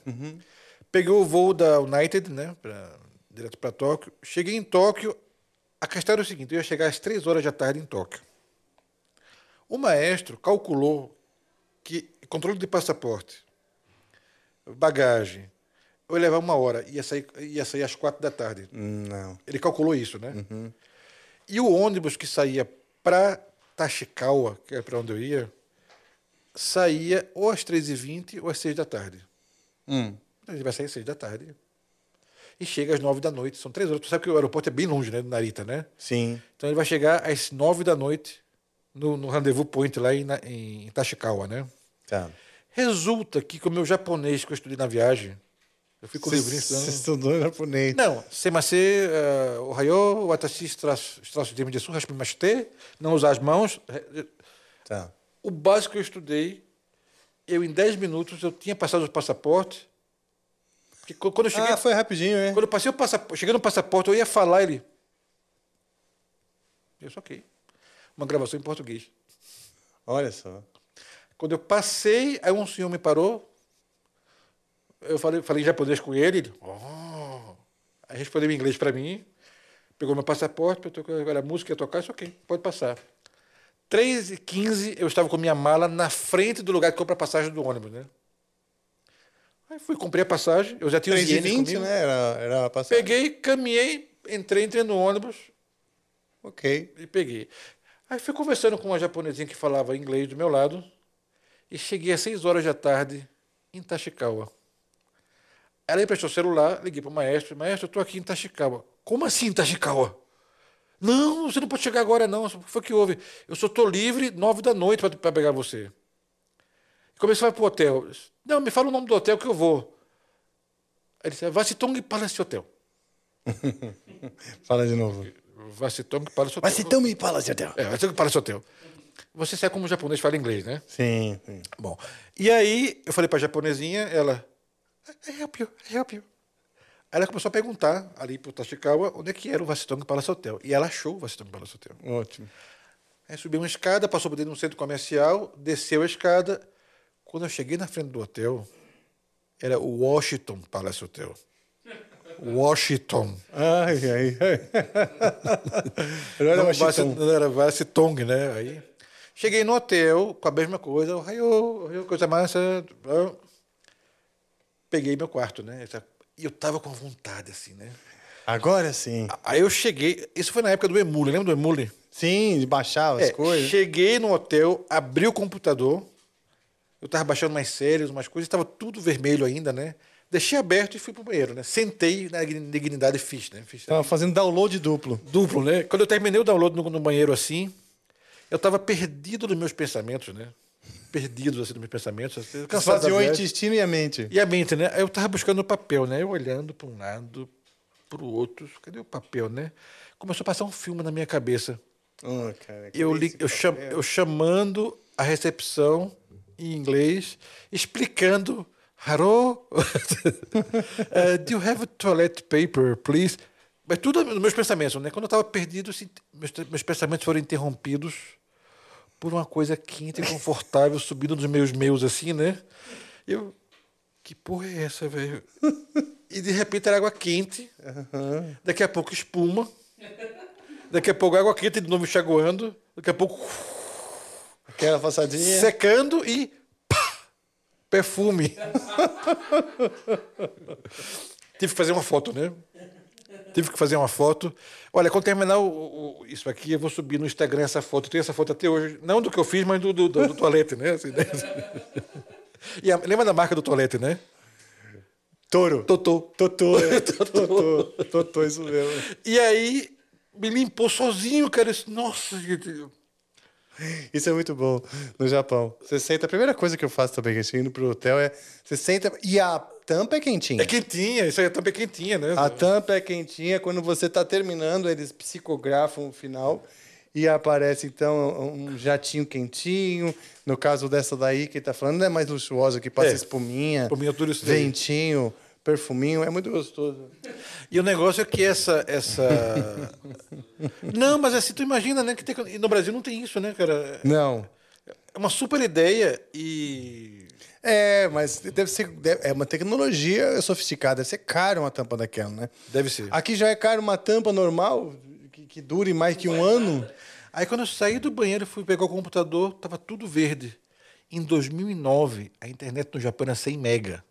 Speaker 2: Peguei o voo da United, né? pra- direto para Tóquio. Cheguei em Tóquio. A questão era o seguinte: eu ia chegar às três horas da tarde em Tóquio. O maestro calculou que controle de passaporte, bagagem, eu ia levar uma hora, ia sair, ia sair às quatro da tarde.
Speaker 1: Não.
Speaker 2: Ele calculou isso, né? E o ônibus que saía para Tachikawa, que era para onde eu ia, saía ou às 3h20 ou às 6 da tarde. Ele vai sair às 6 da tarde. E chega às 9 da noite, são 3 horas. Tu sabe que o aeroporto é bem longe, né, do Narita, né?
Speaker 1: Sim.
Speaker 2: Então ele vai chegar às 9 da noite no, no Rendezvous Point lá em, Na- em Tachikawa, né?
Speaker 1: Tá.
Speaker 2: Resulta que com o meu japonês que eu estudei na viagem, eu fui com o livrinho
Speaker 1: Você
Speaker 2: estudando...
Speaker 1: estudou japonês.
Speaker 2: Não, semase, uh, ohayo, watashi, traço traço de mediação, raspimashite, não usar as mãos.
Speaker 1: Tá.
Speaker 2: O básico que eu estudei, eu em 10 minutos, eu tinha passado o passaporte. Porque qu- quando eu cheguei,
Speaker 1: Ah, foi rapidinho, é?
Speaker 2: quando eu passei o passaporte, cheguei no passaporte, eu ia falar ele. Eu só ok. Uma gravação em português.
Speaker 1: Olha só.
Speaker 2: Quando eu passei, aí um senhor me parou. Eu falei, falei em japonês com ele. ele oh. Aí respondeu em inglês para mim. Pegou meu passaporte, perguntou qual era a música que ia tocar. Isso ok, pode passar. 3 e 15 eu estava com minha mala na frente do lugar que compra a passagem do ônibus, né? Aí fui, comprei a passagem. Eu já tinha os
Speaker 1: 3 e
Speaker 2: ienes
Speaker 1: 20,
Speaker 2: comigo.
Speaker 1: né? Era, era a passagem.
Speaker 2: Peguei, caminhei, entrei, entrei no ônibus
Speaker 1: Ok.
Speaker 2: e peguei. Aí fui conversando com uma japonesinha que falava inglês do meu lado e cheguei às 6 horas da tarde em Tachikawa. Ela emprestou o celular, liguei para o maestro, maestro, eu estou aqui em Tachikawa. Como assim em Tachikawa? Não, você não pode chegar agora não, o que foi que houve? Eu só estou livre 9 da noite para pegar você. Comecei a ir para o hotel. Não, me fala o nome do hotel que eu vou. Aí ele disse, Vacitong Palace Hotel.
Speaker 1: Fala de novo.
Speaker 2: Vacitong Palace Hotel.
Speaker 1: Mas então me fala, Sertão.
Speaker 2: É, você que parece hotel. Você sabe como o japonês fala inglês, né?
Speaker 1: Sim, sim.
Speaker 2: Bom, e aí eu falei pra japonesinha, ela... "I Help you, I help you. Aí ela começou a perguntar ali pro Tachikawa onde é que era o Vacitong Palace Hotel. E ela achou o Vacitong Palace Hotel.
Speaker 1: Ótimo.
Speaker 2: Aí subiu uma escada, passou por dentro de um centro comercial, desceu a escada. Quando eu cheguei na frente do hotel, era o Washington Palace Hotel. Washington.
Speaker 1: Ai, ai, ai. Agora
Speaker 2: Não,
Speaker 1: eu achei
Speaker 2: Vassi- não era Vassitong, né? Aí cheguei no hotel com a mesma coisa, raio, coisa massa. blá. Peguei meu quarto, né? E eu tava com vontade, assim, né?
Speaker 1: Agora sim.
Speaker 2: Aí eu cheguei, isso foi na época do Emule, lembra do Emule?
Speaker 1: Sim, de baixar as
Speaker 2: É,
Speaker 1: coisas.
Speaker 2: Cheguei no hotel, abri o computador, eu tava baixando mais séries, umas coisas, tava tudo vermelho ainda, né? Deixei aberto e fui pro banheiro, né? Sentei na dignidade e fiz, né? Fiz,
Speaker 1: Tava fazendo download duplo.
Speaker 2: duplo, né? Quando eu terminei o download no, no banheiro assim, eu tava perdido dos meus pensamentos, né? Perdido assim, dos meus pensamentos. assim, cansado da
Speaker 1: Esvaziou o
Speaker 2: viagem.
Speaker 1: um intestino e a mente.
Speaker 2: E a mente, né? Aí Eu tava buscando o papel, né? Eu olhando para um lado, para o outro. Cadê o papel, né? Começou a passar um filme na minha cabeça.
Speaker 1: Ah, cara, que
Speaker 2: Eu, li,
Speaker 1: esse
Speaker 2: eu, cham,
Speaker 1: papel.
Speaker 2: eu chamando a recepção em inglês, explicando. Hello? Eh, do you have toilet paper, please? Mas tudo nos meus pensamentos, né? Quando eu estava perdido, assim, meus, meus pensamentos foram interrompidos por uma coisa quente e confortável subindo nos meus meus, assim, né? Eu. Que porra é essa, velho? E de repente era água quente. Daqui a pouco espuma. Daqui a pouco água quente de novo enxaguando. Daqui a pouco
Speaker 1: Aquela passadinha.
Speaker 2: secando e pá, perfume. Tive que fazer uma foto, né? Tive que fazer uma foto. Olha, quando terminar o- o- isso aqui, eu vou subir no Instagram essa foto. Tem essa foto até hoje. Não do que eu fiz, mas do, do, do, do toalete, né? Assim, né? E a- lembra da marca do toalete, né?
Speaker 1: Touro.
Speaker 2: Totô.
Speaker 1: Totô. é. Totô. Totô, isso mesmo.
Speaker 2: E aí me limpou sozinho, cara. Eu disse, Nossa, gente,
Speaker 1: Isso é muito bom no Japão. Você senta. A primeira coisa que eu faço também, assim, indo pro hotel, é. Você senta. E a tampa é quentinha.
Speaker 2: é quentinha. Isso aí também é quentinha, né?
Speaker 1: A tampa é quentinha. Quando você tá terminando, eles psicografam o final. E aparece, então, um jatinho quentinho. No caso dessa daí que tá falando, não é mais luxuosa, que passa
Speaker 2: É.
Speaker 1: espuminha.
Speaker 2: Espuminha, tudo isso daí.
Speaker 1: Ventinho, perfuminho. É muito gostoso.
Speaker 2: E o negócio é que essa. essa... não, mas assim, tu imagina, né? Que tem... e no Brasil não tem isso, né, cara?
Speaker 1: Não.
Speaker 2: É uma super ideia e.
Speaker 1: É, mas deve ser. deve- é uma tecnologia sofisticada, deve ser caro uma tampa daquela, né?
Speaker 2: Deve ser.
Speaker 1: Aqui já é caro uma tampa normal, que, que dure mais que um ano.
Speaker 2: Aí quando eu saí do banheiro e fui pegar o computador, tava tudo verde. Em 2009, a internet no Japão era 100 mega.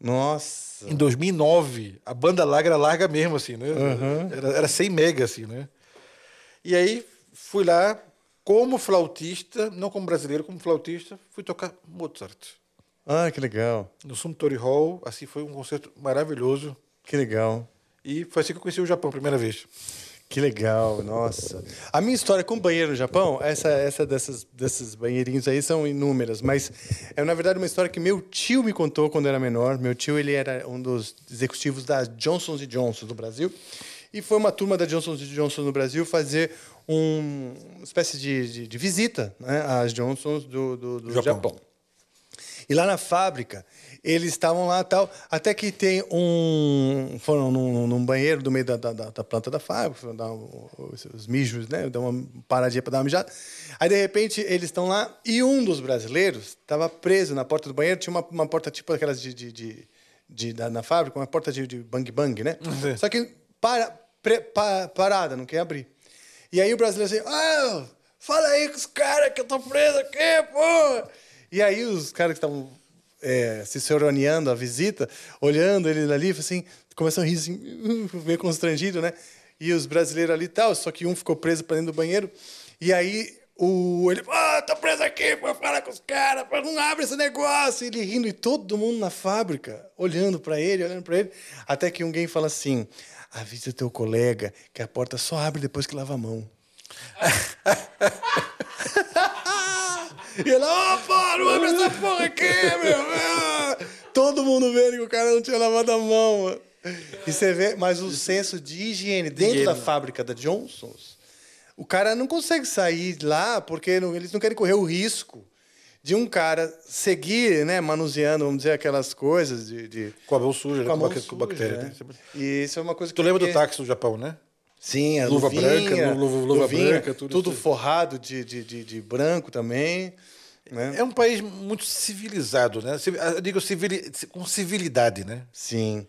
Speaker 1: Nossa.
Speaker 2: Em 2009, a banda larga era larga mesmo, assim, né? Era, era 100 mega, assim, né? E aí fui lá, como flautista, não como brasileiro, como flautista, fui tocar Mozart.
Speaker 1: Ah, que legal.
Speaker 2: no Sumitory Hall. Assim, foi um concerto maravilhoso.
Speaker 1: Que legal.
Speaker 2: E foi assim que eu conheci o Japão a primeira vez.
Speaker 1: Que legal, nossa. A minha história com banheiro no Japão, essa, essa dessas, desses banheirinhos aí são inúmeras, mas é na verdade uma história que meu tio me contou quando era menor. Meu tio ele era um dos executivos da Johnson Johnson do Brasil e foi uma turma da Johnson Johnson no Brasil fazer um- uma espécie de, de- de visita né, às Johnsons do, do- do
Speaker 2: Japão.
Speaker 1: Japão. E lá na fábrica, eles estavam lá tal. Até que tem um. Foram num, num banheiro do meio da, da- da- da planta da fábrica, foram dar um- os, os mijos, né? Dar uma paradinha para dar uma mijada. Aí, de repente, eles estão lá e um dos brasileiros estava preso na porta do banheiro. Tinha uma, uma porta tipo aquelas de. de- de- de- da- na fábrica, uma porta de, de bang-bang, né?
Speaker 2: Sim.
Speaker 1: Só que para, pre- pa- parada, não quer abrir. E aí o brasileiro assim, ah, fala aí com os caras que eu tô preso aqui, pô! E aí os caras que estavam é, se seroneando a visita, olhando ele ali, assim, começam a rir assim, meio constrangido, né? E os brasileiros ali e tal, só que um ficou preso pra dentro do banheiro. E aí o, ele, ah, tô preso aqui, pô, fala com os caras, pô, não abre esse negócio. Ele rindo e todo mundo na fábrica, olhando pra ele, olhando pra ele. Até que alguém fala assim, avisa o teu colega que a porta só abre depois que lava a mão. E ela, ô, pô, não abre essa porra aqui, meu. Ah! Todo mundo vendo que o cara não tinha lavado a mão. mano. E você vê, mas o senso de higiene dentro da fábrica da Johnson's, o cara não consegue sair de lá porque não- eles não querem correr o risco de um cara seguir, né, manuseando, vamos dizer, aquelas coisas de... de-
Speaker 2: Com a mão suja, né?
Speaker 1: com a mão
Speaker 2: bac-
Speaker 1: suja,
Speaker 2: bactéria.
Speaker 1: né?
Speaker 2: né?
Speaker 1: E isso é uma coisa que...
Speaker 2: Tu lembra do
Speaker 1: que-
Speaker 2: táxi do Japão, né?
Speaker 1: Sim, a
Speaker 2: Luva
Speaker 1: luvinha,
Speaker 2: branca, lu- lu- luva
Speaker 1: luvinha,
Speaker 2: branca, tudo isso aí.
Speaker 1: forrado de, de, de, de branco também. Né?
Speaker 2: É um país muito civilizado, né? Civi- Eu digo civili... com civilidade, né?
Speaker 1: Sim.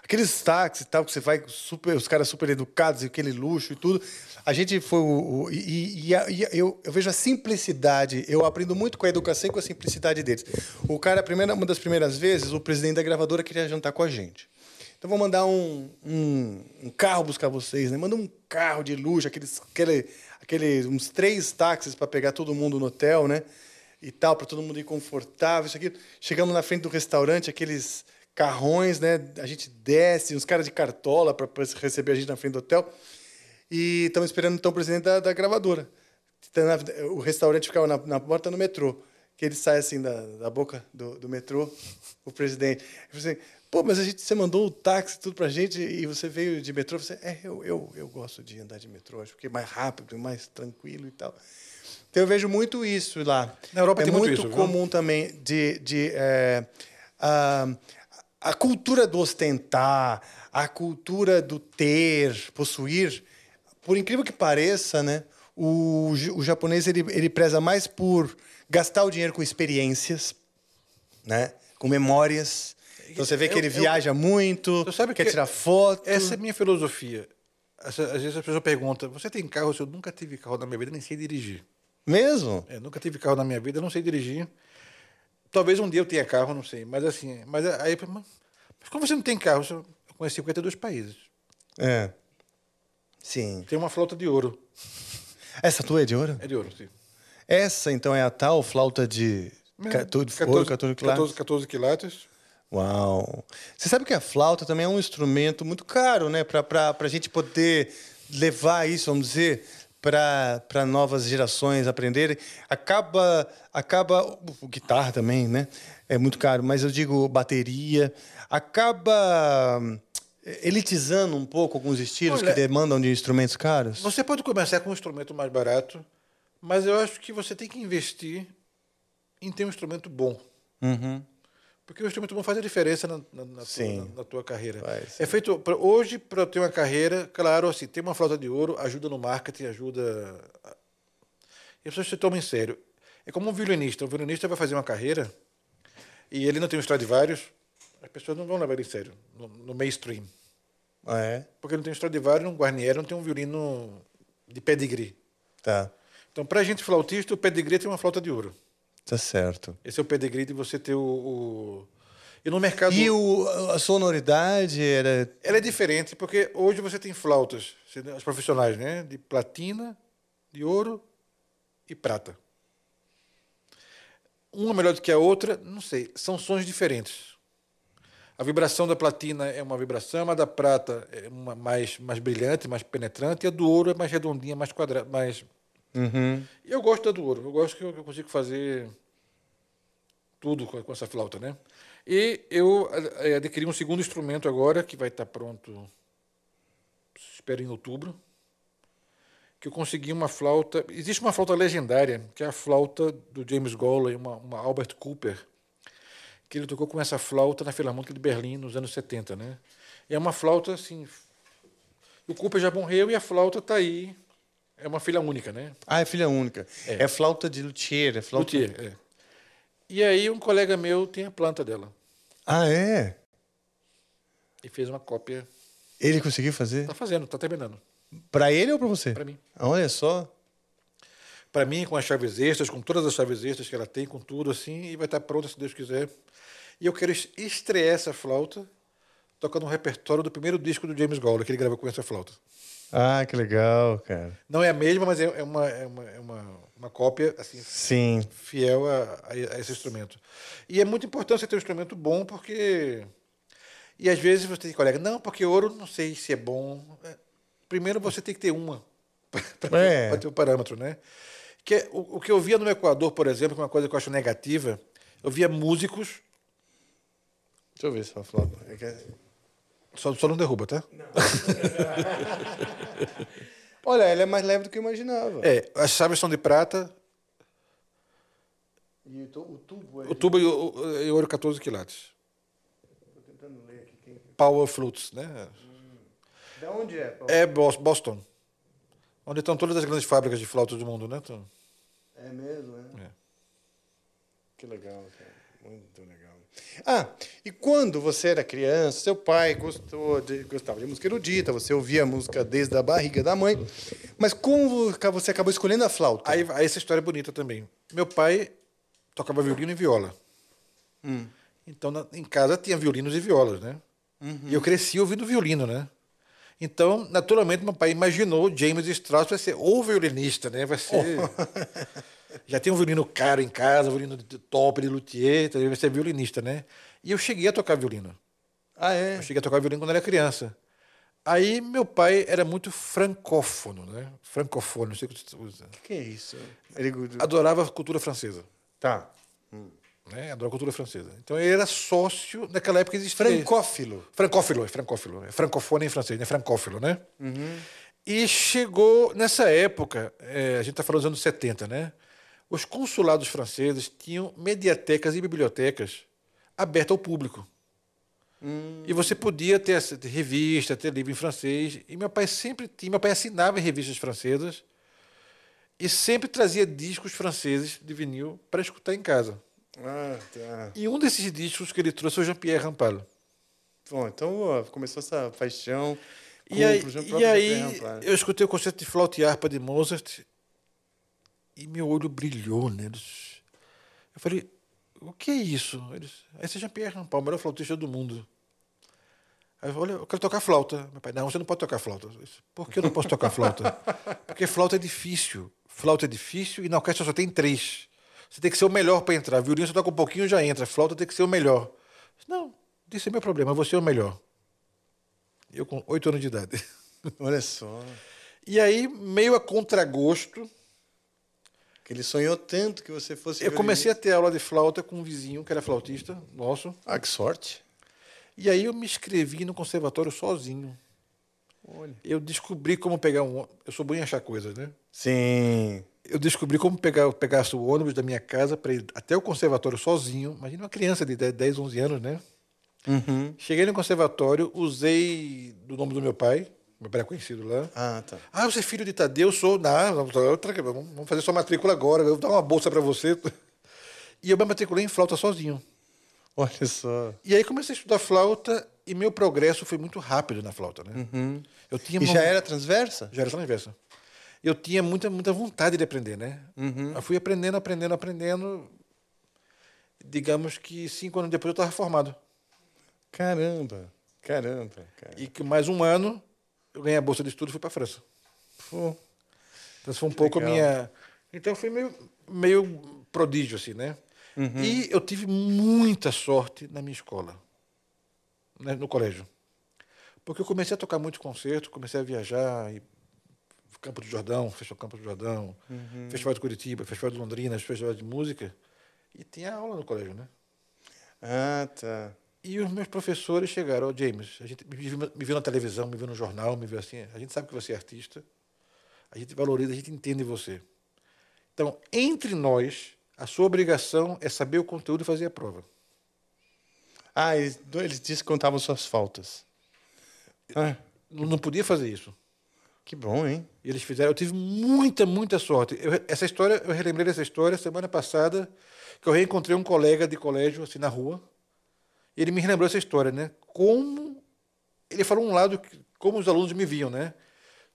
Speaker 1: Aqueles táxis e tal, que você vai super, os caras super educados e aquele luxo e tudo. A gente foi o. o- e e a- e a- eu, eu vejo a simplicidade, eu aprendo muito com a educação e com a simplicidade deles. O cara, a primeira, uma das primeiras vezes, o presidente da gravadora queria jantar com a gente. Então vou mandar um, um, um carro buscar vocês, né? Manda um carro de luxo, aqueles, aquele, aquele, uns três táxis para pegar todo mundo no hotel, né? E tal, para todo mundo ir confortável, isso aqui. Chegamos na frente do restaurante, aqueles carrões, né? A gente desce, uns caras de cartola para receber a gente na frente do hotel. E estamos esperando então o presidente da, da gravadora. Tá na- O restaurante ficava na, na porta do metrô. Que ele sai assim da, da boca do, do metrô, o presidente. Eu falei assim, pô, mas a gente, você mandou o táxi tudo pra gente e você veio de metrô. Eu falei assim, é, eu, eu, eu gosto de andar de metrô, acho que é mais rápido, mais tranquilo e tal. Então eu vejo muito isso lá.
Speaker 2: Na Europa
Speaker 1: é
Speaker 2: tem muito isso, viu?
Speaker 1: comum também de, de é, a, a cultura do ostentar, a cultura do ter, possuir. Por incrível que pareça, né, o, j- o japonês ele, ele preza mais por gastar o dinheiro com experiências, né, com memórias. Então você vê que
Speaker 2: Eu-
Speaker 1: ele
Speaker 2: eu-
Speaker 1: viaja muito,
Speaker 2: Tu sabe
Speaker 1: quer
Speaker 2: que
Speaker 1: tirar foto.
Speaker 2: Essa é a minha filosofia. Essa- às vezes a pessoa pergunta: Você tem carro? Eu, sou, eu nunca tive carro na minha vida, nem sei dirigir.
Speaker 1: Mesmo?
Speaker 2: É, nunca tive carro na minha vida, não sei dirigir. Talvez um dia eu tenha carro, não sei. Mas assim, mas aí. eu falo, Mas, mas como você não tem carro? Eu sou- eu conheço 52 países.
Speaker 1: É. Sim.
Speaker 2: Tem uma flauta de ouro.
Speaker 1: Essa tua é de ouro?
Speaker 2: É de ouro, sim.
Speaker 1: Essa, então, é a tal flauta de
Speaker 2: Né?
Speaker 1: catu- ouro, 14 quilates?
Speaker 2: 14, 14 quilates.
Speaker 1: Uau! Você sabe que a flauta também é um instrumento muito caro, né? Para a gente poder levar isso, vamos dizer, para novas gerações aprenderem. Acaba, acaba... o- O guitarra também, né? É muito caro, mas eu digo bateria. Acaba hum, elitizando um pouco alguns estilos
Speaker 2: Olha,
Speaker 1: que demandam de instrumentos caros.
Speaker 2: Você pode começar com um instrumento mais barato, mas eu acho que você tem que investir em ter um instrumento bom. Porque o instrumento bom faz a diferença na, na- na
Speaker 1: Uhum. Sim.
Speaker 2: tua, na- na tua carreira.
Speaker 1: Faz.
Speaker 2: É feito pra- hoje para ter uma carreira, claro, assim, ter uma flauta de ouro ajuda no marketing, ajuda. a- E as pessoas se tomam em sério. É como um violinista. O violinista vai fazer uma carreira e ele não tem um Stradivarius, as pessoas não vão levar ele em sério no, no mainstream.
Speaker 1: É,
Speaker 2: Porque não tem um Stradivarius, um Guarnieri, não tem um violino de pedigree.
Speaker 1: tá.
Speaker 2: Então, para a gente flautista, o pedigree tem uma flauta de ouro.
Speaker 1: Tá certo.
Speaker 2: Esse é o pedigree de você ter o... o- E no mercado...
Speaker 1: E o, a sonoridade era
Speaker 2: Ela é diferente, porque hoje você tem flautas, você- as profissionais, né? De platina, de ouro e prata. Uma melhor do que a outra, não sei. São sons diferentes. A vibração da platina é uma vibração, a da prata é uma mais, mais brilhante, mais penetrante, e a do ouro é mais redondinha, mais quadrada, mais... E eu gosto da do ouro. Eu gosto que eu que eu consigo fazer tudo com, com essa flauta, né? E eu eh, eh, adquiri um segundo instrumento agora, que vai estar pronto, espero em outubro, que eu consegui uma flauta... Existe uma flauta legendária, que é a flauta do James Golley, uma, uma Albert Cooper, que ele tocou com essa flauta na Filarmônica de Berlim nos anos 70, né? É uma flauta, assim... O Cooper já morreu e a flauta está aí. É uma filha única, né?
Speaker 1: Ah, é filha única. É, flauta de luthier, é flauta...
Speaker 2: Luthier, é. E aí um colega meu tem a planta dela
Speaker 1: Ah, é?
Speaker 2: e fez uma cópia.
Speaker 1: Ele conseguiu fazer?
Speaker 2: Tá fazendo, tá terminando.
Speaker 1: Pra ele ou pra você?
Speaker 2: Pra mim.
Speaker 1: Olha só.
Speaker 2: Pra mim, com as chaves extras, com todas as chaves extras que ela tem, com tudo assim, e vai estar pronta se Deus quiser. E eu quero es- estrear essa flauta tocando um repertório do primeiro disco do James Gowler, que ele gravou com essa flauta.
Speaker 1: Ah, que legal, cara.
Speaker 2: Não é a mesma, mas é é uma, é uma, é uma, uma cópia assim,
Speaker 1: Sim.
Speaker 2: fiel a, a- a esse instrumento. E é muito importante você ter um instrumento bom, porque. E às vezes você tem colega, não, porque ouro não sei se é bom. É, Primeiro você tem que ter uma para
Speaker 1: É.
Speaker 2: ter o parâmetro, né? Que é- o, o que eu via no Equador, por exemplo, que é uma coisa que eu acho negativa, eu via músicos.
Speaker 1: Deixa eu ver se a flauta... é que-
Speaker 2: Só, só não derruba, tá?
Speaker 1: Olha, ela é mais leve do que eu imaginava.
Speaker 2: É, as chaves são de prata,
Speaker 1: E o, tu- o tubo é...
Speaker 2: o tubo e o- o- e ouro 14 quilates.
Speaker 1: é.
Speaker 2: Power flutes, né?
Speaker 1: Da onde é? Paulo?
Speaker 2: É Bos- Boston. Onde estão todas as grandes fábricas de flautas do mundo, né? Então,
Speaker 1: É mesmo, né?
Speaker 2: É.
Speaker 1: Que legal, cara. Muito legal. Ah, e quando você era criança, seu pai gostou de, gostava de música erudita, você ouvia a música desde a barriga da mãe, mas como você acabou escolhendo a flauta?
Speaker 2: Aí, aí essa história é bonita também. Meu pai tocava violino e viola. Então, na- em casa tinha violinos e violas, né? E eu cresci ouvindo violino, né? Então, naturalmente, meu pai imaginou James Strauss vai ser ou violinista, né? Vai ser... Já tem um violino caro em casa, um violino de top, de luthier, então ele vai ser violinista, né? E eu cheguei a tocar violino.
Speaker 1: Ah, é?
Speaker 2: Eu cheguei a tocar violino quando era criança. Aí meu pai era muito francófono, né? Francófono, não sei o que você usa.
Speaker 1: Que é isso? Ele...
Speaker 2: Adorava a cultura francesa,
Speaker 1: Tá.
Speaker 2: né? Adorava a cultura francesa. Então ele era sócio, naquela época existia...
Speaker 1: Francófilo.
Speaker 2: Francófilo, é francófilo. É francofone em francês, né? Francófilo, né? E chegou, nessa época, é, a gente está falando dos anos 70, né? Os consulados franceses tinham mediatecas e bibliotecas abertas ao público. E você podia ter, essa- ter revista, ter livro em francês. E meu pai sempre tinha, meu pai assinava em revistas francesas e sempre trazia discos franceses de vinil para escutar em casa.
Speaker 1: Ah, tá.
Speaker 2: E um desses discos que ele trouxe foi Jean-Pierre Rampal.
Speaker 1: Bom, então ó, começou essa paixão.
Speaker 2: E aí,
Speaker 1: com o próprio
Speaker 2: e aí
Speaker 1: Jean Claude.
Speaker 2: eu escutei o concerto de flauta e harpa de Mozart e meu olho brilhou neles. Eu falei, o que é isso? Eles, esse é Jean-Pierre Rampal, o melhor flautista do mundo. Aí eu falei, olha, eu quero tocar flauta. Meu pai, não, você não pode tocar flauta. Eu disse, Por que eu não posso tocar flauta? Porque flauta é difícil. Flauta é difícil e na orquestra só tem três. Você tem que ser o melhor para entrar. Violino você toca um pouquinho e já entra. Flauta tem que ser o melhor. Eu disse, não, esse é meu problema, você é o melhor. Eu com oito anos de idade.
Speaker 1: Olha só.
Speaker 2: E aí, meio a contragosto,
Speaker 1: Que ele sonhou tanto que você fosse.
Speaker 2: eu comecei a ter aula de flauta com um vizinho que era flautista nosso.
Speaker 1: Ah, que sorte.
Speaker 2: E aí eu me inscrevi no conservatório sozinho.
Speaker 1: Olha.
Speaker 2: Eu descobri como pegar um. Eu sou bom em achar coisas, né?
Speaker 1: Sim.
Speaker 2: Eu descobri como pegar, pegasse o ônibus da minha casa para ir até o conservatório sozinho. Imagina uma criança de 10, 10, 11 anos, né? Cheguei no conservatório, usei do nome do meu pai. Meu pai era conhecido lá.
Speaker 1: Ah, tá.
Speaker 2: Ah, você é filho de Tadeu, sou. Não, vamos fazer sua matrícula agora, eu vou dar uma bolsa para você. E eu me matriculei em flauta sozinho.
Speaker 1: Olha só.
Speaker 2: E aí comecei a estudar flauta e meu progresso foi muito rápido na flauta, né? Eu tinha
Speaker 1: Uhum. E
Speaker 2: uma-
Speaker 1: já era transversa?
Speaker 2: já era transversa. Eu tinha muita, muita vontade de aprender, né?
Speaker 1: Uhum.
Speaker 2: Eu fui aprendendo, aprendendo, aprendendo. Digamos que cinco anos depois eu estava formado.
Speaker 1: Caramba. Caramba, cara.
Speaker 2: E que mais um ano eu ganhei a bolsa de estudo e fui para a França.
Speaker 1: Pô,
Speaker 2: Então, isso foi um pouco a
Speaker 1: legal.
Speaker 2: minha. Então, foi meio, meio prodígio, assim, né? E eu tive muita sorte na minha escola, né, no colégio. Porque eu comecei a tocar muito concerto, comecei a viajar. E... Campo do Jordão, Festival Campo do Jordão, Festival de Curitiba, Festival de Londrina, Festival de Música. E tinha aula no colégio, né?
Speaker 1: Ah, tá.
Speaker 2: E os meus professores chegaram, ó, James, a gente me viu, me viu na televisão, me viu no jornal, me viu assim, a gente sabe que você é artista, a gente valoriza, a gente entende você. Então, entre nós, a sua obrigação é saber o conteúdo e fazer a prova.
Speaker 1: Ah, eles, eles disse que contavam suas faltas. Ah,
Speaker 2: Não, não podia fazer isso.
Speaker 1: que bom, hein?
Speaker 2: E eles fizeram, eu tive muita, muita sorte. Eu re- essa história, eu relembrei dessa história semana passada, que eu reencontrei um colega de colégio, assim, na rua, e ele me relembrou essa história, né? Como. Ele falou um lado, que- como os alunos me viam, né?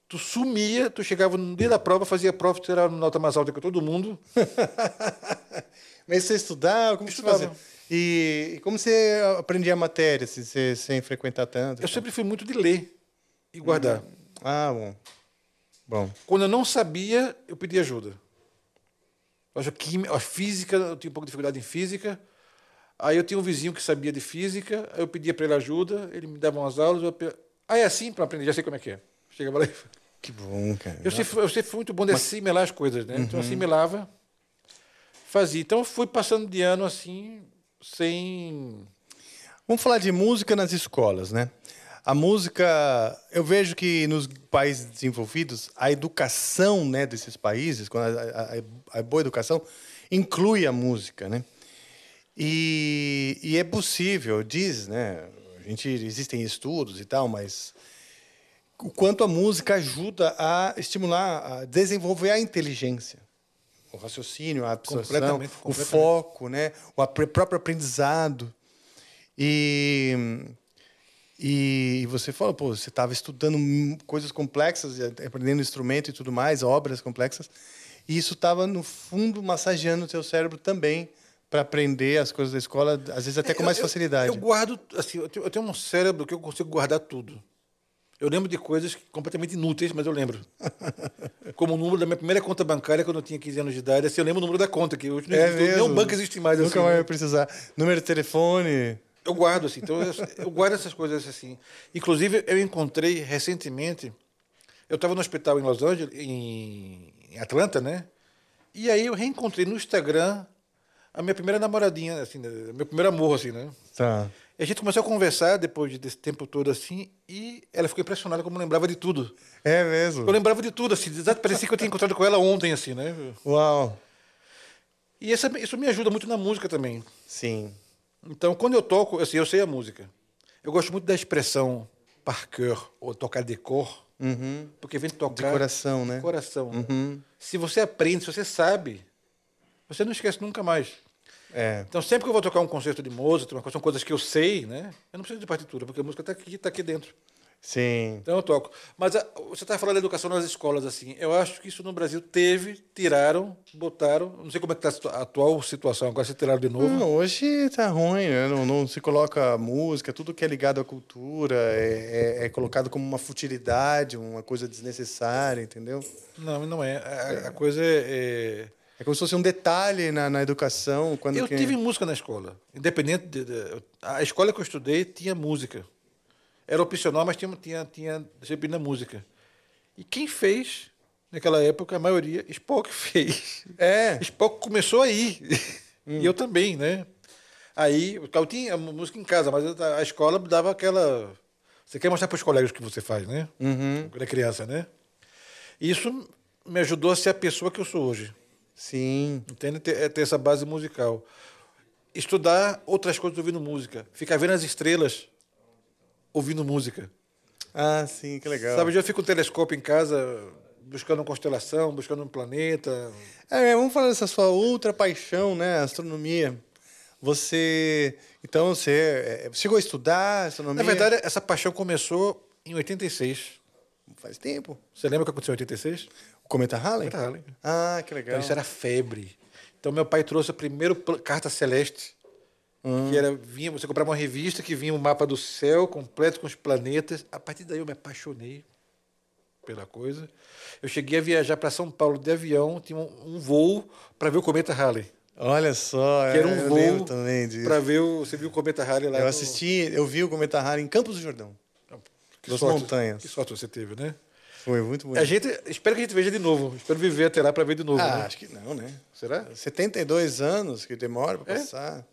Speaker 2: Tu sumia, tu chegava no dia da prova, fazia a prova, tu tirava nota mais alta que todo mundo.
Speaker 1: Mas você estudava? Como você
Speaker 2: Estudava.
Speaker 1: fazia? E, e como você aprendia a matéria, se, se, sem frequentar tanto? assim.
Speaker 2: Eu sempre fui muito de ler e guardar.
Speaker 1: Ah, bom. Bom.
Speaker 2: Quando eu não sabia, eu pedi ajuda. Eu acho que química- a física, eu tinha um pouco de dificuldade em física. Aí eu tinha um vizinho que sabia de física, aí eu pedia para ele ajuda, ele me dava umas aulas. Eu... pe- Ah, é assim para aprender, já sei como é que é. Chegava lá e...
Speaker 1: Que bom, cara.
Speaker 2: eu, sempre, fui- eu sempre fui muito bom de assimilar as coisas, né? Então eu assimilava, fazia. Então eu fui passando de ano assim, sem.
Speaker 1: Vamos falar de música nas escolas, né? A música, eu vejo que nos países desenvolvidos, a educação né, desses países, quando a, a- a- a boa educação, inclui a música, né? E, e é possível, diz, né? A gente, existem estudos e tal, mas o quanto a música ajuda a estimular, a desenvolver a inteligência, o raciocínio, a absorção,
Speaker 2: Completamente,
Speaker 1: o
Speaker 2: completamente.
Speaker 1: foco, né? O apre- próprio aprendizado. E, e você fala, pô, você estava estudando hum, coisas complexas, e aprendendo instrumento e tudo mais, obras complexas, e isso estava, no fundo, massageando o teu cérebro também para aprender as coisas da escola, às vezes até com
Speaker 2: É, Eu-
Speaker 1: mais
Speaker 2: eu-
Speaker 1: facilidade.
Speaker 2: Eu, guardo, assim, eu tenho, eu tenho um cérebro que eu consigo guardar tudo. Eu lembro de coisas completamente inúteis, mas eu lembro. Como o número da minha primeira conta bancária, quando eu tinha 15 anos de idade, assim, eu lembro o número da conta, que hoje não existe, nenhum banco existe mais.
Speaker 1: É Nunca
Speaker 2: assim,
Speaker 1: mais
Speaker 2: né?
Speaker 1: vai precisar. Número de telefone.
Speaker 2: eu guardo, assim. Então, eu, eu guardo essas coisas assim. Inclusive, eu encontrei recentemente. Eu estava no hospital em Los Angeles, em, em Atlanta, né? E aí eu reencontrei no Instagram a minha primeira namoradinha, assim, né? meu primeiro amor, assim, né?
Speaker 1: Tá.
Speaker 2: E a gente começou a conversar depois desse tempo todo, assim, e ela ficou impressionada como eu lembrava de tudo.
Speaker 1: É mesmo?
Speaker 2: Eu lembrava de tudo, assim, exato, parecia que eu tinha encontrado com ela ontem, assim, né?
Speaker 1: Uau.
Speaker 2: E essa, isso me ajuda muito na música também.
Speaker 1: Sim.
Speaker 2: Então, quando eu toco, assim, eu sei a música. Eu gosto muito da expressão par cœur, ou tocar de cor,
Speaker 1: Uhum.
Speaker 2: porque vem tocar...
Speaker 1: De coração, né?
Speaker 2: Coração.
Speaker 1: Uhum.
Speaker 2: Se você aprende, se você sabe, você não esquece nunca mais.
Speaker 1: É.
Speaker 2: Então, sempre que eu vou tocar um concerto de Mozart, uma coisa- são coisas que eu sei, né? Eu não preciso de partitura, porque a música está aqui, tá aqui dentro.
Speaker 1: Sim.
Speaker 2: Então eu toco. Mas a- você está falando da educação nas escolas, assim. Eu acho que isso no Brasil teve, tiraram, botaram. Não sei como é que está a atual situação, agora se tiraram de novo.
Speaker 1: Não, hoje tá ruim, né? não, não se coloca música, tudo que é ligado à cultura é, é- é colocado como uma futilidade, uma coisa desnecessária, entendeu?
Speaker 2: Não, não é. A, a coisa é. é-
Speaker 1: É como se fosse um detalhe na, na educação. Quando
Speaker 2: Eu
Speaker 1: que- é?
Speaker 2: tive um música na escola. Independente. De, de- a escola que eu estudei tinha música. Era opcional, mas tinha, tinha, tinha disciplina música. E quem fez, naquela época, a maioria, Spock fez.
Speaker 1: É,
Speaker 2: Spock começou aí. E eu também, né? Aí, eu tinha música em casa, mas a a escola dava aquela. Você quer mostrar para os colegas o que você faz, né? Quando é criança, né? E Isso me ajudou a ser a pessoa que eu sou hoje.
Speaker 1: sim.
Speaker 2: Entende? Ter, é ter essa base musical. Estudar outras coisas ouvindo música. Ficar vendo as estrelas ouvindo música.
Speaker 1: Ah, sim, que legal.
Speaker 2: Sabe, eu fico com o telescópio em casa buscando uma constelação, buscando um planeta.
Speaker 1: É, vamos falar dessa sua outra paixão, né? Astronomia. Você. Então, você é, chegou a estudar astronomia?
Speaker 2: Na verdade, essa paixão começou em 86. é-
Speaker 1: faz tempo.
Speaker 2: Você lembra o que aconteceu em 86?
Speaker 1: O Cometa Halley?
Speaker 2: Cometa Halley.
Speaker 1: Ah, que legal.
Speaker 2: Então, Tá, isso era febre. Então, meu pai trouxe a primeira pla- carta celeste,
Speaker 1: Hum.
Speaker 2: que era, vinha, você comprava uma revista que vinha um mapa do céu completo com os planetas. A partir daí, eu me apaixonei pela coisa. Eu cheguei a viajar para São Paulo de avião, tinha um, um voo para ver o cometa Halley.
Speaker 1: Olha só,
Speaker 2: Que era
Speaker 1: é,
Speaker 2: um
Speaker 1: eu lembro
Speaker 2: voo
Speaker 1: também disso.
Speaker 2: para ver o... Você viu o cometa Halley lá?
Speaker 1: Eu
Speaker 2: no-
Speaker 1: assisti, eu vi o Cometa Halley em Campos do Jordão.
Speaker 2: Que
Speaker 1: das
Speaker 2: sorte-
Speaker 1: montanhas.
Speaker 2: Que sorte você teve, né?
Speaker 1: Foi muito bonito.
Speaker 2: A gente, espero que a gente veja de novo. Espero viver até lá para ver de novo.
Speaker 1: Ah,
Speaker 2: né?
Speaker 1: acho que não, né?
Speaker 2: Será?
Speaker 1: 72 anos que demora pra
Speaker 2: É?
Speaker 1: passar.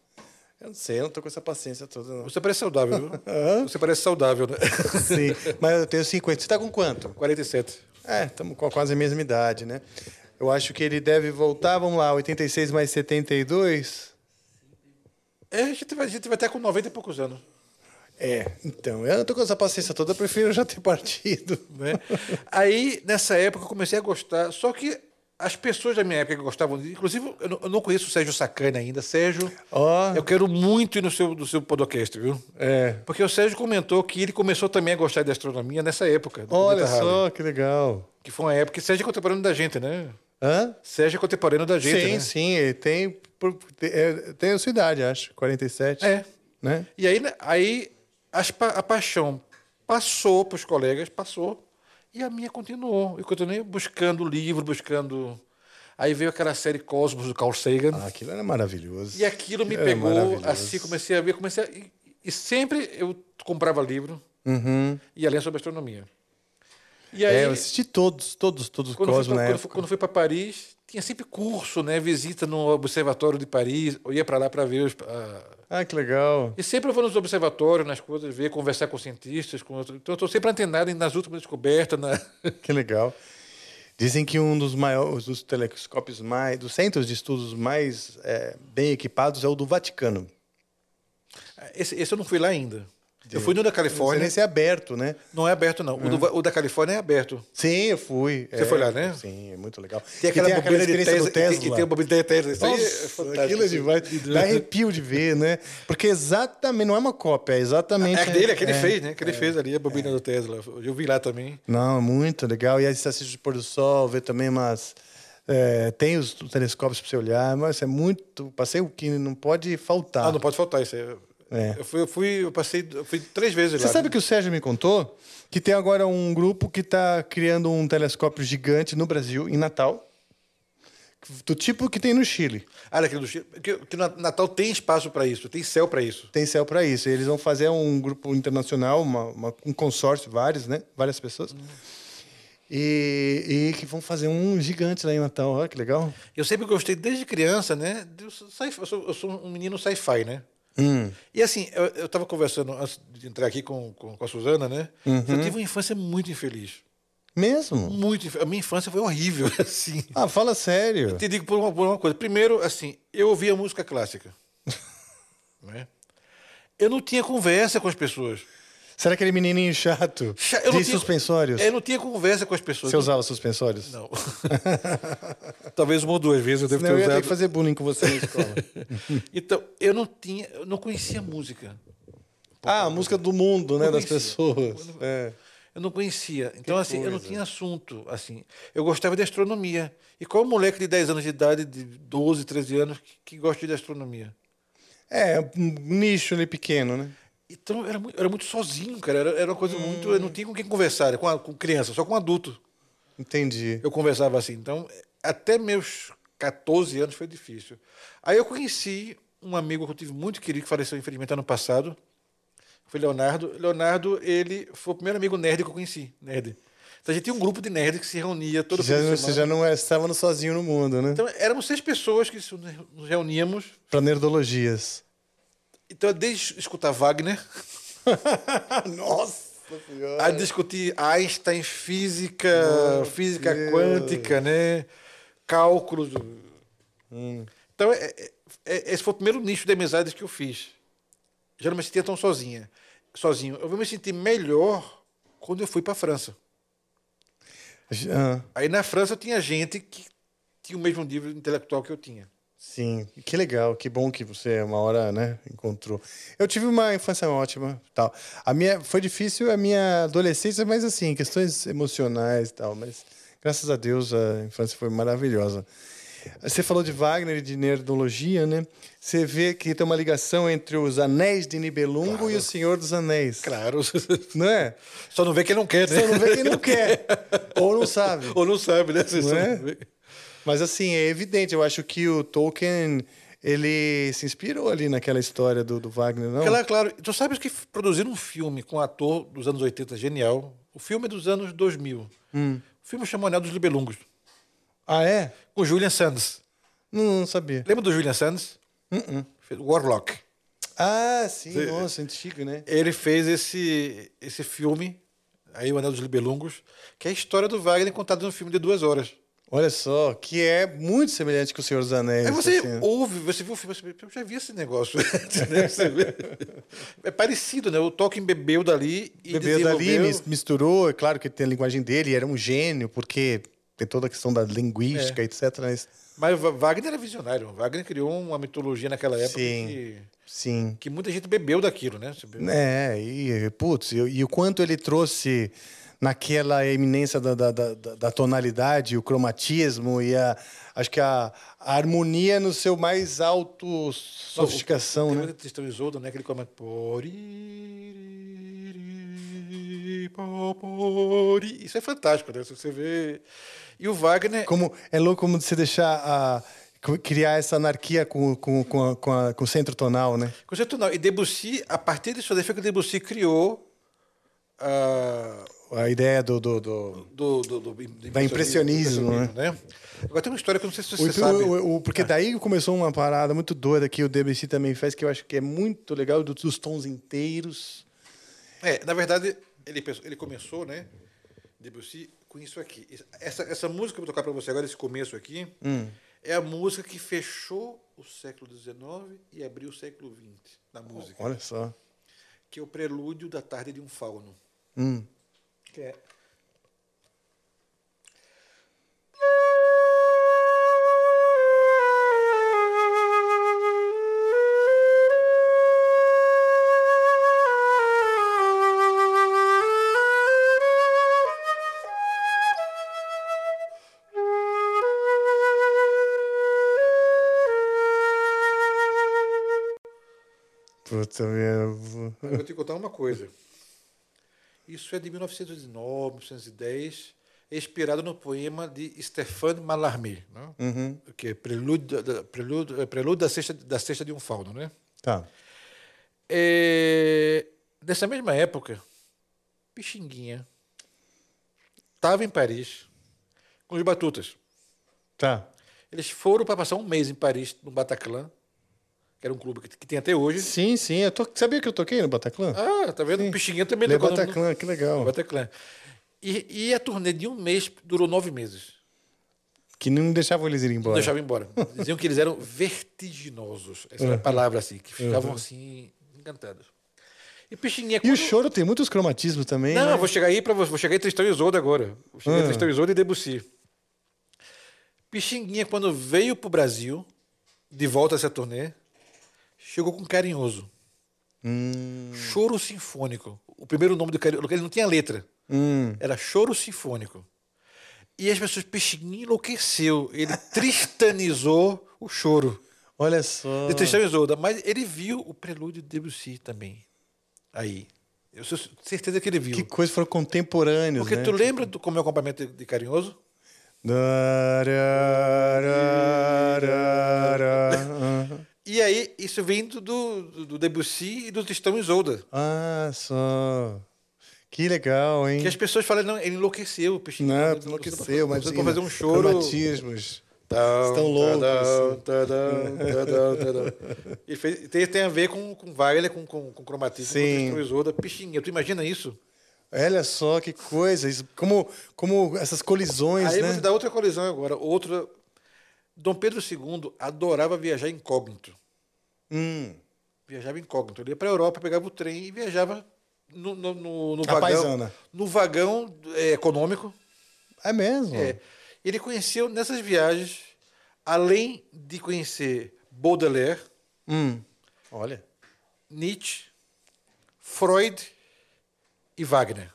Speaker 1: Eu não sei, eu não tô com essa paciência toda, não.
Speaker 2: Você parece saudável, viu? Você parece saudável, né?
Speaker 1: Sim, mas eu tenho 50. Você tá com quanto?
Speaker 2: 47.
Speaker 1: É, estamos com quase a mesma idade, né? Eu acho que ele deve voltar, vamos lá, 86 mais 72?
Speaker 2: É, a gente, vai, a gente vai até com 90 e poucos anos.
Speaker 1: É, então, eu não tô com essa paciência toda, eu prefiro já ter partido.
Speaker 2: Né? Aí, nessa época, eu comecei a gostar. Só que as pessoas da minha época que gostavam de. Inclusive, eu não, eu não conheço o Sérgio Sacani ainda. Sérgio,
Speaker 1: Ó.
Speaker 2: eu quero muito ir no seu, no seu podcast, viu?
Speaker 1: É.
Speaker 2: Porque o Sérgio comentou que ele começou também a gostar de astronomia nessa época. do
Speaker 1: Olha
Speaker 2: Cometa Halley,
Speaker 1: só, que legal.
Speaker 2: Que foi uma época que Sérgio é contemporâneo da gente, né?
Speaker 1: Hã?
Speaker 2: Sérgio é contemporâneo da gente.
Speaker 1: sim,
Speaker 2: né?
Speaker 1: sim, ele tem, por- te- é, tem a sua idade, acho, 47.
Speaker 2: É.
Speaker 1: Né?
Speaker 2: E aí, né, aí as pa- a paixão passou para os colegas, passou, e a minha continuou. Eu continuei buscando livro, buscando. Aí veio aquela série Cosmos do Carl Sagan.
Speaker 1: Ah, aquilo era maravilhoso.
Speaker 2: e aquilo me
Speaker 1: Era
Speaker 2: pegou,
Speaker 1: maravilhoso.
Speaker 2: assim, comecei a ver, comecei a- e, e sempre eu comprava livro
Speaker 1: Uhum.
Speaker 2: e ia ler sobre astronomia. E aí,
Speaker 1: É, eu assisti todos, todos, todos os
Speaker 2: quando, eu fui
Speaker 1: Cosmo
Speaker 2: pra,
Speaker 1: na
Speaker 2: quando, fui-
Speaker 1: época.
Speaker 2: quando fui para Paris, tinha sempre curso, né? Visita no Observatório de Paris, eu ia para lá para ver os, a-
Speaker 1: Ah, que legal.
Speaker 2: E sempre eu vou nos observatórios, nas coisas, ver, conversar com cientistas. Com... outro- Então, eu estou sempre antenado nas últimas descobertas. Na...
Speaker 1: Que legal. Dizem que um dos maiores, dos telescópios mais, dos centros de estudos mais é, bem equipados é o do Vaticano.
Speaker 2: Esse, esse eu não fui lá ainda. Eu fui no da
Speaker 1: Pode
Speaker 2: Califórnia.
Speaker 1: nem ser aberto, né?
Speaker 2: Não é aberto, não. O, do- o da Califórnia é aberto.
Speaker 1: Sim, eu fui.
Speaker 2: Você foi lá, né?
Speaker 1: Sim, é muito legal.
Speaker 2: Tem aquela
Speaker 1: E
Speaker 2: bobina de
Speaker 1: experiência
Speaker 2: Tesla,
Speaker 1: do Tesla.
Speaker 2: E, tem, e tem a bobina de Tesla. Isso aí é
Speaker 1: Nossa,
Speaker 2: fantástico.
Speaker 1: aquilo é demais. Dá arrepio de ver, né? Porque exatamente, não é uma cópia, é exatamente.
Speaker 2: É a dele, é que ele fez, né? Que ele fez ali, a bobina do Tesla. Eu vi lá também.
Speaker 1: Não, é muito legal. E aí você assiste o pôr do sol, vê também umas. é, tem os telescópios para você olhar, mas é muito. Passeio que não pode faltar.
Speaker 2: Ah, não pode faltar isso aí.
Speaker 1: É.
Speaker 2: Eu, fui, eu fui, eu passei, eu fui três vezes
Speaker 1: Você
Speaker 2: lá.
Speaker 1: sabe
Speaker 2: né?
Speaker 1: que o Sérgio me contou que tem tá agora um grupo que está criando um telescópio gigante no Brasil, em Natal, do tipo que tem no Chile.
Speaker 2: Ah, daquele do Chile. Que, que na- Natal tem espaço para isso, tem céu para isso.
Speaker 1: Tem céu para isso. E eles vão fazer um grupo internacional, uma- uma- um consórcio, vários, né? Várias pessoas. E, e que vão fazer um gigante lá em Natal. Olha que legal.
Speaker 2: Eu sempre gostei, desde criança, né? do sci-fi. Eu sou, eu sou um menino sci-fi, né?
Speaker 1: Hum.
Speaker 2: E assim, eu, eu tava conversando antes de entrar aqui com, com, com a Suzana, né?
Speaker 1: Uhum.
Speaker 2: Eu tive uma infância muito infeliz.
Speaker 1: Mesmo?
Speaker 2: Muito infeliz. A minha infância foi horrível, assim.
Speaker 1: Ah, fala sério.
Speaker 2: Te digo por uma, por uma coisa. Primeiro, assim, eu ouvia música clássica. né? Eu não tinha conversa com as pessoas.
Speaker 1: Será aquele menininho chato
Speaker 2: Cha-
Speaker 1: de
Speaker 2: não tinha- É,
Speaker 1: suspensórios?
Speaker 2: Eu não tinha conversa com as pessoas.
Speaker 1: Você usava suspensórios?
Speaker 2: Não. Talvez uma ou duas vezes eu devo
Speaker 1: Senão eu
Speaker 2: ter
Speaker 1: ia ter
Speaker 2: usado.
Speaker 1: que fazer bullying com você na escola.
Speaker 2: Então, eu não tinha, eu não conhecia música.
Speaker 1: ah, a música do mundo, né?
Speaker 2: Não
Speaker 1: Das
Speaker 2: conhecia.
Speaker 1: pessoas. É.
Speaker 2: Eu não conhecia. Então, assim, eu não
Speaker 1: coisa.
Speaker 2: tinha assunto. Assim, eu gostava de astronomia. E qual moleque de 10 anos de idade, de 12, 13 anos, que, que gosta de astronomia?
Speaker 1: É, um nicho ali pequeno, né?
Speaker 2: Então, eu era muito, eu era muito sozinho, cara. Era, era uma coisa muito. Eu não tinha com quem conversar, era com, a- com criança, só com adulto.
Speaker 1: Entendi.
Speaker 2: Eu conversava assim. Então, até meus 14 anos foi difícil. Aí eu conheci um amigo que eu tive muito querido, que faleceu infelizmente ano passado. Foi Leonardo. Leonardo, ele foi o primeiro amigo nerd que eu conheci. Nerd. Então, a gente tinha um grupo de nerd que se reunia todo
Speaker 1: Já,
Speaker 2: fim de
Speaker 1: você
Speaker 2: semana.
Speaker 1: já não era- estava no sozinho no mundo, né?
Speaker 2: Então, éramos seis pessoas que se- nos reuníamos.
Speaker 1: Pra nerdologias.
Speaker 2: Então, desde escutar Wagner,
Speaker 1: Nossa senhora.
Speaker 2: a discutir Einstein, física, física
Speaker 1: Deus.
Speaker 2: quântica, né? Cálculos. Então, é- é- é- esse foi o primeiro nicho de amizades que eu fiz. Já não me sentia tão sozinha. Sozinho. Eu vou me sentir melhor quando eu fui para a França.
Speaker 1: Ah,
Speaker 2: Aí na França eu tinha gente que tinha o mesmo nível intelectual que eu tinha.
Speaker 1: sim, que legal, que bom que você uma hora, né, encontrou. Eu tive uma infância ótima, tal. A minha foi difícil a minha adolescência, mas assim, questões emocionais e tal, mas graças a Deus a infância foi maravilhosa. Você falou de Wagner e de nerdologia, né? Você vê que tem uma ligação entre os Anéis de Nibelungo e o Senhor dos Anéis.
Speaker 2: Claro.
Speaker 1: Não é?
Speaker 2: Só não vê quem não quer, né?
Speaker 1: Só não vê quem não quer. Ou não sabe.
Speaker 2: Ou não sabe, né? Você
Speaker 1: Não
Speaker 2: só não
Speaker 1: é?
Speaker 2: vê.
Speaker 1: Mas assim, é evidente, eu acho que o Tolkien ele se inspirou ali naquela história do, do Wagner, não?
Speaker 2: Claro, é, claro. Tu sabes que produzir um filme com um ator dos anos 80 é genial. O filme é dos anos 2000. O filme chamou Anel dos Libelungos,
Speaker 1: Ah, é?
Speaker 2: com Julian Sands.
Speaker 1: Não, não sabia.
Speaker 2: Lembra do Julian Sands? Fez Warlock.
Speaker 1: Ah, sim, nossa, antigo, né?
Speaker 2: Ele fez esse, esse filme, aí o Anel dos Libelungos, que é a história do Wagner contada num filme de duas horas.
Speaker 1: Olha só, que é muito semelhante com o Senhor dos Anéis.
Speaker 2: Aí É você
Speaker 1: assim.
Speaker 2: ouve, você viu o filme, você, eu já vi esse negócio. antes, né? Você vê. é parecido, né? O Tolkien bebeu dali e
Speaker 1: Bebeu dali,
Speaker 2: desenvolveu-
Speaker 1: mis- misturou, é claro que tem a linguagem dele, era um gênio, porque tem toda a questão da linguística,
Speaker 2: É.
Speaker 1: etc. Mas,
Speaker 2: Mas Va- Wagner era visionário. Wagner criou uma mitologia naquela época
Speaker 1: Sim.
Speaker 2: que,
Speaker 1: sim.
Speaker 2: que muita gente bebeu daquilo, né? Você bebeu.
Speaker 1: É, e, putz, e, e o quanto ele trouxe naquela eminência da, da, da, da- da tonalidade, o cromatismo e a, acho que a, a harmonia no seu mais alto sofisticação,
Speaker 2: Tem
Speaker 1: né?
Speaker 2: uma questão Isolda, né? Que ele comenta... "Poriri, popori". Isso é fantástico, né? Você vê... E o Wagner...
Speaker 1: Como, é louco como você deixar a, co- criar essa anarquia com, com, com, a- com, a- com o centro tonal, né?
Speaker 2: Conceptual. E Debussy, a partir disso, daí foi que Debussy criou... ah,
Speaker 1: A ideia do... do, do-
Speaker 2: do, do, do- do
Speaker 1: Da impressionismo,
Speaker 2: né? Agora tem uma história que eu não sei se
Speaker 1: o-
Speaker 2: você sabe.
Speaker 1: o- o- porque daí começou uma parada muito doida que o Debussy também faz, que eu acho que é muito legal, do- dos tons inteiros.
Speaker 2: É, na verdade, ele, pensou- ele começou, né? Debussy com isso aqui. Essa, essa música que eu vou tocar para você agora, esse começo aqui, é a música que fechou o século XIX e abriu o século XX na música,
Speaker 1: Olha só.
Speaker 2: que é o prelúdio da tarde de um fauno. Que é.
Speaker 1: Puta merda.
Speaker 2: Eu vou te contar uma coisa. Isso é de 1919, 1910. inspirado no poema de Stéphane Mallarmé, né? que é Prelúdio, da- da- Prelúdio- é, Prelúdio da, Sexta, da Sexta de um Fauno. Né?
Speaker 1: Tá.
Speaker 2: É, nessa mesma época, Pixinguinha estava em Paris com os Batutas.
Speaker 1: Tá.
Speaker 2: Eles foram para passar um mês em Paris, no Bataclan, que era um clube que, que tem até hoje.
Speaker 1: Sim, sim. Eu to- Sabia que eu toquei no Bataclan?
Speaker 2: Ah, tá vendo? Pixinguinha também
Speaker 1: Le
Speaker 2: tocou no-
Speaker 1: Bataclan, que legal.
Speaker 2: no Bataclan. E, e a turnê de um mês durou nove meses.
Speaker 1: Que não deixavam eles ir
Speaker 2: Não
Speaker 1: embora.
Speaker 2: deixavam embora. Diziam que eles eram vertiginosos. Essa era
Speaker 1: Uhum.
Speaker 2: a palavra, assim, que ficavam assim, encantados. E Pixinguinha...
Speaker 1: E o
Speaker 2: quando-
Speaker 1: choro tem muitos cromatismos também.
Speaker 2: Não,
Speaker 1: né?
Speaker 2: eu vou chegar aí para você. Vou chegar em Tristão e Isolda agora. Vou chegar em Tristão e Isolda e Debussy. Pixinguinha, quando veio pro Brasil, de volta a essa turnê, chegou com Carinhoso. Choro Sinfônico. O primeiro nome do Carinhoso, ele não tinha letra. Era Choro Sinfônico. E as pessoas, Pixinguinha enlouqueceu. Ele tristanizou o choro
Speaker 1: Olha só.
Speaker 2: de Tristão e Isolda. Mas ele viu o prelúdio de Debussy também. Aí. Eu tenho certeza que ele viu.
Speaker 1: Que coisa, foram contemporâneos,
Speaker 2: Porque
Speaker 1: né?
Speaker 2: tu lembra do, como é o acompanhamento de carinhoso?
Speaker 1: Darararara.
Speaker 2: E aí, isso vindo do, do- do Debussy e do Tristão e Isolda.
Speaker 1: Ah, só. Que legal, hein?
Speaker 2: Que as pessoas falam, não, ele enlouqueceu, o peixinho. tá
Speaker 1: Não, tu enlouqueceu, mas.
Speaker 2: Pra fazer um choro. Tá,
Speaker 1: Cromatismos. Estão loucos.
Speaker 2: Tadam, tadam, tadam, tadam. Ele tá, fez- tem, tem a ver com, com Weiler, com, com, com cromatismo,
Speaker 1: Sim.
Speaker 2: com Tristão e Isolda. Pixinha, tu imagina isso?
Speaker 1: Olha só que coisa. isso- Como, como essas colisões,
Speaker 2: aí
Speaker 1: né?
Speaker 2: você dá outra colisão agora. Outra... Dom Pedro II adorava viajar incógnito.
Speaker 1: Hum,
Speaker 2: viajava incógnito. Ele ia para a Europa, pegava o trem e viajava no, no, no, no
Speaker 1: A
Speaker 2: vagão,
Speaker 1: paisana.
Speaker 2: no vagão é, econômico.
Speaker 1: é mesmo?
Speaker 2: É. Ele conheceu nessas viagens, além de conhecer Baudelaire,
Speaker 1: Hum. Olha.
Speaker 2: Nietzsche, Freud e Wagner.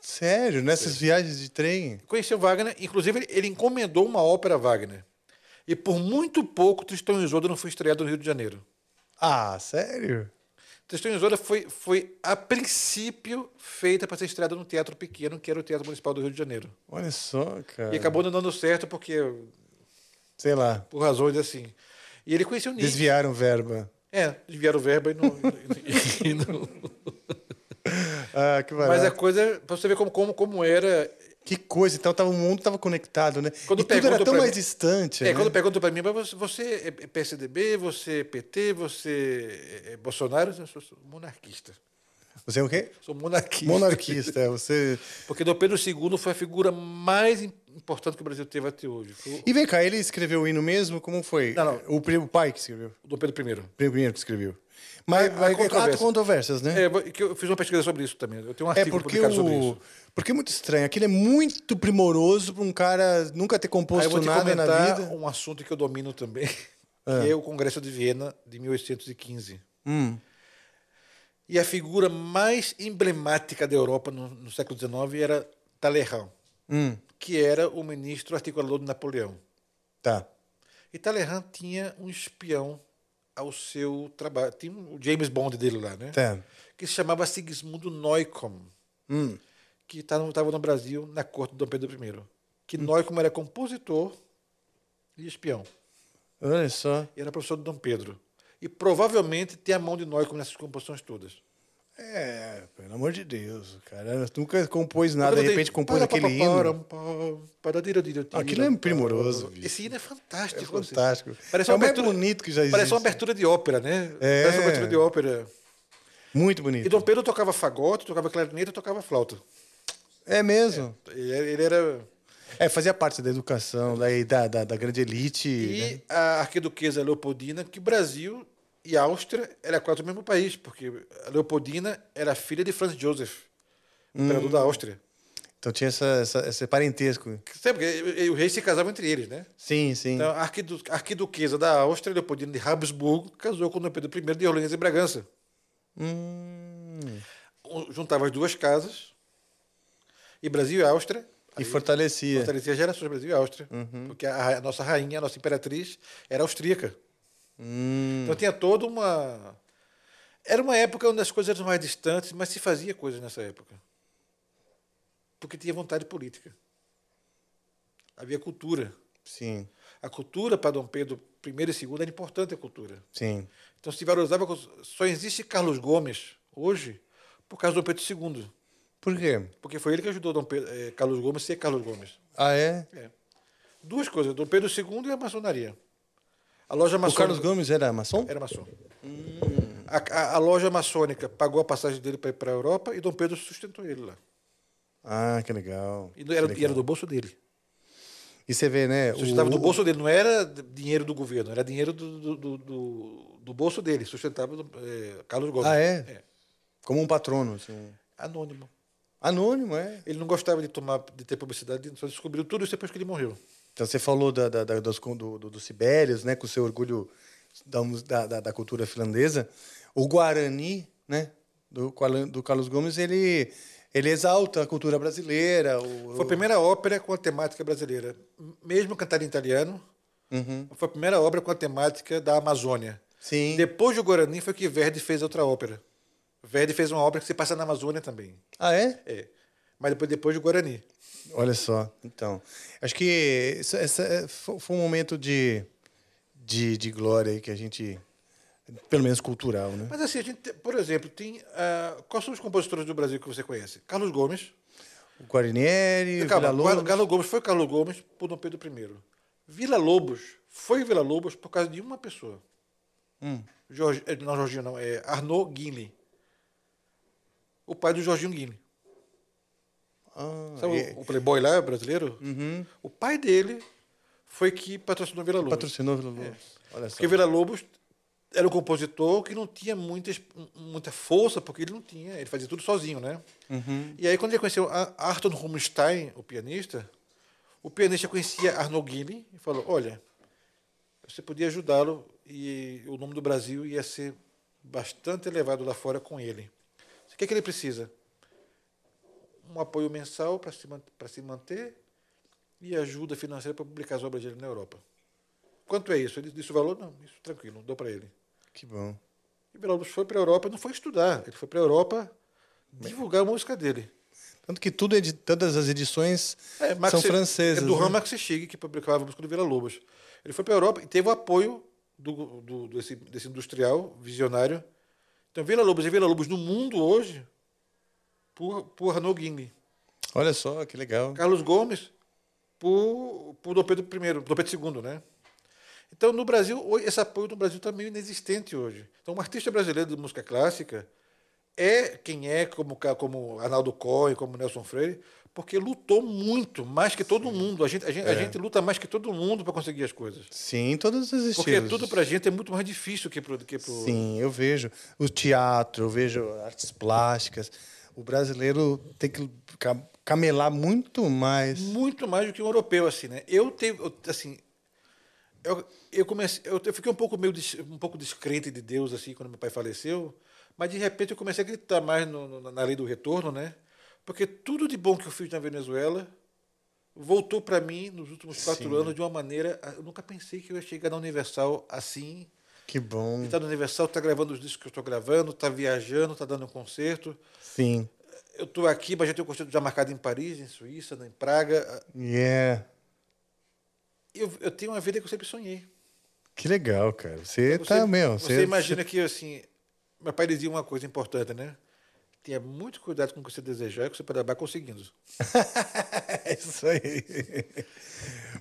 Speaker 1: Sério, nessas
Speaker 2: É.
Speaker 1: viagens de trem?
Speaker 2: Conheceu Wagner, inclusive ele, ele encomendou uma ópera a Wagner. E por muito pouco Tristão e Isolda não foi estreado no Rio de Janeiro.
Speaker 1: Ah, sério?
Speaker 2: Tristão e Isolda foi, foi a princípio feita para ser estreada num teatro pequeno, que era o Teatro Municipal do Rio de Janeiro.
Speaker 1: Olha só, cara.
Speaker 2: E acabou não dando certo porque,
Speaker 1: Sei lá,
Speaker 2: por razões assim. E ele conheceu o Nietzsche.
Speaker 1: desviaram verba.
Speaker 2: É, desviaram o verbo e não. e não-
Speaker 1: Ah, que barato.
Speaker 2: Mas é a coisa, pra você ver como, como, como era.
Speaker 1: Que coisa, então tava, o mundo tava conectado, né?
Speaker 2: Quando
Speaker 1: e tudo era
Speaker 2: perguntam
Speaker 1: tão
Speaker 2: pra
Speaker 1: mais
Speaker 2: mim-
Speaker 1: distante,
Speaker 2: É,
Speaker 1: né?
Speaker 2: quando perguntam pra mim, mas você- você é PSDB, você é PT, você é Bolsonaro, eu sou, sou monarquista.
Speaker 1: Você é o quê?
Speaker 2: Sou monarquista.
Speaker 1: Monarquista, é, você...
Speaker 2: Porque Dom Pedro II foi a figura mais im- importante que o Brasil teve até hoje. Foi o
Speaker 1: E vem cá, ele escreveu o hino mesmo? Como foi?
Speaker 2: Não, não.
Speaker 1: O, pri- o pai que escreveu,
Speaker 2: Dom Pedro I.
Speaker 1: o primeiro que escreveu. Mas
Speaker 2: Há- há
Speaker 1: há,
Speaker 2: controvérsias.
Speaker 1: controvérsias, né?
Speaker 2: É, que eu fiz uma pesquisa sobre isso também. Eu tenho um
Speaker 1: É,
Speaker 2: artigo
Speaker 1: porque
Speaker 2: publicado sobre isso.
Speaker 1: o... Porque é muito estranho. Aquilo é muito primoroso pra um cara nunca ter
Speaker 2: Aí Ah, eu
Speaker 1: composto
Speaker 2: vou te
Speaker 1: nada na
Speaker 2: comentar
Speaker 1: vida.
Speaker 2: um assunto que eu domino também, que é o Congresso de Viena de 1815.
Speaker 1: Hum.
Speaker 2: E a figura mais emblemática da Europa no, no século XIX era Talleyrand,
Speaker 1: Hum,
Speaker 2: que era o ministro articulador de Napoleão.
Speaker 1: Tá.
Speaker 2: E Talleyrand tinha um espião ao seu trabalho, tinha o James Bond dele lá, né?
Speaker 1: Tá.
Speaker 2: Que se chamava Sigismundo Neukomm,
Speaker 1: Hum.
Speaker 2: que estava no Brasil na corte de Dom Pedro I. Que
Speaker 1: Hum.
Speaker 2: Neukomm era compositor e espião.
Speaker 1: Olha só.
Speaker 2: E era professor de Dom Pedro. E provavelmente tem a mão de Neukomm nessas composições todas.
Speaker 1: É, pelo amor de Deus, o cara. Nunca compôs nada, de repente compôs aquele hino.
Speaker 2: hino.
Speaker 1: Aquilo é primoroso, bicho.
Speaker 2: Esse hino é fantástico.
Speaker 1: É fantástico.
Speaker 2: assim. Parece
Speaker 1: É
Speaker 2: uma
Speaker 1: o mais
Speaker 2: abertura-
Speaker 1: bonito que já
Speaker 2: Parece uma
Speaker 1: existe.
Speaker 2: abertura de ópera, né?
Speaker 1: É.
Speaker 2: Parece uma abertura de ópera.
Speaker 1: Muito
Speaker 2: E
Speaker 1: bonito.
Speaker 2: Dom Pedro tocava fagote, tocava clarineta, tocava flauta.
Speaker 1: É mesmo.
Speaker 2: Ele era- ele era...
Speaker 1: É, fazia parte da educação, da, da, da, da grande elite. né?
Speaker 2: E a arquiduquesa Leopoldina, que Brasil e Áustria era quase o mesmo país, porque a Leopoldina era filha de Franz Joseph,
Speaker 1: Hum.
Speaker 2: imperador da Áustria.
Speaker 1: Então tinha essa, essa- esse parentesco.
Speaker 2: Sabe, porque e- e o rei se casava entre eles, né?
Speaker 1: Sim, sim.
Speaker 2: Então, a arquidu- a arquiduquesa da Áustria, Leopoldina de Habsburgo, casou com Dom Pedro I de Orleans e Bragança.
Speaker 1: Hum,
Speaker 2: O- Juntava as duas casas, e Brasil e Áustria,
Speaker 1: e fortalecia.
Speaker 2: fortalecia as gerações Brasil e Áustria, porque a, ra- a nossa rainha, a nossa imperatriz, era austríaca. Então tinha toda uma. Era uma época onde as coisas eram mais distantes, mas se fazia coisas nessa época. Porque tinha vontade política. havia cultura.
Speaker 1: Sim,
Speaker 2: A cultura para Dom Pedro I e II era importante a cultura.
Speaker 1: sim.
Speaker 2: Então, se Varosaba só existe Carlos Gomes hoje por causa do Dom Pedro II,
Speaker 1: Por quê?
Speaker 2: porque foi ele que ajudou Dom Pedro, eh, Carlos Gomes a ser Carlos Gomes.
Speaker 1: Ah, é?
Speaker 2: É. Duas coisas, Dom Pedro II e a maçonaria. A loja
Speaker 1: O
Speaker 2: maçônica
Speaker 1: Carlos Hum. Gomes era maçom?
Speaker 2: era maçom. A, a- a loja maçônica pagou a passagem dele para a Europa e Dom Pedro sustentou ele lá.
Speaker 1: Ah, que legal.
Speaker 2: E, não era,
Speaker 1: Que
Speaker 2: e era
Speaker 1: legal.
Speaker 2: do bolso dele.
Speaker 1: E você vê, né? o-
Speaker 2: Sustentava do bolso dele, não era dinheiro do governo, era dinheiro do, do, do- do- do bolso dele, sustentava eh, Carlos Gomes.
Speaker 1: Ah, é? Como um patrono. assim, um-
Speaker 2: Anônimo.
Speaker 1: Anônimo, é.
Speaker 2: Ele não gostava de tomar, de ter publicidade, só descobriu tudo isso depois que ele morreu.
Speaker 1: Então, você falou da, da, da- dos, do, do, do Sibérios, né? Com o seu orgulho da, mus- da, da- da cultura finlandesa. O Guarani, né? Do, Qual- do Carlos Gomes, ele, ele exalta a cultura brasileira. O,
Speaker 2: Foi a primeira ópera com a temática brasileira. M- Mesmo cantada em italiano, foi a primeira obra com a temática da Amazônia.
Speaker 1: Sim.
Speaker 2: Depois do Guarani foi que Verdi fez outra ópera. Verdi fez uma obra que se passa na Amazônia também.
Speaker 1: Ah, é?
Speaker 2: É. Mas depois, depois do Guarani.
Speaker 1: Olha só, então. Acho que isso- essa, é, fo- foi um momento de, de, de glória aí que a gente. Pelo menos cultural, né?
Speaker 2: Mas assim, a gente, tem- por exemplo, tem. ah, quais são os compositores do Brasil que você conhece? Carlos Gomes.
Speaker 1: O Guarinieri, o
Speaker 2: Calma,
Speaker 1: Vila Lobos.
Speaker 2: Carlos, Gomes foi Carlos Gomes por Dom Pedro I. Vila Lobos foi Vila Lobos por causa de uma pessoa.
Speaker 1: Hum.
Speaker 2: Jorge, eh, não, Jorginho não, é Arnaud Guinle. O pai do Jorginho Guinle.
Speaker 1: Ah, Uhum.
Speaker 2: Sabe o- o, playboy lá, brasileiro? O pai dele foi que patrocinou Vila Lobos. É.
Speaker 1: Patrocinou Vila Lobos. Olha só.
Speaker 2: Porque Vila Lobos era um compositor que não tinha muita, es- muita força, porque ele não tinha, ele fazia tudo sozinho, né?
Speaker 1: Uhum.
Speaker 2: E aí, quando ele conheceu a- Arthur Rubinstein, o pianista, o pianista conhecia Arnaud Guinle e falou: Olha, você podia ajudá-lo e o nome do Brasil ia ser bastante elevado lá fora com ele. O que é que ele precisa? Um apoio mensal para se, man- pra se manter e ajuda financeira para publicar as obras dele na Europa. Quanto é isso? Ele disse o valor? Não, isso tranquilo, dou para ele.
Speaker 1: Que bom.
Speaker 2: E Belo foi para a Europa, não foi estudar, ele foi para a Europa divulgar a música dele.
Speaker 1: Tanto que tudo edi- todas as edições
Speaker 2: É, Max-
Speaker 1: são francesas.
Speaker 2: É do
Speaker 1: né?
Speaker 2: Ram Max Schick, que publicava a música do Vila Lobos. Ele foi para a Europa e teve o apoio do, do- desse, desse industrial visionário. Então, Vila Lobos e Vila Lobos no mundo hoje, por, por Arnaud Guinle.
Speaker 1: Olha só, que legal.
Speaker 2: Carlos Gomes por, por Dom Pedro I, Dom Pedro II, né? Então, no Brasil, hoje, esse apoio no Brasil está meio inexistente hoje. Então, um artista brasileiro de música clássica é quem é, como, Ca- como Arnaldo Cohen, como Nelson Freire, porque lutou muito, mais que todo mundo. A gente, a gente, a gente luta mais que todo mundo para conseguir as coisas.
Speaker 1: É. Sim, todas as estilos.
Speaker 2: Porque tudo para a gente é muito mais difícil que para que pro...
Speaker 1: Sim, eu vejo o teatro, eu vejo artes plásticas. O brasileiro tem que ca- camelar muito mais.
Speaker 2: muito mais do que um europeu assim né eu teve eu, assim eu, eu comecei eu, eu fiquei um pouco meio dis- um pouco descrente de Deus assim quando meu pai faleceu mas de repente eu comecei a gritar mais no- no- na lei do retorno né porque tudo de bom que eu fiz na Venezuela voltou para mim nos últimos quatro anos de uma maneira ah, eu nunca pensei que eu ia chegar na Universal assim
Speaker 1: Que bom.
Speaker 2: estar tá na Universal tá gravando os discos que eu estou gravando tá viajando tá dando um concerto
Speaker 1: Sim.
Speaker 2: eu estou aqui mas já tenho concerto já marcado em Paris em Suíça né, em Praga
Speaker 1: Yeah.
Speaker 2: eu, eu tenho uma vida que eu sempre sonhei.
Speaker 1: Que legal, cara. Você,
Speaker 2: Você,
Speaker 1: tá mesmo.
Speaker 2: você imagina que, assim, meu pai dizia uma coisa importante, né? Tenha muito cuidado com o que você desejar, que você pode acabar conseguindo.
Speaker 1: É isso aí.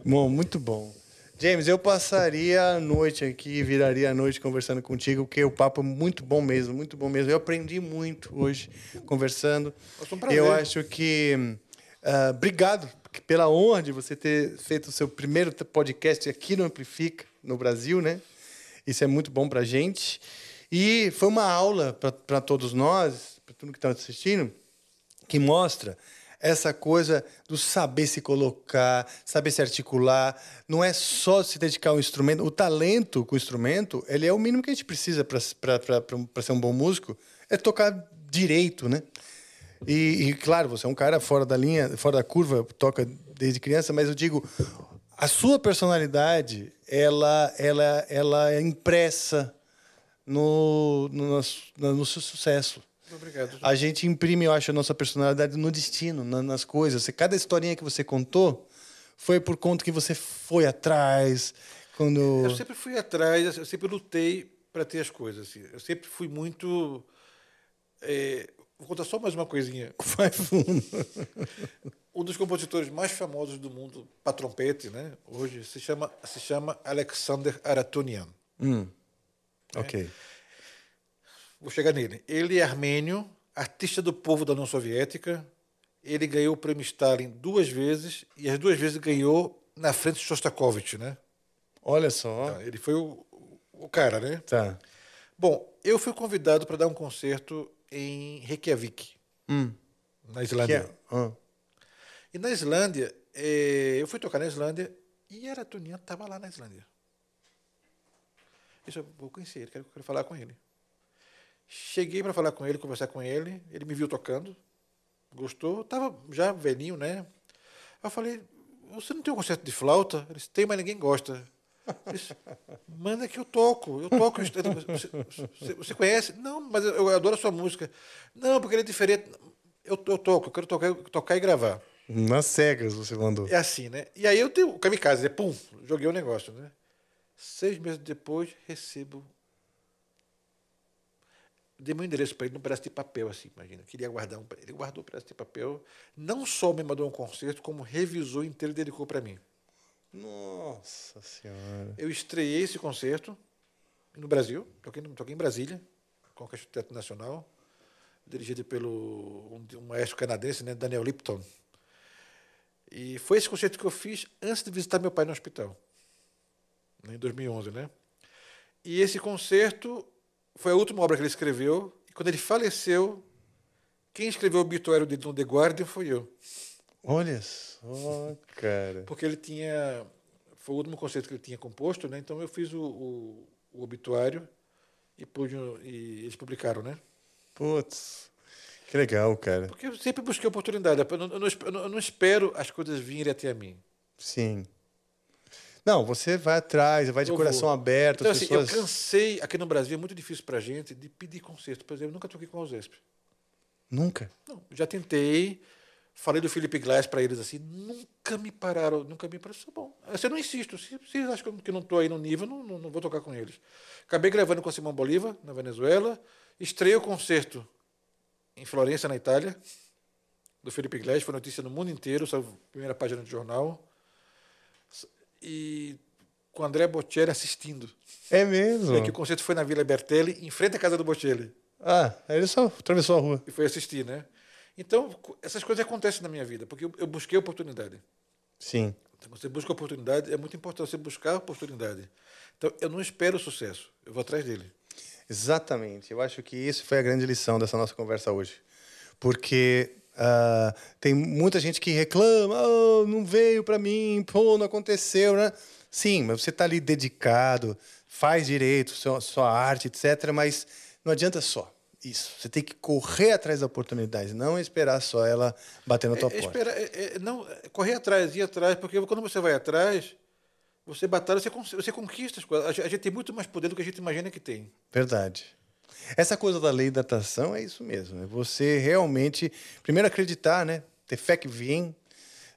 Speaker 1: bom, muito bom. James, eu passaria a noite aqui, viraria a noite conversando contigo, porque o papo é muito bom mesmo, muito bom mesmo. Eu aprendi muito hoje conversando.
Speaker 2: Foi um prazer.
Speaker 1: Eu acho que. ah, obrigado pela honra de você ter feito o seu primeiro t- podcast aqui no Amplifica, no Brasil, né? Isso é muito bom pra gente. E foi uma aula para todos nós, para todo mundo que está assistindo que mostra essa coisa do saber se colocar, saber se articular. Não é só se dedicar ao instrumento. O talento com o instrumento, ele é o mínimo que a gente precisa para ser um bom músico. É tocar direito, né? E, e, claro, você é um cara fora da linha, fora da curva, toca desde criança, mas eu digo, a sua personalidade, ela, ela, ela é impressa no, no, nosso- no seu sucesso.
Speaker 2: Muito obrigado.
Speaker 1: A gente imprime, eu acho, a nossa personalidade no destino, na- nas coisas. Você- Cada historinha que você contou Foi por conta que você foi atrás, quando...
Speaker 2: Eu sempre fui atrás, eu sempre lutei para ter as coisas. Assim. Eu sempre fui muito. eh, vou contar só mais uma coisinha.
Speaker 1: Vai fundo.
Speaker 2: Um dos compositores mais famosos do mundo para trompete, né? Hoje se chama se chama Alexander Aratunian.
Speaker 1: Ok.
Speaker 2: Vou chegar nele. Ele é armênio, artista do povo da União Soviética. Ele ganhou o prêmio Stalin duas vezes e as duas vezes ganhou na frente de Shostakovich, né? Ah,
Speaker 1: Olha só.
Speaker 2: Ele foi o, o cara, né?
Speaker 1: Tá.
Speaker 2: Bom, eu fui convidado para dar um concerto em Reykjavik, na
Speaker 1: Hum. Que
Speaker 2: Islândia.
Speaker 1: é- ah.
Speaker 2: E na Islândia, eh, eu fui tocar na Islândia e Aratunian estava lá na Islândia. Eu disse, "Eu vou conhecer ele, quero, quero falar com ele. Cheguei para falar com ele, conversar com ele, ele me viu tocando, gostou, estava já velhinho, né? Aí eu falei, você não tem um concerto de flauta? Ele disse, tem, mas ninguém gosta. Eu disse, Manda que eu toco, eu toco. Você, você- você conhece? Não, mas eu, eu adoro a sua música. Não, porque ele é diferente. Eu, eu toco, eu quero tocar, tocar e gravar.
Speaker 1: Nas cegas você mandou.
Speaker 2: É assim, né? E aí eu tenho o kamikaze, né? pum, joguei o negócio, né? Seis meses depois, recebo. Dei meu endereço para ele num pedaço de papel, assim, imagina. Queria guardar um. pe- Ele guardou o pedaço de papel. Não só me mandou um concerto, como revisou inteiro e dedicou para mim.
Speaker 1: Nossa senhora.
Speaker 2: Eu estreiei esse concerto no Brasil, toquei, no- toquei em Brasília, com a Orquestra do Teatro Nacional, dirigido pelo um, um maestro canadense, né, Daniel Lipton. E foi esse concerto que eu fiz antes de visitar meu pai no hospital, né, em 2011, né? E esse concerto foi a última obra que ele escreveu. E quando ele faleceu, quem escreveu o obituário dele no The Guardian foi eu.
Speaker 1: Olha só, cara.
Speaker 2: Porque ele tinha. Foi o último concerto que ele tinha composto, né? Então eu fiz o, o- o obituário e, pude, e eles publicaram, né?
Speaker 1: Putz. Que legal, cara.
Speaker 2: Porque eu sempre busquei oportunidade. Eu não, eu não, esp- eu não- eu não espero as coisas virem até a mim.
Speaker 1: Sim. Não, você vai atrás, vai de
Speaker 2: Eu
Speaker 1: coração
Speaker 2: vou.
Speaker 1: aberto,
Speaker 2: Então,
Speaker 1: as
Speaker 2: assim,
Speaker 1: pessoas.
Speaker 2: eu cansei. Aqui no Brasil é muito difícil pra gente de pedir concerto. Por exemplo, eu nunca toquei com o Alzesp.
Speaker 1: Nunca.
Speaker 2: Não, já tentei. Falei do Felipe Glass para eles assim, nunca me pararam, nunca me pararam. Tá bom, assim, eu não insisto. Se se eles acham que eu não estou aí no nível, não, não, não vou tocar com eles. Acabei gravando com o Simão Bolívar, na Venezuela. Estrei o concerto em Florença, na Itália, do Felipe Glass. Foi notícia no mundo inteiro, saiu na primeira página do jornal. E com o André Bocelli assistindo.
Speaker 1: É mesmo?
Speaker 2: É que o concerto foi na Vila Bertelli, em frente à casa do Bocelli
Speaker 1: Ah, aí ele só atravessou a rua.
Speaker 2: e foi assistir, né? Então, co- essas coisas acontecem na minha vida, porque eu, eu busquei oportunidade.
Speaker 1: Sim.
Speaker 2: Então, você busca oportunidade, é muito importante você buscar oportunidade. Então, eu não espero o sucesso, eu vou atrás dele.
Speaker 1: Exatamente. Eu acho que isso foi a grande lição dessa nossa conversa hoje. Porque ah, tem muita gente que reclama, "Oh, não veio para mim, pô, não aconteceu, né? Sim, mas você tá ali dedicado, faz direito, sua, sua arte, etc. Mas não adianta só isso. Você tem que correr atrás da oportunidade, não esperar só ela bater na tua
Speaker 2: É, é
Speaker 1: porta.
Speaker 2: espera, é- é- não, é correr atrás, ir atrás, porque quando você vai atrás, você batalha, você, cons- você conquista as coisas. A gente- A gente tem muito mais poder do que a gente imagina que tem.
Speaker 1: Verdade. Essa coisa da lei da atração é isso mesmo. É você realmente, primeiro, acreditar, né? Ter fé que vem,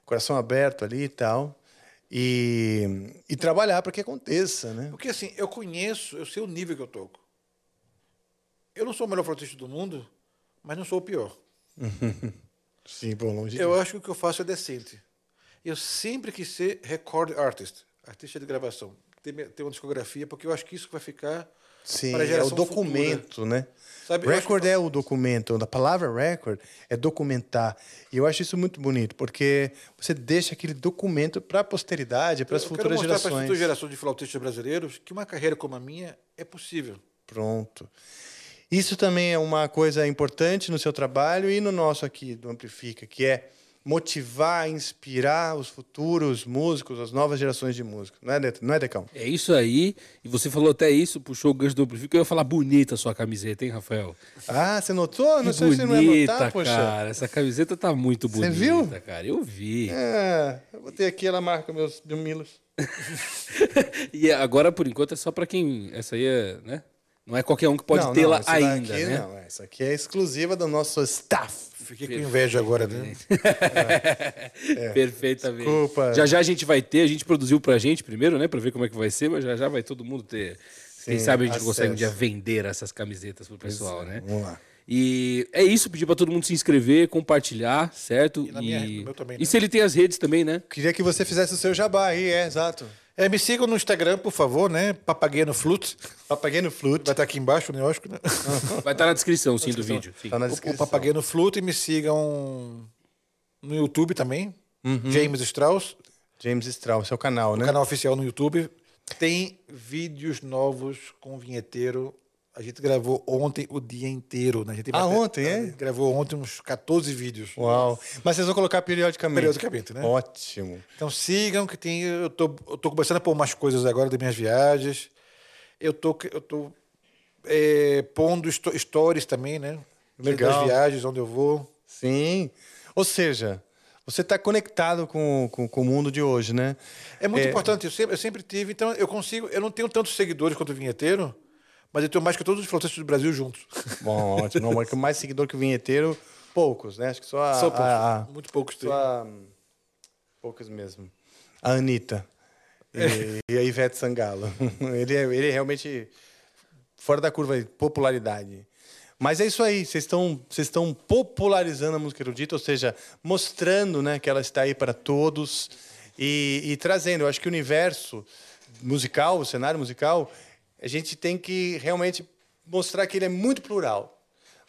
Speaker 1: coração aberto ali e tal. E, e trabalhar para que aconteça, né?
Speaker 2: Porque assim, eu conheço, eu sei o nível que eu toco. Eu não sou o melhor flautista do mundo, mas não sou o pior.
Speaker 1: Sim, bom, longe
Speaker 2: Eu acho que o que eu faço é decente. Eu sempre quis ser record artist, artista de gravação. Ter, me- ter uma discografia, porque eu acho que isso que vai ficar
Speaker 1: Sim,
Speaker 2: para a
Speaker 1: é o
Speaker 2: geração
Speaker 1: documento, né?
Speaker 2: Sabe, eu
Speaker 1: record
Speaker 2: acho que-
Speaker 1: é o documento. A palavra record é documentar. E eu acho isso muito bonito, porque você deixa aquele documento para a posteridade, para as
Speaker 2: futura. Eu quero
Speaker 1: futuras
Speaker 2: mostrar para as
Speaker 1: gerações.
Speaker 2: futuras gerações de flautistas brasileiros que uma carreira como a minha é possível.
Speaker 1: Pronto. Isso também é uma coisa importante no seu trabalho e no nosso aqui do Amplifica, que é motivar, inspirar os futuros músicos, as novas gerações de músicos. Não é, Det- não é Decão?
Speaker 4: É isso aí. E você falou até isso, puxou o gancho do amplifico. Eu ia falar bonita a sua camiseta, hein, Rafael?
Speaker 1: Ah, você notou? Não
Speaker 4: Que
Speaker 1: sei se você não ia
Speaker 4: bonita,
Speaker 1: notar, poxa.
Speaker 4: cara. Essa camiseta tá muito
Speaker 1: Você
Speaker 4: bonita,
Speaker 1: viu?
Speaker 4: cara. Eu vi.
Speaker 1: É, eu botei aqui, ela marca meus mamilos.
Speaker 4: E agora, por enquanto, é só pra quem. Essa aí é, né? Não é qualquer um que pode
Speaker 1: Não, não,
Speaker 4: tê-la
Speaker 1: essa
Speaker 4: ainda,
Speaker 1: daqui
Speaker 4: né?
Speaker 1: Não, essa aqui é exclusiva do nosso staff.
Speaker 2: Fiquei com inveja agora, né? É.
Speaker 4: Perfeitamente.
Speaker 1: Desculpa.
Speaker 4: Já já a gente vai ter, a gente produziu pra gente primeiro, né? Pra ver como é que vai ser, mas já já vai todo mundo ter. Quem sabe a gente
Speaker 1: acesso.
Speaker 4: consegue um dia vender essas camisetas pro pessoal, né?
Speaker 1: vamos lá.
Speaker 4: E é isso, pedir pra todo mundo se inscrever, compartilhar, certo?
Speaker 2: E na minha- no meu também,
Speaker 4: e
Speaker 2: né?
Speaker 4: se ele tem as redes também, né?
Speaker 1: Queria que você fizesse o seu jabá aí, é, exato.
Speaker 2: É, me sigam no Instagram, por favor, né? Papagueia no Flute.
Speaker 1: Papaguei no Ah, tá flute.
Speaker 2: Vai estar aqui embaixo, né? Eu acho que né?
Speaker 4: Vai estar na descrição, sim, do vídeo. sim.
Speaker 1: Tá na
Speaker 2: o, o
Speaker 1: descrição.
Speaker 2: Papagueia no Flute. E me sigam no YouTube também.
Speaker 1: Uhum.
Speaker 2: James Strauss,
Speaker 1: James Strauss, seu canal, né?
Speaker 2: canal oficial no YouTube. Tem vídeos novos com vinheteiro. A gente gravou ontem o dia inteiro. Né? A gente
Speaker 1: Ah,
Speaker 2: até-
Speaker 1: ontem, é?
Speaker 2: a gente Gravou ontem uns 14 vídeos.
Speaker 1: Uau. Mas vocês vão colocar periodicamente.
Speaker 2: Periodicamente, né?
Speaker 1: Ótimo.
Speaker 2: Então sigam que tem. Eu tô, eu tô começando a pôr umas coisas agora das minhas viagens. Eu tô, eu tô é, pondo histó- stories também, né?
Speaker 1: Legal.
Speaker 2: Das viagens, onde eu vou.
Speaker 1: Sim. Ou seja, você está conectado com, com, com o mundo de hoje, né?
Speaker 2: É muito importante, eu sempre, eu sempre tive, então eu consigo. Eu não tenho tantos seguidores quanto o vinheteiro, mas eu tenho mais que todos os flotistas do Brasil juntos.
Speaker 1: Bom, ótimo. Não, mas que mais seguidor que o vinheteiro, poucos, né? Acho que só a...
Speaker 2: Só poucos,
Speaker 1: a- a-
Speaker 2: muito poucos
Speaker 1: Só a- Poucos mesmo. A Anitta. E,
Speaker 2: É.
Speaker 1: e a Ivete Sangalo. Ele é, ele é realmente fora da curva de popularidade. Mas é isso aí, vocês estão vocês estão popularizando a música erudita, ou seja, mostrando né, que ela está aí para todos e, e trazendo. Eu acho que o universo musical, o cenário musical, a gente tem que realmente mostrar que ele é muito plural.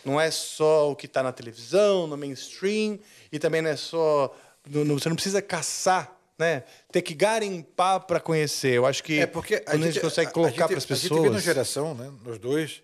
Speaker 1: Não é só o que está na televisão, no mainstream, e também não é só. no- no- você não precisa caçar, né? Ter que garimpar para conhecer. Eu acho que
Speaker 2: É porque a
Speaker 1: quando a gente,
Speaker 2: gente
Speaker 1: consegue
Speaker 2: a-
Speaker 1: colocar
Speaker 2: a gente-
Speaker 1: para as pessoas.
Speaker 2: A gente vive numa geração, né? Nós dois,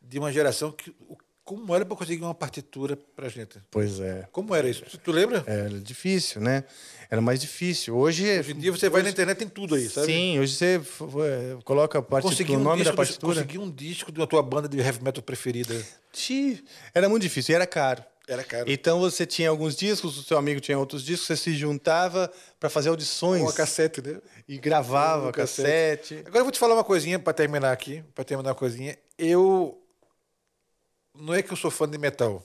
Speaker 2: de uma geração que. o- Como era para conseguir uma partitura pra gente?
Speaker 1: Pois é.
Speaker 2: Como era isso? Tu, tu lembra?
Speaker 1: Era difícil, né? Era mais difícil. Hoje,
Speaker 2: Hoje em dia você vai na internet tem tudo aí, sabe?
Speaker 1: Sim, hoje você f- f- eh, coloca a partitura,
Speaker 2: Consegui
Speaker 1: o
Speaker 2: um,
Speaker 1: nome
Speaker 2: disco,
Speaker 1: da
Speaker 2: do-
Speaker 1: partitura.
Speaker 2: consegui um disco da tua banda de heavy metal preferida.
Speaker 1: Ti, Era muito difícil, e era caro.
Speaker 2: Era caro.
Speaker 1: Então você tinha alguns discos, o seu amigo tinha outros discos, você se juntava para fazer audições
Speaker 2: Ou a cassete, né?
Speaker 1: e gravava
Speaker 2: Ou a
Speaker 1: cassete.
Speaker 2: Agora eu vou te falar uma coisinha pra terminar aqui, Pra terminar uma coisinha. Eu não é que eu sou fã de metal,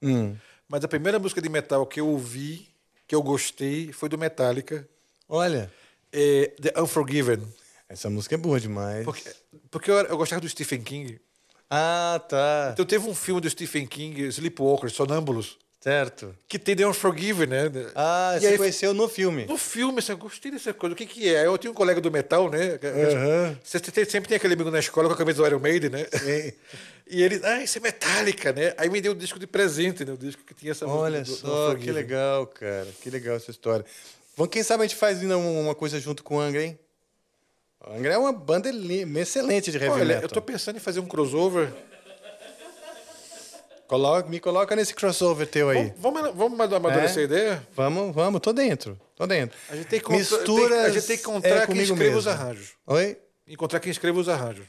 Speaker 1: Hum.
Speaker 2: mas a primeira música de metal que eu ouvi, que eu gostei, foi do Metallica,
Speaker 1: Olha,
Speaker 2: é The Unforgiven,
Speaker 1: essa música é boa demais.
Speaker 2: porque porque eu, era- eu gostava do Stephen King.
Speaker 1: Ah, tá.
Speaker 2: Então teve um filme do Stephen King, Sleepwalkers, Sonâmbulos,
Speaker 1: Certo.
Speaker 2: que tem The Unforgiven, né?
Speaker 1: Ah,
Speaker 2: E
Speaker 1: você
Speaker 2: aí-
Speaker 1: conheceu no filme.
Speaker 2: No filme, assim, eu gostei dessa coisa. O que que é? Eu tinha um colega do metal, né? Você tem- sempre tem aquele amigo na escola com a camisa do Iron Maiden, né? E ele, ah, isso é Metallica, né? Aí me deu um disco de presente, né? O disco que tinha essa
Speaker 1: Olha
Speaker 2: música. do- do
Speaker 1: só, que
Speaker 2: Unforgiven.
Speaker 1: legal, cara. Que legal essa história. Vamos, quem sabe a gente faz ainda um- uma coisa junto com o Angra, hein? O Angra é uma banda li- excelente de heavy
Speaker 2: Olha,
Speaker 1: metal.
Speaker 2: eu tô pensando em fazer um crossover.
Speaker 1: Coloca- me coloca nesse crossover teu aí.
Speaker 2: Vamos, vamos, vamos amadurecer
Speaker 1: É?
Speaker 2: a ideia?
Speaker 1: Vamos, vamos, tô dentro. Tô dentro.
Speaker 2: A gente tem que contra-
Speaker 1: Misturas, é
Speaker 2: tem- a gente tem que encontrar quem
Speaker 1: comigo
Speaker 2: escreva os
Speaker 1: mesmo.
Speaker 2: arranjos.
Speaker 1: Oi?
Speaker 2: Encontrar quem escreva os arranjos.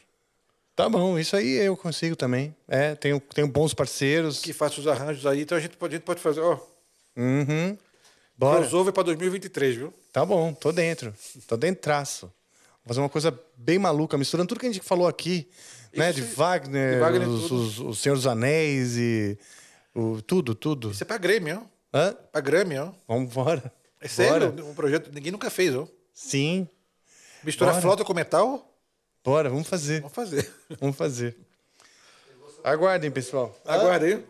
Speaker 1: Tá bom, isso aí eu consigo também. É, tenho, tenho bons parceiros.
Speaker 2: Que faça os arranjos aí. Então a gente pode, a gente pode fazer, ó,
Speaker 1: Uhum. Bora.
Speaker 2: crossover pra 2023, viu?
Speaker 1: Tá bom, tô dentro. Tô dentro traço. Vou fazer uma coisa bem maluca, misturando tudo que a gente falou aqui, né? De
Speaker 2: aí.
Speaker 1: Wagner,
Speaker 2: De Wagner,
Speaker 1: os,
Speaker 2: tudo.
Speaker 1: os, os Senhor dos Anéis e o, tudo, tudo.
Speaker 2: Isso é pra Grêmio, ó.
Speaker 1: Hã?
Speaker 2: Pra Grammy, ó.
Speaker 1: Vamos embora.
Speaker 2: É sério, um projeto que ninguém nunca fez, ó.
Speaker 1: Sim,
Speaker 2: Mistura
Speaker 1: Bora.
Speaker 2: flauta com metal?
Speaker 1: bora, vamos fazer.
Speaker 2: Vamos fazer.
Speaker 1: Vamos fazer. Aguardem, pessoal.
Speaker 2: Aguarda aí.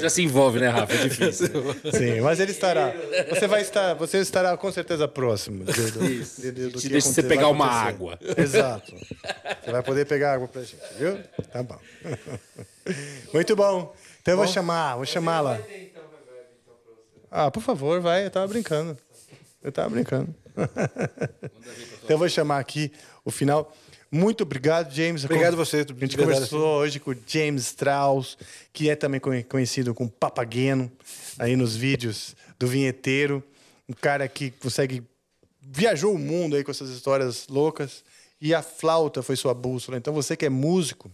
Speaker 4: Já se envolve, né, Rafa? É difícil.
Speaker 1: Sim, mas ele estará. Você vai estar, você estará com certeza próximo. Do, do, de- de- do
Speaker 4: Te
Speaker 1: que
Speaker 4: deixa você
Speaker 1: acontecer-
Speaker 4: pegar
Speaker 1: vai acontecer.
Speaker 4: uma água.
Speaker 1: Exato. Você vai poder pegar água pra gente, viu? Tá bom. Muito bom. Então eu vou chamar, vou chamá-la. Ah, por favor, vai. Eu tava brincando. Eu tava brincando. Então eu vou chamar aqui o final. Muito obrigado, James.
Speaker 2: Obrigado você, assim.
Speaker 1: A gente
Speaker 2: obrigado,
Speaker 1: conversou hoje com o James Strauss, que é também conhe- conhecido como Papageno, aí nos vídeos do vinheteiro. Um cara que consegue... Viajou o mundo aí com essas histórias loucas. E a flauta foi sua bússola. Então você que é músico,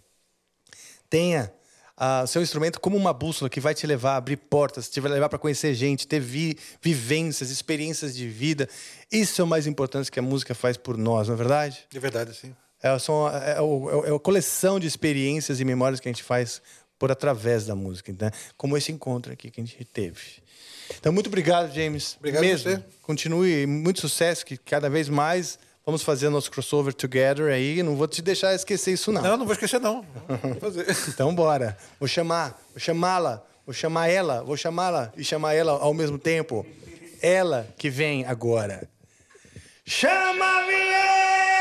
Speaker 1: tenha ah, seu instrumento como uma bússola que vai te levar a abrir portas, te vai levar para conhecer gente, ter vi- vivências, experiências de vida. Isso é o mais importante que a música faz por nós, não é verdade?
Speaker 2: De verdade, sim.
Speaker 1: É, são, é, o- é a coleção de experiências e memórias que a gente faz por através da música, né? como esse encontro aqui que a gente teve. Então, muito obrigado, James.
Speaker 2: Obrigado a
Speaker 1: Mesmo.
Speaker 2: você.
Speaker 1: Continue, muito sucesso, que cada vez mais vamos fazer nosso crossover together aí. Não vou te deixar esquecer isso, não.
Speaker 2: Não, não vou esquecer, não. Vou fazer.
Speaker 1: Então, bora. Vou chamar, vou chamá-la, vou chamar ela, vou chamá-la e chamar ela ao mesmo tempo. Ela que vem agora. Chama a vinheta!